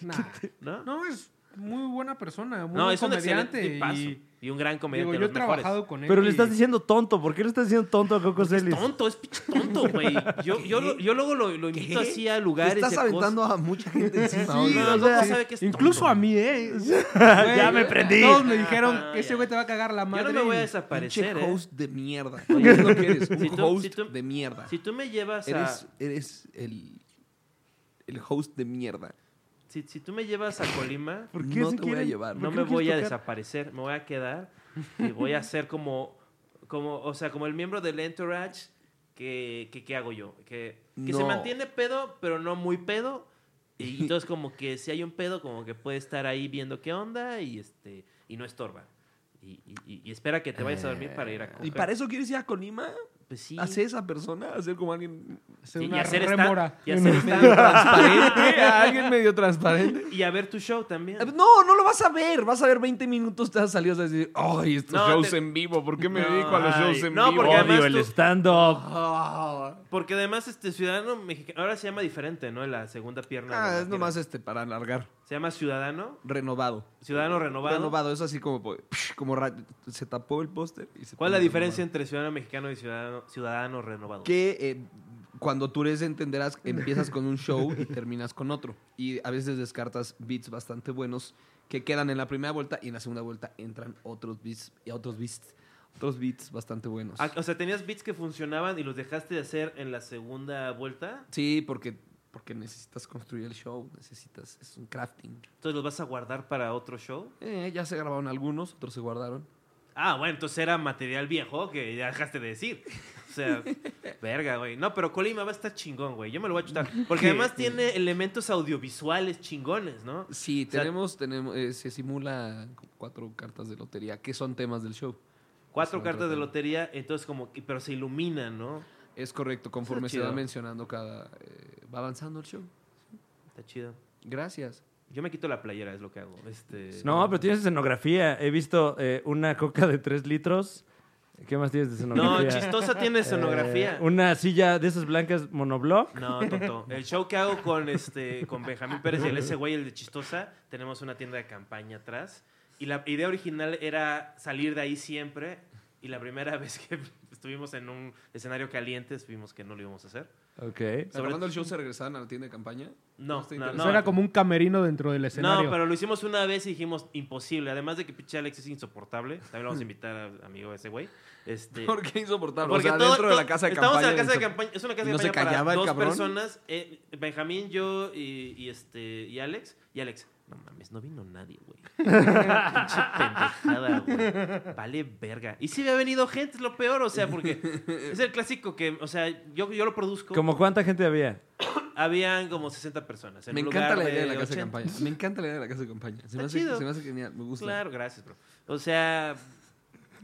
Speaker 3: Nah.
Speaker 1: ¿No?
Speaker 3: No, es muy buena persona, muy
Speaker 1: No,
Speaker 3: buen
Speaker 1: es un
Speaker 3: comediante.
Speaker 1: excelente tipazo.
Speaker 3: y,
Speaker 1: Y, un gran comediante.
Speaker 3: digo,
Speaker 1: de
Speaker 3: yo he
Speaker 1: los mejores.
Speaker 3: trabajado con él.
Speaker 2: Pero le
Speaker 3: y-
Speaker 2: estás diciendo tonto. ¿Por qué le estás diciendo tonto a Coco
Speaker 1: Es
Speaker 2: Celis?
Speaker 1: tonto, es pinche tonto, güey. Yo, yo, lo- yo luego lo, lo invito así a lugares.
Speaker 4: Estás
Speaker 1: y a
Speaker 4: aventando a mucha gente encima.
Speaker 1: cosas.
Speaker 4: hoy,
Speaker 1: No,
Speaker 4: güey.
Speaker 1: no,
Speaker 2: o sea,
Speaker 1: no sabe que es
Speaker 3: Incluso
Speaker 1: tonto.
Speaker 3: a mí, ¿eh?
Speaker 2: Ya
Speaker 3: Güey,
Speaker 2: me prendí.
Speaker 3: Todos me dijeron
Speaker 1: Ah,
Speaker 3: que ese
Speaker 1: ya.
Speaker 3: güey te va a cagar la
Speaker 1: Yo no
Speaker 3: madre.
Speaker 1: me voy a
Speaker 3: y-
Speaker 1: desaparecer,
Speaker 4: Pinche
Speaker 1: ¿eh?
Speaker 4: host de mierda. Oye, es lo que eres, un
Speaker 1: Si tú-
Speaker 4: host
Speaker 1: si tú-
Speaker 4: de mierda.
Speaker 1: Si tú me llevas a...
Speaker 4: eres eres el, el host de mierda.
Speaker 1: Si, si tú me llevas a Colima,
Speaker 2: ¿Por qué
Speaker 4: no
Speaker 2: se
Speaker 4: te voy a
Speaker 2: quiere-
Speaker 4: llevar.
Speaker 2: ¿Por
Speaker 1: Ah, no
Speaker 2: qué
Speaker 1: me
Speaker 2: lo quieres
Speaker 1: voy a
Speaker 2: tocar?
Speaker 1: desaparecer, me voy a quedar y voy a ser como, como o sea, como el miembro del Entourage que, que, que hago yo, que, que se
Speaker 4: No.
Speaker 1: mantiene pedo, pero no muy pedo. Y entonces como que si hay un pedo, como que puede estar ahí viendo qué onda y este y no estorba. Y, y- y- y espera que te vayas a dormir para ir a coger.
Speaker 4: Eh, ¿Y para eso quieres ir a Colima?
Speaker 1: Pues sí.
Speaker 4: ¿A ser esa persona? ¿A ser como alguien
Speaker 3: Hacer
Speaker 1: Y, y
Speaker 3: una
Speaker 1: hacer stand,
Speaker 3: rémora.
Speaker 1: y hacer stand
Speaker 4: transparente? ¿A alguien medio transparente?
Speaker 1: y a ver tu show también.
Speaker 4: No, no lo vas a ver. Vas a ver 20 minutos, te vas a salir vas a decir, ay, estos
Speaker 1: No,
Speaker 4: shows
Speaker 1: te-
Speaker 4: en vivo. ¿Por qué me
Speaker 1: No,
Speaker 4: dedico a los
Speaker 1: ay,
Speaker 4: shows en
Speaker 1: no,
Speaker 4: vivo?
Speaker 1: porque además
Speaker 2: Odio el
Speaker 1: tú-
Speaker 2: stand-up.
Speaker 4: Ah,
Speaker 1: Porque además este ciudadano mexicano, ahora se llama diferente, ¿no? En la segunda pierna. de la
Speaker 4: ah, es
Speaker 1: izquierda.
Speaker 4: nomás este, para alargar.
Speaker 1: Se llama ciudadano,
Speaker 4: Renovado.
Speaker 1: ciudadano renovado.
Speaker 4: Renovado, es así como, como ra- se tapó el póster. y se
Speaker 1: ¿Cuál es la
Speaker 4: pone
Speaker 1: diferencia
Speaker 4: renovado.
Speaker 1: entre ciudadano mexicano y ciudadano, ciudadano renovado?
Speaker 4: que eh, cuando tú eres entenderás, empiezas con un show y terminas con otro. Y a veces descartas beats bastante buenos que quedan en la primera vuelta y en la segunda vuelta entran otros beats y otros beats, otros beats bastante buenos.
Speaker 1: Ah, O sea, tenías beats que funcionaban y los dejaste de hacer en la segunda vuelta,
Speaker 4: Sí, porque porque necesitas construir el show, necesitas es un crafting.
Speaker 1: entonces los vas a guardar para otro show.
Speaker 4: Eh, ya se grabaron algunos, otros se guardaron.
Speaker 1: Ah, bueno, entonces era material viejo que ya dejaste de decir. O sea, verga, güey. No, pero Colima va a estar chingón, güey. Yo me lo voy a chutar. Porque además tiene elementos audiovisuales chingones, ¿no?
Speaker 4: Sí,
Speaker 1: O sea-
Speaker 4: tenemos tenemos eh, se simula cuatro cartas de lotería que son temas del show.
Speaker 1: Cuatro
Speaker 4: Eso me
Speaker 1: cartas de
Speaker 4: entretiene.
Speaker 1: lotería, entonces como, que- pero se iluminan, ¿no?
Speaker 4: Es correcto, conforme se
Speaker 1: chido.
Speaker 4: va mencionando cada eh, va avanzando el show.
Speaker 1: Está chido.
Speaker 4: Gracias.
Speaker 1: Yo me quito la playera, es lo que hago. Este,
Speaker 2: No, pero tienes escenografía. He visto eh, una coca de 3 litros. ¿Qué más tienes de
Speaker 1: No,
Speaker 2: escenografía?
Speaker 1: chistosa tiene escenografía.
Speaker 2: Eh, una silla de esas blancas monoblock.
Speaker 1: No, tonto. El show que hago con este con Benjamín Pérez y el ese güey, el de Chistosa, tenemos una tienda de campaña atrás. Y la idea original era salir de ahí siempre. Y la primera vez que estuvimos en un escenario caliente, supimos que no lo íbamos a hacer.
Speaker 2: Ok.
Speaker 1: Sobre-
Speaker 4: Acabando el show se regresaban a la tienda de campaña.
Speaker 1: No,
Speaker 4: está
Speaker 1: no,
Speaker 3: Eso
Speaker 1: no.
Speaker 3: pues era como un camerino dentro del escenario.
Speaker 1: No, pero lo hicimos una vez y dijimos imposible. Además de que pinche Alex es insoportable. También lo vamos a invitar a amigo ese güey. Este,
Speaker 4: ¿Por qué insoportable?
Speaker 1: Porque
Speaker 4: o sea,
Speaker 1: todo-
Speaker 4: dentro de la
Speaker 1: todo-
Speaker 4: casa de
Speaker 1: estamos
Speaker 4: campaña.
Speaker 1: en la casa de
Speaker 4: hizo-
Speaker 1: campaña. Es una casa
Speaker 4: ¿Y
Speaker 1: de
Speaker 4: no se
Speaker 1: campaña
Speaker 4: callaba
Speaker 1: para
Speaker 4: el
Speaker 1: dos
Speaker 4: cabrón?
Speaker 1: personas. eh, Benjamín, yo y, y este, y Alex. Y Alex, no mames, no vino nadie, güey. Pinche pendejada, güey. Vale verga. Y sí había venido gente, es lo peor. O sea, porque es el clásico que, o sea, yo, yo lo produzco.
Speaker 2: ¿Como cuánta gente había?
Speaker 1: Habían como 60 personas. en
Speaker 4: Me
Speaker 1: un
Speaker 4: encanta
Speaker 1: lugar
Speaker 4: la idea de la casa
Speaker 1: 80.
Speaker 4: de campaña. Me encanta la idea de la casa de campaña. Se
Speaker 1: Está
Speaker 4: me, hace,
Speaker 1: chido.
Speaker 4: se me hace genial, me gusta.
Speaker 1: Claro, gracias, bro. O sea,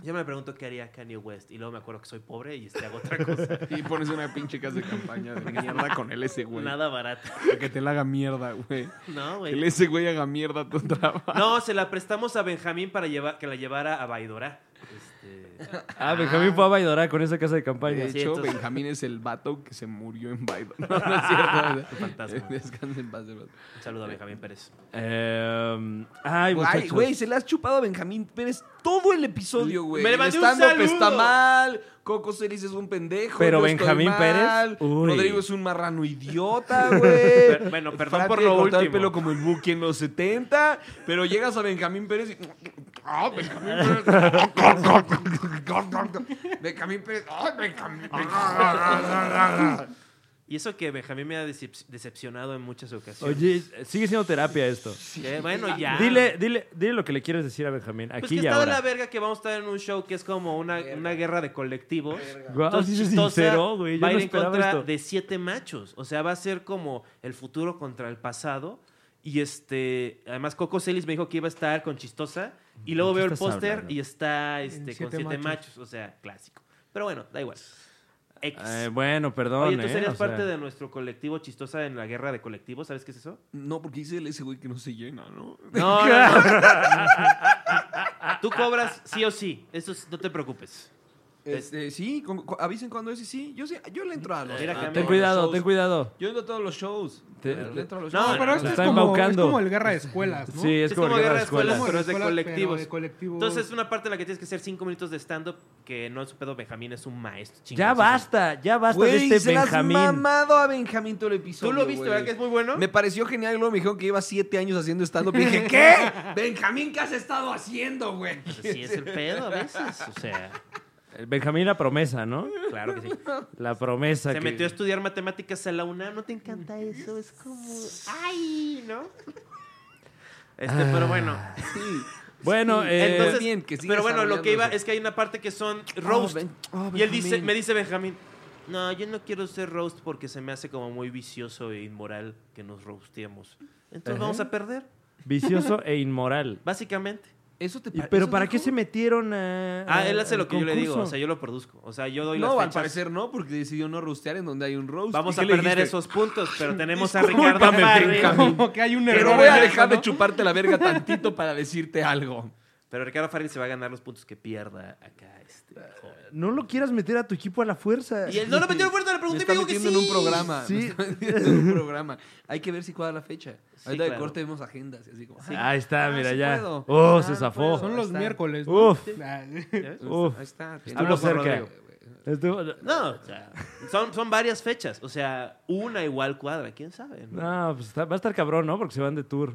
Speaker 1: yo me pregunto qué haría Kanye West. Y luego me acuerdo que soy pobre y este, hago otra cosa.
Speaker 4: Y pones una pinche casa de campaña de mierda con el ese güey.
Speaker 1: Nada barato.
Speaker 4: Para que te la haga mierda, güey.
Speaker 1: No,
Speaker 4: Que
Speaker 1: güey.
Speaker 4: el ese güey haga mierda tu trabajo.
Speaker 1: No, se la prestamos a Benjamín para llevar, que la llevara a Baidora. Este,
Speaker 2: Ah, Benjamín fue a Baidora con esa casa de campaña.
Speaker 4: De
Speaker 1: Sí,
Speaker 4: hecho,
Speaker 1: entonces-
Speaker 4: Benjamín es el vato que se murió en Biden. No, no es cierto.
Speaker 1: fantasma.
Speaker 4: Descansa en paz, de verdad.
Speaker 1: un saludo a Benjamín Pérez.
Speaker 2: Eh, ay,
Speaker 4: Ay,
Speaker 2: muchachos.
Speaker 4: güey, se le has chupado a Benjamín Pérez todo el episodio, güey.
Speaker 1: Me le
Speaker 4: El
Speaker 1: mandé un
Speaker 4: stand-up está
Speaker 1: saludo.
Speaker 4: mal, Coco Celis es un pendejo.
Speaker 2: Pero
Speaker 4: yo estoy
Speaker 2: Benjamín
Speaker 4: mal,
Speaker 2: Pérez, uy.
Speaker 4: Rodrigo es un marrano idiota, güey.
Speaker 1: Per- bueno, perdón
Speaker 4: Fran
Speaker 1: por
Speaker 4: tiene
Speaker 1: lo
Speaker 4: que cortar el
Speaker 1: último.
Speaker 4: pelo como el Buki en los 70, pero llegas a Benjamín Pérez y. ¡Ah, Benjamín Pérez! Benjamín Pérez. ¡Ay, Benjamín! Benjamín.
Speaker 1: Y eso que Benjamín me ha decep- decepcionado en muchas ocasiones.
Speaker 2: Oye, sigue siendo terapia esto.
Speaker 1: Que, bueno, ya.
Speaker 2: Dile, dile, dile lo que le quieres decir a Benjamín. Aquí
Speaker 1: Pues que
Speaker 2: y
Speaker 1: está de la
Speaker 2: ahora.
Speaker 1: verga que vamos a estar en un show que es como una, una guerra de colectivos.
Speaker 2: Guau, sí se
Speaker 1: Chistosa
Speaker 2: sinceró, güey. Yo
Speaker 1: va a
Speaker 2: no
Speaker 1: ir en
Speaker 2: esperaba
Speaker 1: contra
Speaker 2: esto.
Speaker 1: de siete machos. O sea, va a ser como el futuro contra el pasado. Y este, además Coco Celis me dijo que iba a estar con Chistosa. Y luego
Speaker 2: ¿De qué
Speaker 1: veo el
Speaker 2: estás
Speaker 1: póster
Speaker 2: hablando?
Speaker 1: y está este,
Speaker 3: En
Speaker 1: con
Speaker 3: Siete
Speaker 1: siete machos.
Speaker 3: Machos.
Speaker 1: O sea, clásico. Pero bueno, da igual. X.
Speaker 2: Eh, bueno, perdón.
Speaker 1: Oye, tú
Speaker 2: eh,
Speaker 1: serías
Speaker 2: o sea.
Speaker 1: parte de nuestro colectivo Chistosa en la guerra de colectivos. ¿Sabes qué es eso?
Speaker 4: No, porque dice el ese güey que no se llena, ¿no?
Speaker 1: No, no, no. Tú cobras sí o sí. Eso es- no te preocupes.
Speaker 4: Este, sí, con- con- avisen cuando es y sí. Yo, sí, yo le entro a los.
Speaker 1: Mira,
Speaker 4: a
Speaker 1: cambia.
Speaker 4: todos
Speaker 2: Ten
Speaker 4: los
Speaker 2: cuidado,
Speaker 4: shows.
Speaker 2: ten cuidado.
Speaker 4: Yo entro a todos los shows.
Speaker 2: Te-
Speaker 4: Le entro a los
Speaker 1: No,
Speaker 4: shows.
Speaker 1: no,
Speaker 3: pero
Speaker 1: no,
Speaker 3: esto es
Speaker 2: está
Speaker 3: como, es
Speaker 2: embaucando.
Speaker 3: como el guerra de escuelas, ¿no?
Speaker 2: Sí, es,
Speaker 1: Es
Speaker 2: como,
Speaker 1: como
Speaker 2: guerra de
Speaker 1: guerra de
Speaker 2: escuelas.
Speaker 1: escuelas. pero es de colectivos.
Speaker 3: de colectivos.
Speaker 1: Entonces, una parte en la que tienes que hacer cinco minutos de stand-up, que no es un pedo, Benjamín es un maestro.
Speaker 2: Ya
Speaker 1: chingón.
Speaker 2: basta, ya basta
Speaker 4: Güey,
Speaker 2: de este
Speaker 4: se las
Speaker 2: Benjamín.
Speaker 4: mamado a Benjamín todo el episodio.
Speaker 1: Tú lo viste,
Speaker 4: güey.
Speaker 1: ¿verdad? Que es muy bueno.
Speaker 4: Me pareció genial y luego me dijeron que lleva siete años haciendo stand-up. Y dije, ¿qué? Benjamín, ¿qué has estado haciendo, güey?
Speaker 1: Pues sí, es el pedo a veces. O sea,
Speaker 2: Benjamín la promesa, ¿no?
Speaker 1: claro que sí.
Speaker 2: La promesa
Speaker 1: Se
Speaker 2: que...
Speaker 1: metió este- a estudiar matemáticas a la UNAM. ¿No te encanta eso? Es como. ¡Ay! ¿No? Este, pero bueno.
Speaker 2: Bueno, eh,
Speaker 1: Entonces,
Speaker 4: Ah. bien, que siga
Speaker 1: pero bueno, lo que iba
Speaker 4: desarrollándose.
Speaker 1: es que hay una parte que son roast.
Speaker 4: Ben- oh,
Speaker 1: y él dice,
Speaker 4: Benjamín.
Speaker 1: me dice Benjamín, no, yo no quiero ser roast porque se me hace como muy vicioso e inmoral que nos roasteemos. Entonces vamos a perder,
Speaker 2: vicioso e inmoral.
Speaker 1: básicamente.
Speaker 4: Eso te
Speaker 2: Y-
Speaker 4: pa-
Speaker 2: ¿Pero
Speaker 4: eso
Speaker 2: para
Speaker 4: dijo?
Speaker 2: qué se metieron a,
Speaker 1: Ah,
Speaker 2: a-
Speaker 1: él hace
Speaker 2: al
Speaker 1: lo que yo le digo, o
Speaker 2: concurso?
Speaker 1: sea, yo lo produzco. O sea, yo doy las
Speaker 4: Eh, No, al
Speaker 1: fechas.
Speaker 4: parecer no, porque decidió no rostear en donde hay un roast.
Speaker 1: Vamos
Speaker 4: ¿Y
Speaker 1: a
Speaker 4: qué le
Speaker 1: perder
Speaker 4: dijiste?
Speaker 1: esos puntos, pero tenemos a Ricardo Farril.
Speaker 3: como que hay un error.
Speaker 4: Pero voy a
Speaker 3: en eso,
Speaker 4: dejar
Speaker 3: ¿no?
Speaker 4: de chuparte la verga tantito para decirte algo.
Speaker 1: Pero Ricardo Farril se va a ganar los puntos que pierda acá. Este, joven.
Speaker 2: No lo quieras meter a tu equipo a la fuerza.
Speaker 1: y él no lo metió fuerte, le
Speaker 4: Me
Speaker 1: pregunté y
Speaker 4: está
Speaker 1: me dijo que
Speaker 4: metiendo
Speaker 1: sí.
Speaker 4: en un programa.
Speaker 2: Sí.
Speaker 4: Me está metiendo en un programa. Hay que ver si cuadra la fecha.
Speaker 1: Sí,
Speaker 4: Ahorita de
Speaker 1: claro.
Speaker 4: corte vemos agendas. y Así como, ah,
Speaker 2: Ahí está,
Speaker 4: Ah,
Speaker 2: mira
Speaker 4: sí
Speaker 2: ya.
Speaker 4: puedo.
Speaker 2: Oh,
Speaker 4: Ah,
Speaker 2: se
Speaker 4: no
Speaker 2: zafó.
Speaker 4: puedo.
Speaker 3: Son los
Speaker 4: Está.
Speaker 3: miércoles, ¿no?
Speaker 2: Uf.
Speaker 3: Ah,
Speaker 2: Uf.
Speaker 4: pues, Ahí está.
Speaker 2: Hablo
Speaker 1: Hablo por
Speaker 2: cerca.
Speaker 1: Rodrigo.
Speaker 2: Estuvo- no,
Speaker 1: No, o sea, son, son varias fechas. O sea, una igual cuadra, quién sabe. no?
Speaker 2: pues está- va a estar cabrón, ¿no? Porque se van de tour.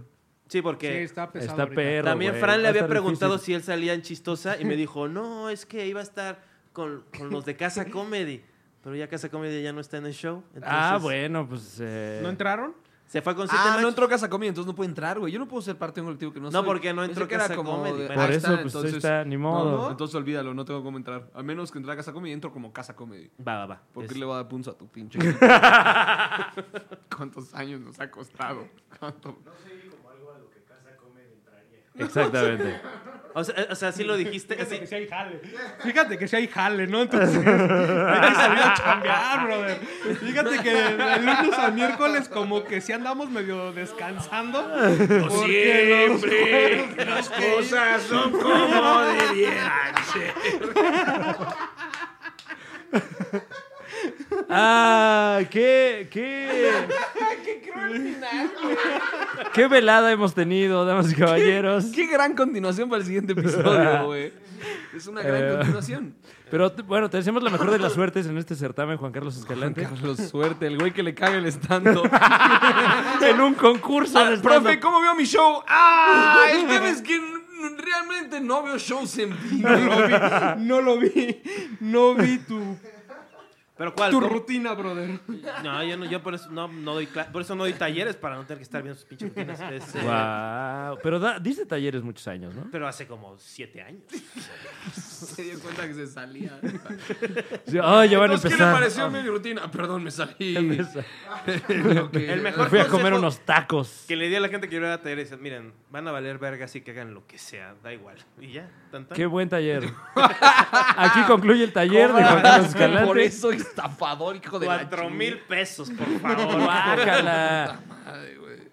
Speaker 1: Sí,
Speaker 3: Sí,
Speaker 1: porque
Speaker 3: está pesado.
Speaker 2: Está
Speaker 3: ahorita.
Speaker 2: perro.
Speaker 1: también
Speaker 2: güey.
Speaker 1: Fran
Speaker 2: Va
Speaker 1: le
Speaker 2: a
Speaker 1: había
Speaker 2: estar
Speaker 1: preguntado si
Speaker 2: difícil.
Speaker 1: él salía en chistosa y me dijo, no, es que iba a estar con, con los de Casa Comedy. Pero ya Casa Comedy ya no está en el show. entonces
Speaker 2: Ah, bueno, pues. eh,
Speaker 3: ¿No entraron?
Speaker 1: Se fue con siete
Speaker 4: Ah,
Speaker 1: noches.
Speaker 4: no entró Casa Comedy, entonces no puede entrar, güey. Yo no puedo ser parte de un colectivo que no
Speaker 1: No,
Speaker 4: soy.
Speaker 1: porque no
Speaker 4: Pensé
Speaker 1: entró
Speaker 4: que era
Speaker 1: Casa
Speaker 4: como
Speaker 1: Comedy.
Speaker 4: de-
Speaker 1: Bueno,
Speaker 2: Por
Speaker 4: Ah,
Speaker 2: eso, pues
Speaker 4: entonces-
Speaker 2: está, ni
Speaker 4: No,
Speaker 2: modo.
Speaker 4: no, Entonces olvídalo, no tengo cómo entrar. A menos que entrara a Casa Comedy, entro como Casa Comedy.
Speaker 1: Va, va, va.
Speaker 4: ¿Por qué
Speaker 1: Es-
Speaker 4: le voy a dar puntos a tu pinche? ¿Cuántos años nos ha costado? ¿Cuánto?
Speaker 2: Exactamente.
Speaker 1: o, sea, o sea, sí lo dijiste. así-
Speaker 3: Fíjate que sí hay jale. Fíjate que sí hay jale, ¿no? Entonces, hay que salir a chambear, brother. Fíjate que de lunes a miércoles como que sí andamos medio descansando. Porque los jueves nos
Speaker 6: cosas son como debieran ser.
Speaker 2: ah, qué. Qué. qué velada hemos tenido, damas y caballeros.
Speaker 4: Qué gran continuación para el siguiente episodio, güey. Es una gran
Speaker 2: Eh.
Speaker 4: continuación.
Speaker 2: Pero t- bueno, te deseamos la mejor de las suertes en este certamen, Juan Carlos Escalante.
Speaker 4: Carlos, suerte, el güey que le caga el estando.
Speaker 2: en un concurso de stand-up.
Speaker 4: Profe, ¿cómo veo mi show? ¡Ah! El tema es que n- realmente no veo shows en vivo.
Speaker 3: No lo vi. No vi tu,
Speaker 1: ¿Pero cuál?
Speaker 3: tu
Speaker 1: ¿Cómo?
Speaker 3: rutina, brother.
Speaker 1: No, yo, no, yo por, eso no, no doy cla- por eso no doy talleres para no tener que estar viendo sus pinches rutinas. Es, eh,
Speaker 2: Guau. Pero da, diste talleres muchos años, ¿no?
Speaker 1: Pero hace como siete años.
Speaker 4: Se dio cuenta que se salía.
Speaker 2: Sí, ay, ya van a
Speaker 4: Entonces, ¿Qué le
Speaker 2: empezar.
Speaker 4: pareció mi rutina? Ah, Perdón, me salí. Ok.
Speaker 1: El mejor
Speaker 2: Fui a comer
Speaker 1: consejo-
Speaker 2: unos tacos.
Speaker 1: Que le di a la gente que iba a tener es, miren, van a valer verga así que hagan lo que sea, da igual. Y ya, tan, tan.
Speaker 2: Qué buen taller. Aquí concluye el taller de
Speaker 4: Cobra
Speaker 2: Juan Carlos
Speaker 4: Por
Speaker 2: Escalante.
Speaker 4: eso estafador, hijo de
Speaker 1: Cuatro mil pesos, por favor.
Speaker 2: Guácala.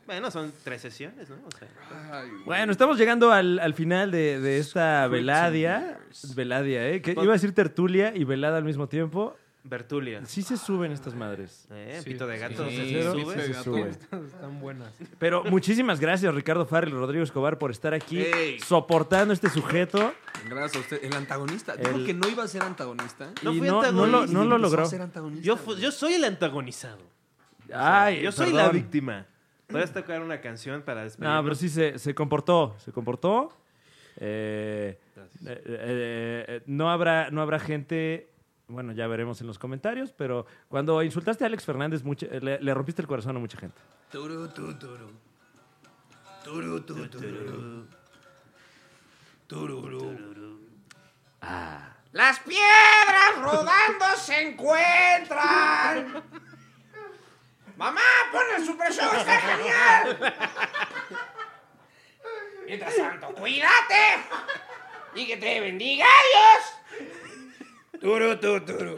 Speaker 1: bueno, son tres sesiones, ¿no? O sea,
Speaker 2: Bueno, estamos llegando al, al final de, de esta veladia. Veladia, ¿eh? Que iba a decir tertulia y velada al mismo tiempo.
Speaker 1: Bertulia.
Speaker 2: Sí se suben estas madres.
Speaker 1: Eh, pito de gato,
Speaker 4: sí,
Speaker 1: se
Speaker 4: sí,
Speaker 1: sube.
Speaker 4: sí,
Speaker 2: Se
Speaker 4: gato.
Speaker 2: suben.
Speaker 3: Están buenas.
Speaker 2: Pero muchísimas gracias, Ricardo Farrell, Rodrigo Escobar, por estar aquí
Speaker 4: Ey.
Speaker 2: soportando este sujeto.
Speaker 4: Gracias a usted. El antagonista. Dijo
Speaker 2: El-
Speaker 4: que no iba a ser antagonista.
Speaker 1: No
Speaker 2: y
Speaker 1: fui
Speaker 2: no, no lo,
Speaker 1: antagonista.
Speaker 2: no lo
Speaker 4: Empezó
Speaker 2: logró.
Speaker 4: a ser antagonista,
Speaker 1: Yo, fu-
Speaker 4: güey.
Speaker 1: yo soy el antagonizado.
Speaker 2: Ay,
Speaker 1: yo soy la
Speaker 2: perdón.
Speaker 1: víctima. Podrías tocar una canción para despedir.
Speaker 2: No, pero sí se, se comportó, se comportó. Eh, eh, eh, eh, no, habrá, no habrá gente, bueno, ya veremos en los comentarios, pero cuando insultaste a Alex Fernández, mucha- eh, le, le rompiste el corazón a mucha gente.
Speaker 6: Turu, tu, turu. Turu, tu, turu. Tururu.
Speaker 5: Las piedras rodando se encuentran. Mamá, pon el super show, está genial. Mientras tanto, cuídate. Y que te bendiga Dios.
Speaker 6: Turu, tu, turu.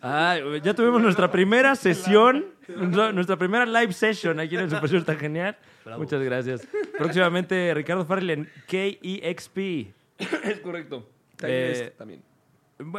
Speaker 2: Ay, güey, ya tuvimos nuestra primera sesión, no, nuestra primera live session aquí en el Super Show, está genial. Muchas gracias. Próximamente, Ricardo Farrell en KEXP.
Speaker 4: Es correcto. Talleres
Speaker 2: Eh,
Speaker 4: también.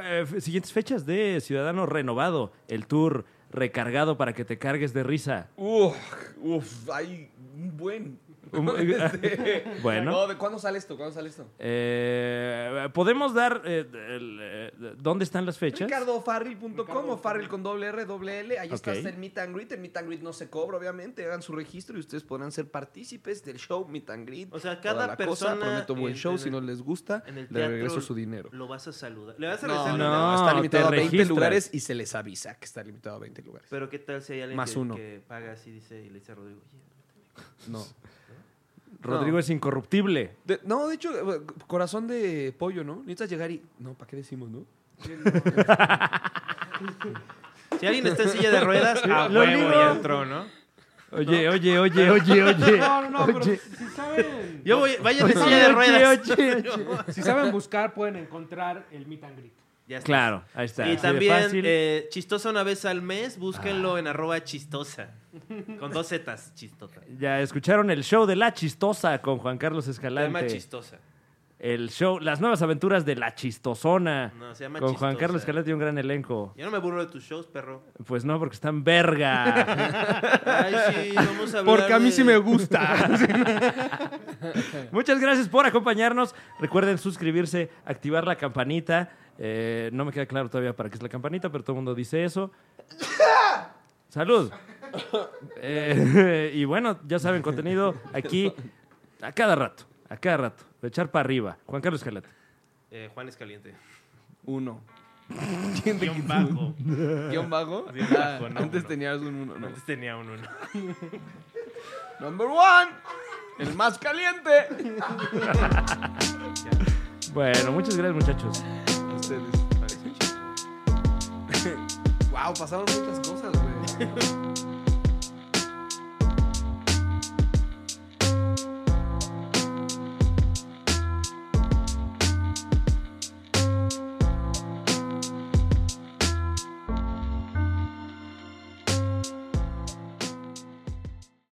Speaker 2: eh, f- siguientes fechas de Ciudadano Renovado, el tour recargado para que te cargues de risa.
Speaker 4: Uf, uf, hay un buen.
Speaker 2: Un-
Speaker 4: Este,
Speaker 2: Bueno.
Speaker 4: no, ¿de cuándo sale esto? ¿Cuándo sale esto?
Speaker 2: Eh, ¿Podemos dar eh, el, eh, dónde están las fechas?
Speaker 4: RicardoFarril.com o Farril con doble R, doble L. Ahí está
Speaker 2: Ok.
Speaker 4: está el Meet and Greet. El Meet and Greet no se cobra, obviamente. Hagan su registro y ustedes podrán ser partícipes del show Meet and Greet.
Speaker 1: O sea,
Speaker 4: toda
Speaker 1: cada
Speaker 4: la
Speaker 1: persona
Speaker 4: Prometo buen
Speaker 1: en-
Speaker 4: show.
Speaker 1: en
Speaker 4: Si
Speaker 1: el-
Speaker 4: no les gusta,
Speaker 1: En el
Speaker 4: le
Speaker 1: teatro
Speaker 4: regreso su dinero.
Speaker 1: Lo vas a saludar. Le vas a
Speaker 4: No,
Speaker 1: regresar
Speaker 4: no,
Speaker 1: dinero.
Speaker 4: no, está
Speaker 2: No,
Speaker 4: limitado
Speaker 2: te
Speaker 4: a 20
Speaker 2: registras.
Speaker 4: lugares y se les avisa que está limitado a 20 lugares.
Speaker 1: Pero qué tal si hay alguien
Speaker 4: Más
Speaker 1: que,
Speaker 4: uno.
Speaker 1: que paga así dice y le dice a Rodrigo, "Oye,
Speaker 4: No.
Speaker 2: Rodrigo es incorruptible.
Speaker 4: De, no, de hecho, eh, corazón de pollo, ¿no? Necesitas llegar y. No, ¿para qué decimos, no?
Speaker 1: Si alguien está en silla de ruedas, a
Speaker 2: Lo
Speaker 1: huevo
Speaker 2: digo.
Speaker 1: ya entró, ¿no?
Speaker 2: Oye, oye, oye, oye, oye.
Speaker 3: No, no, no, pero
Speaker 2: Oye.
Speaker 3: si, si saben,
Speaker 1: Yo voy, vayan en
Speaker 2: Oye,
Speaker 1: silla de
Speaker 2: oye,
Speaker 1: ruedas.
Speaker 2: oye, oye.
Speaker 3: si saben buscar, pueden encontrar el meet and greet.
Speaker 1: Ya está.
Speaker 2: Claro, ahí está.
Speaker 1: Y
Speaker 2: Así de
Speaker 1: también
Speaker 2: fácil.
Speaker 1: eh, chistosa una vez al mes, búsquenlo en arroba chistosa. Con dos zetas, chistosa.
Speaker 2: Ya escucharon el show de La Chistosa con Juan Carlos
Speaker 1: Se llama
Speaker 2: Escalante.
Speaker 1: chistosa.
Speaker 2: El show, las nuevas aventuras de La Chistosona.
Speaker 1: No, se llama
Speaker 2: Con Juan
Speaker 1: chistosa.
Speaker 2: Carlos Escalante y un gran elenco.
Speaker 1: Yo no me burlo de tus shows, perro.
Speaker 2: Pues no, porque están verga.
Speaker 1: Ay, sí, vamos a hablar
Speaker 3: Porque a mí
Speaker 1: de-
Speaker 3: sí me gusta.
Speaker 2: Muchas gracias por acompañarnos. Recuerden suscribirse, activar la campanita. Eh, no me queda claro todavía para qué es la campanita, pero todo el mundo dice eso. Salud. Eh, y bueno, ya saben, contenido aquí a cada rato, a cada rato. De echar para arriba. Juan Carlos Escalante.
Speaker 1: Eh, Juan es caliente.
Speaker 4: Uno.
Speaker 1: Guión bajo.
Speaker 4: ¿Guión vago?
Speaker 1: Guión
Speaker 4: Ah,
Speaker 1: bajo, no,
Speaker 4: antes
Speaker 1: uno.
Speaker 4: tenías un uno, no.
Speaker 1: Antes tenía un uno.
Speaker 4: Number one. El más caliente.
Speaker 2: Bueno, muchas gracias, muchachos.
Speaker 4: Ustedes. wow, pasaron muchas cosas, güey.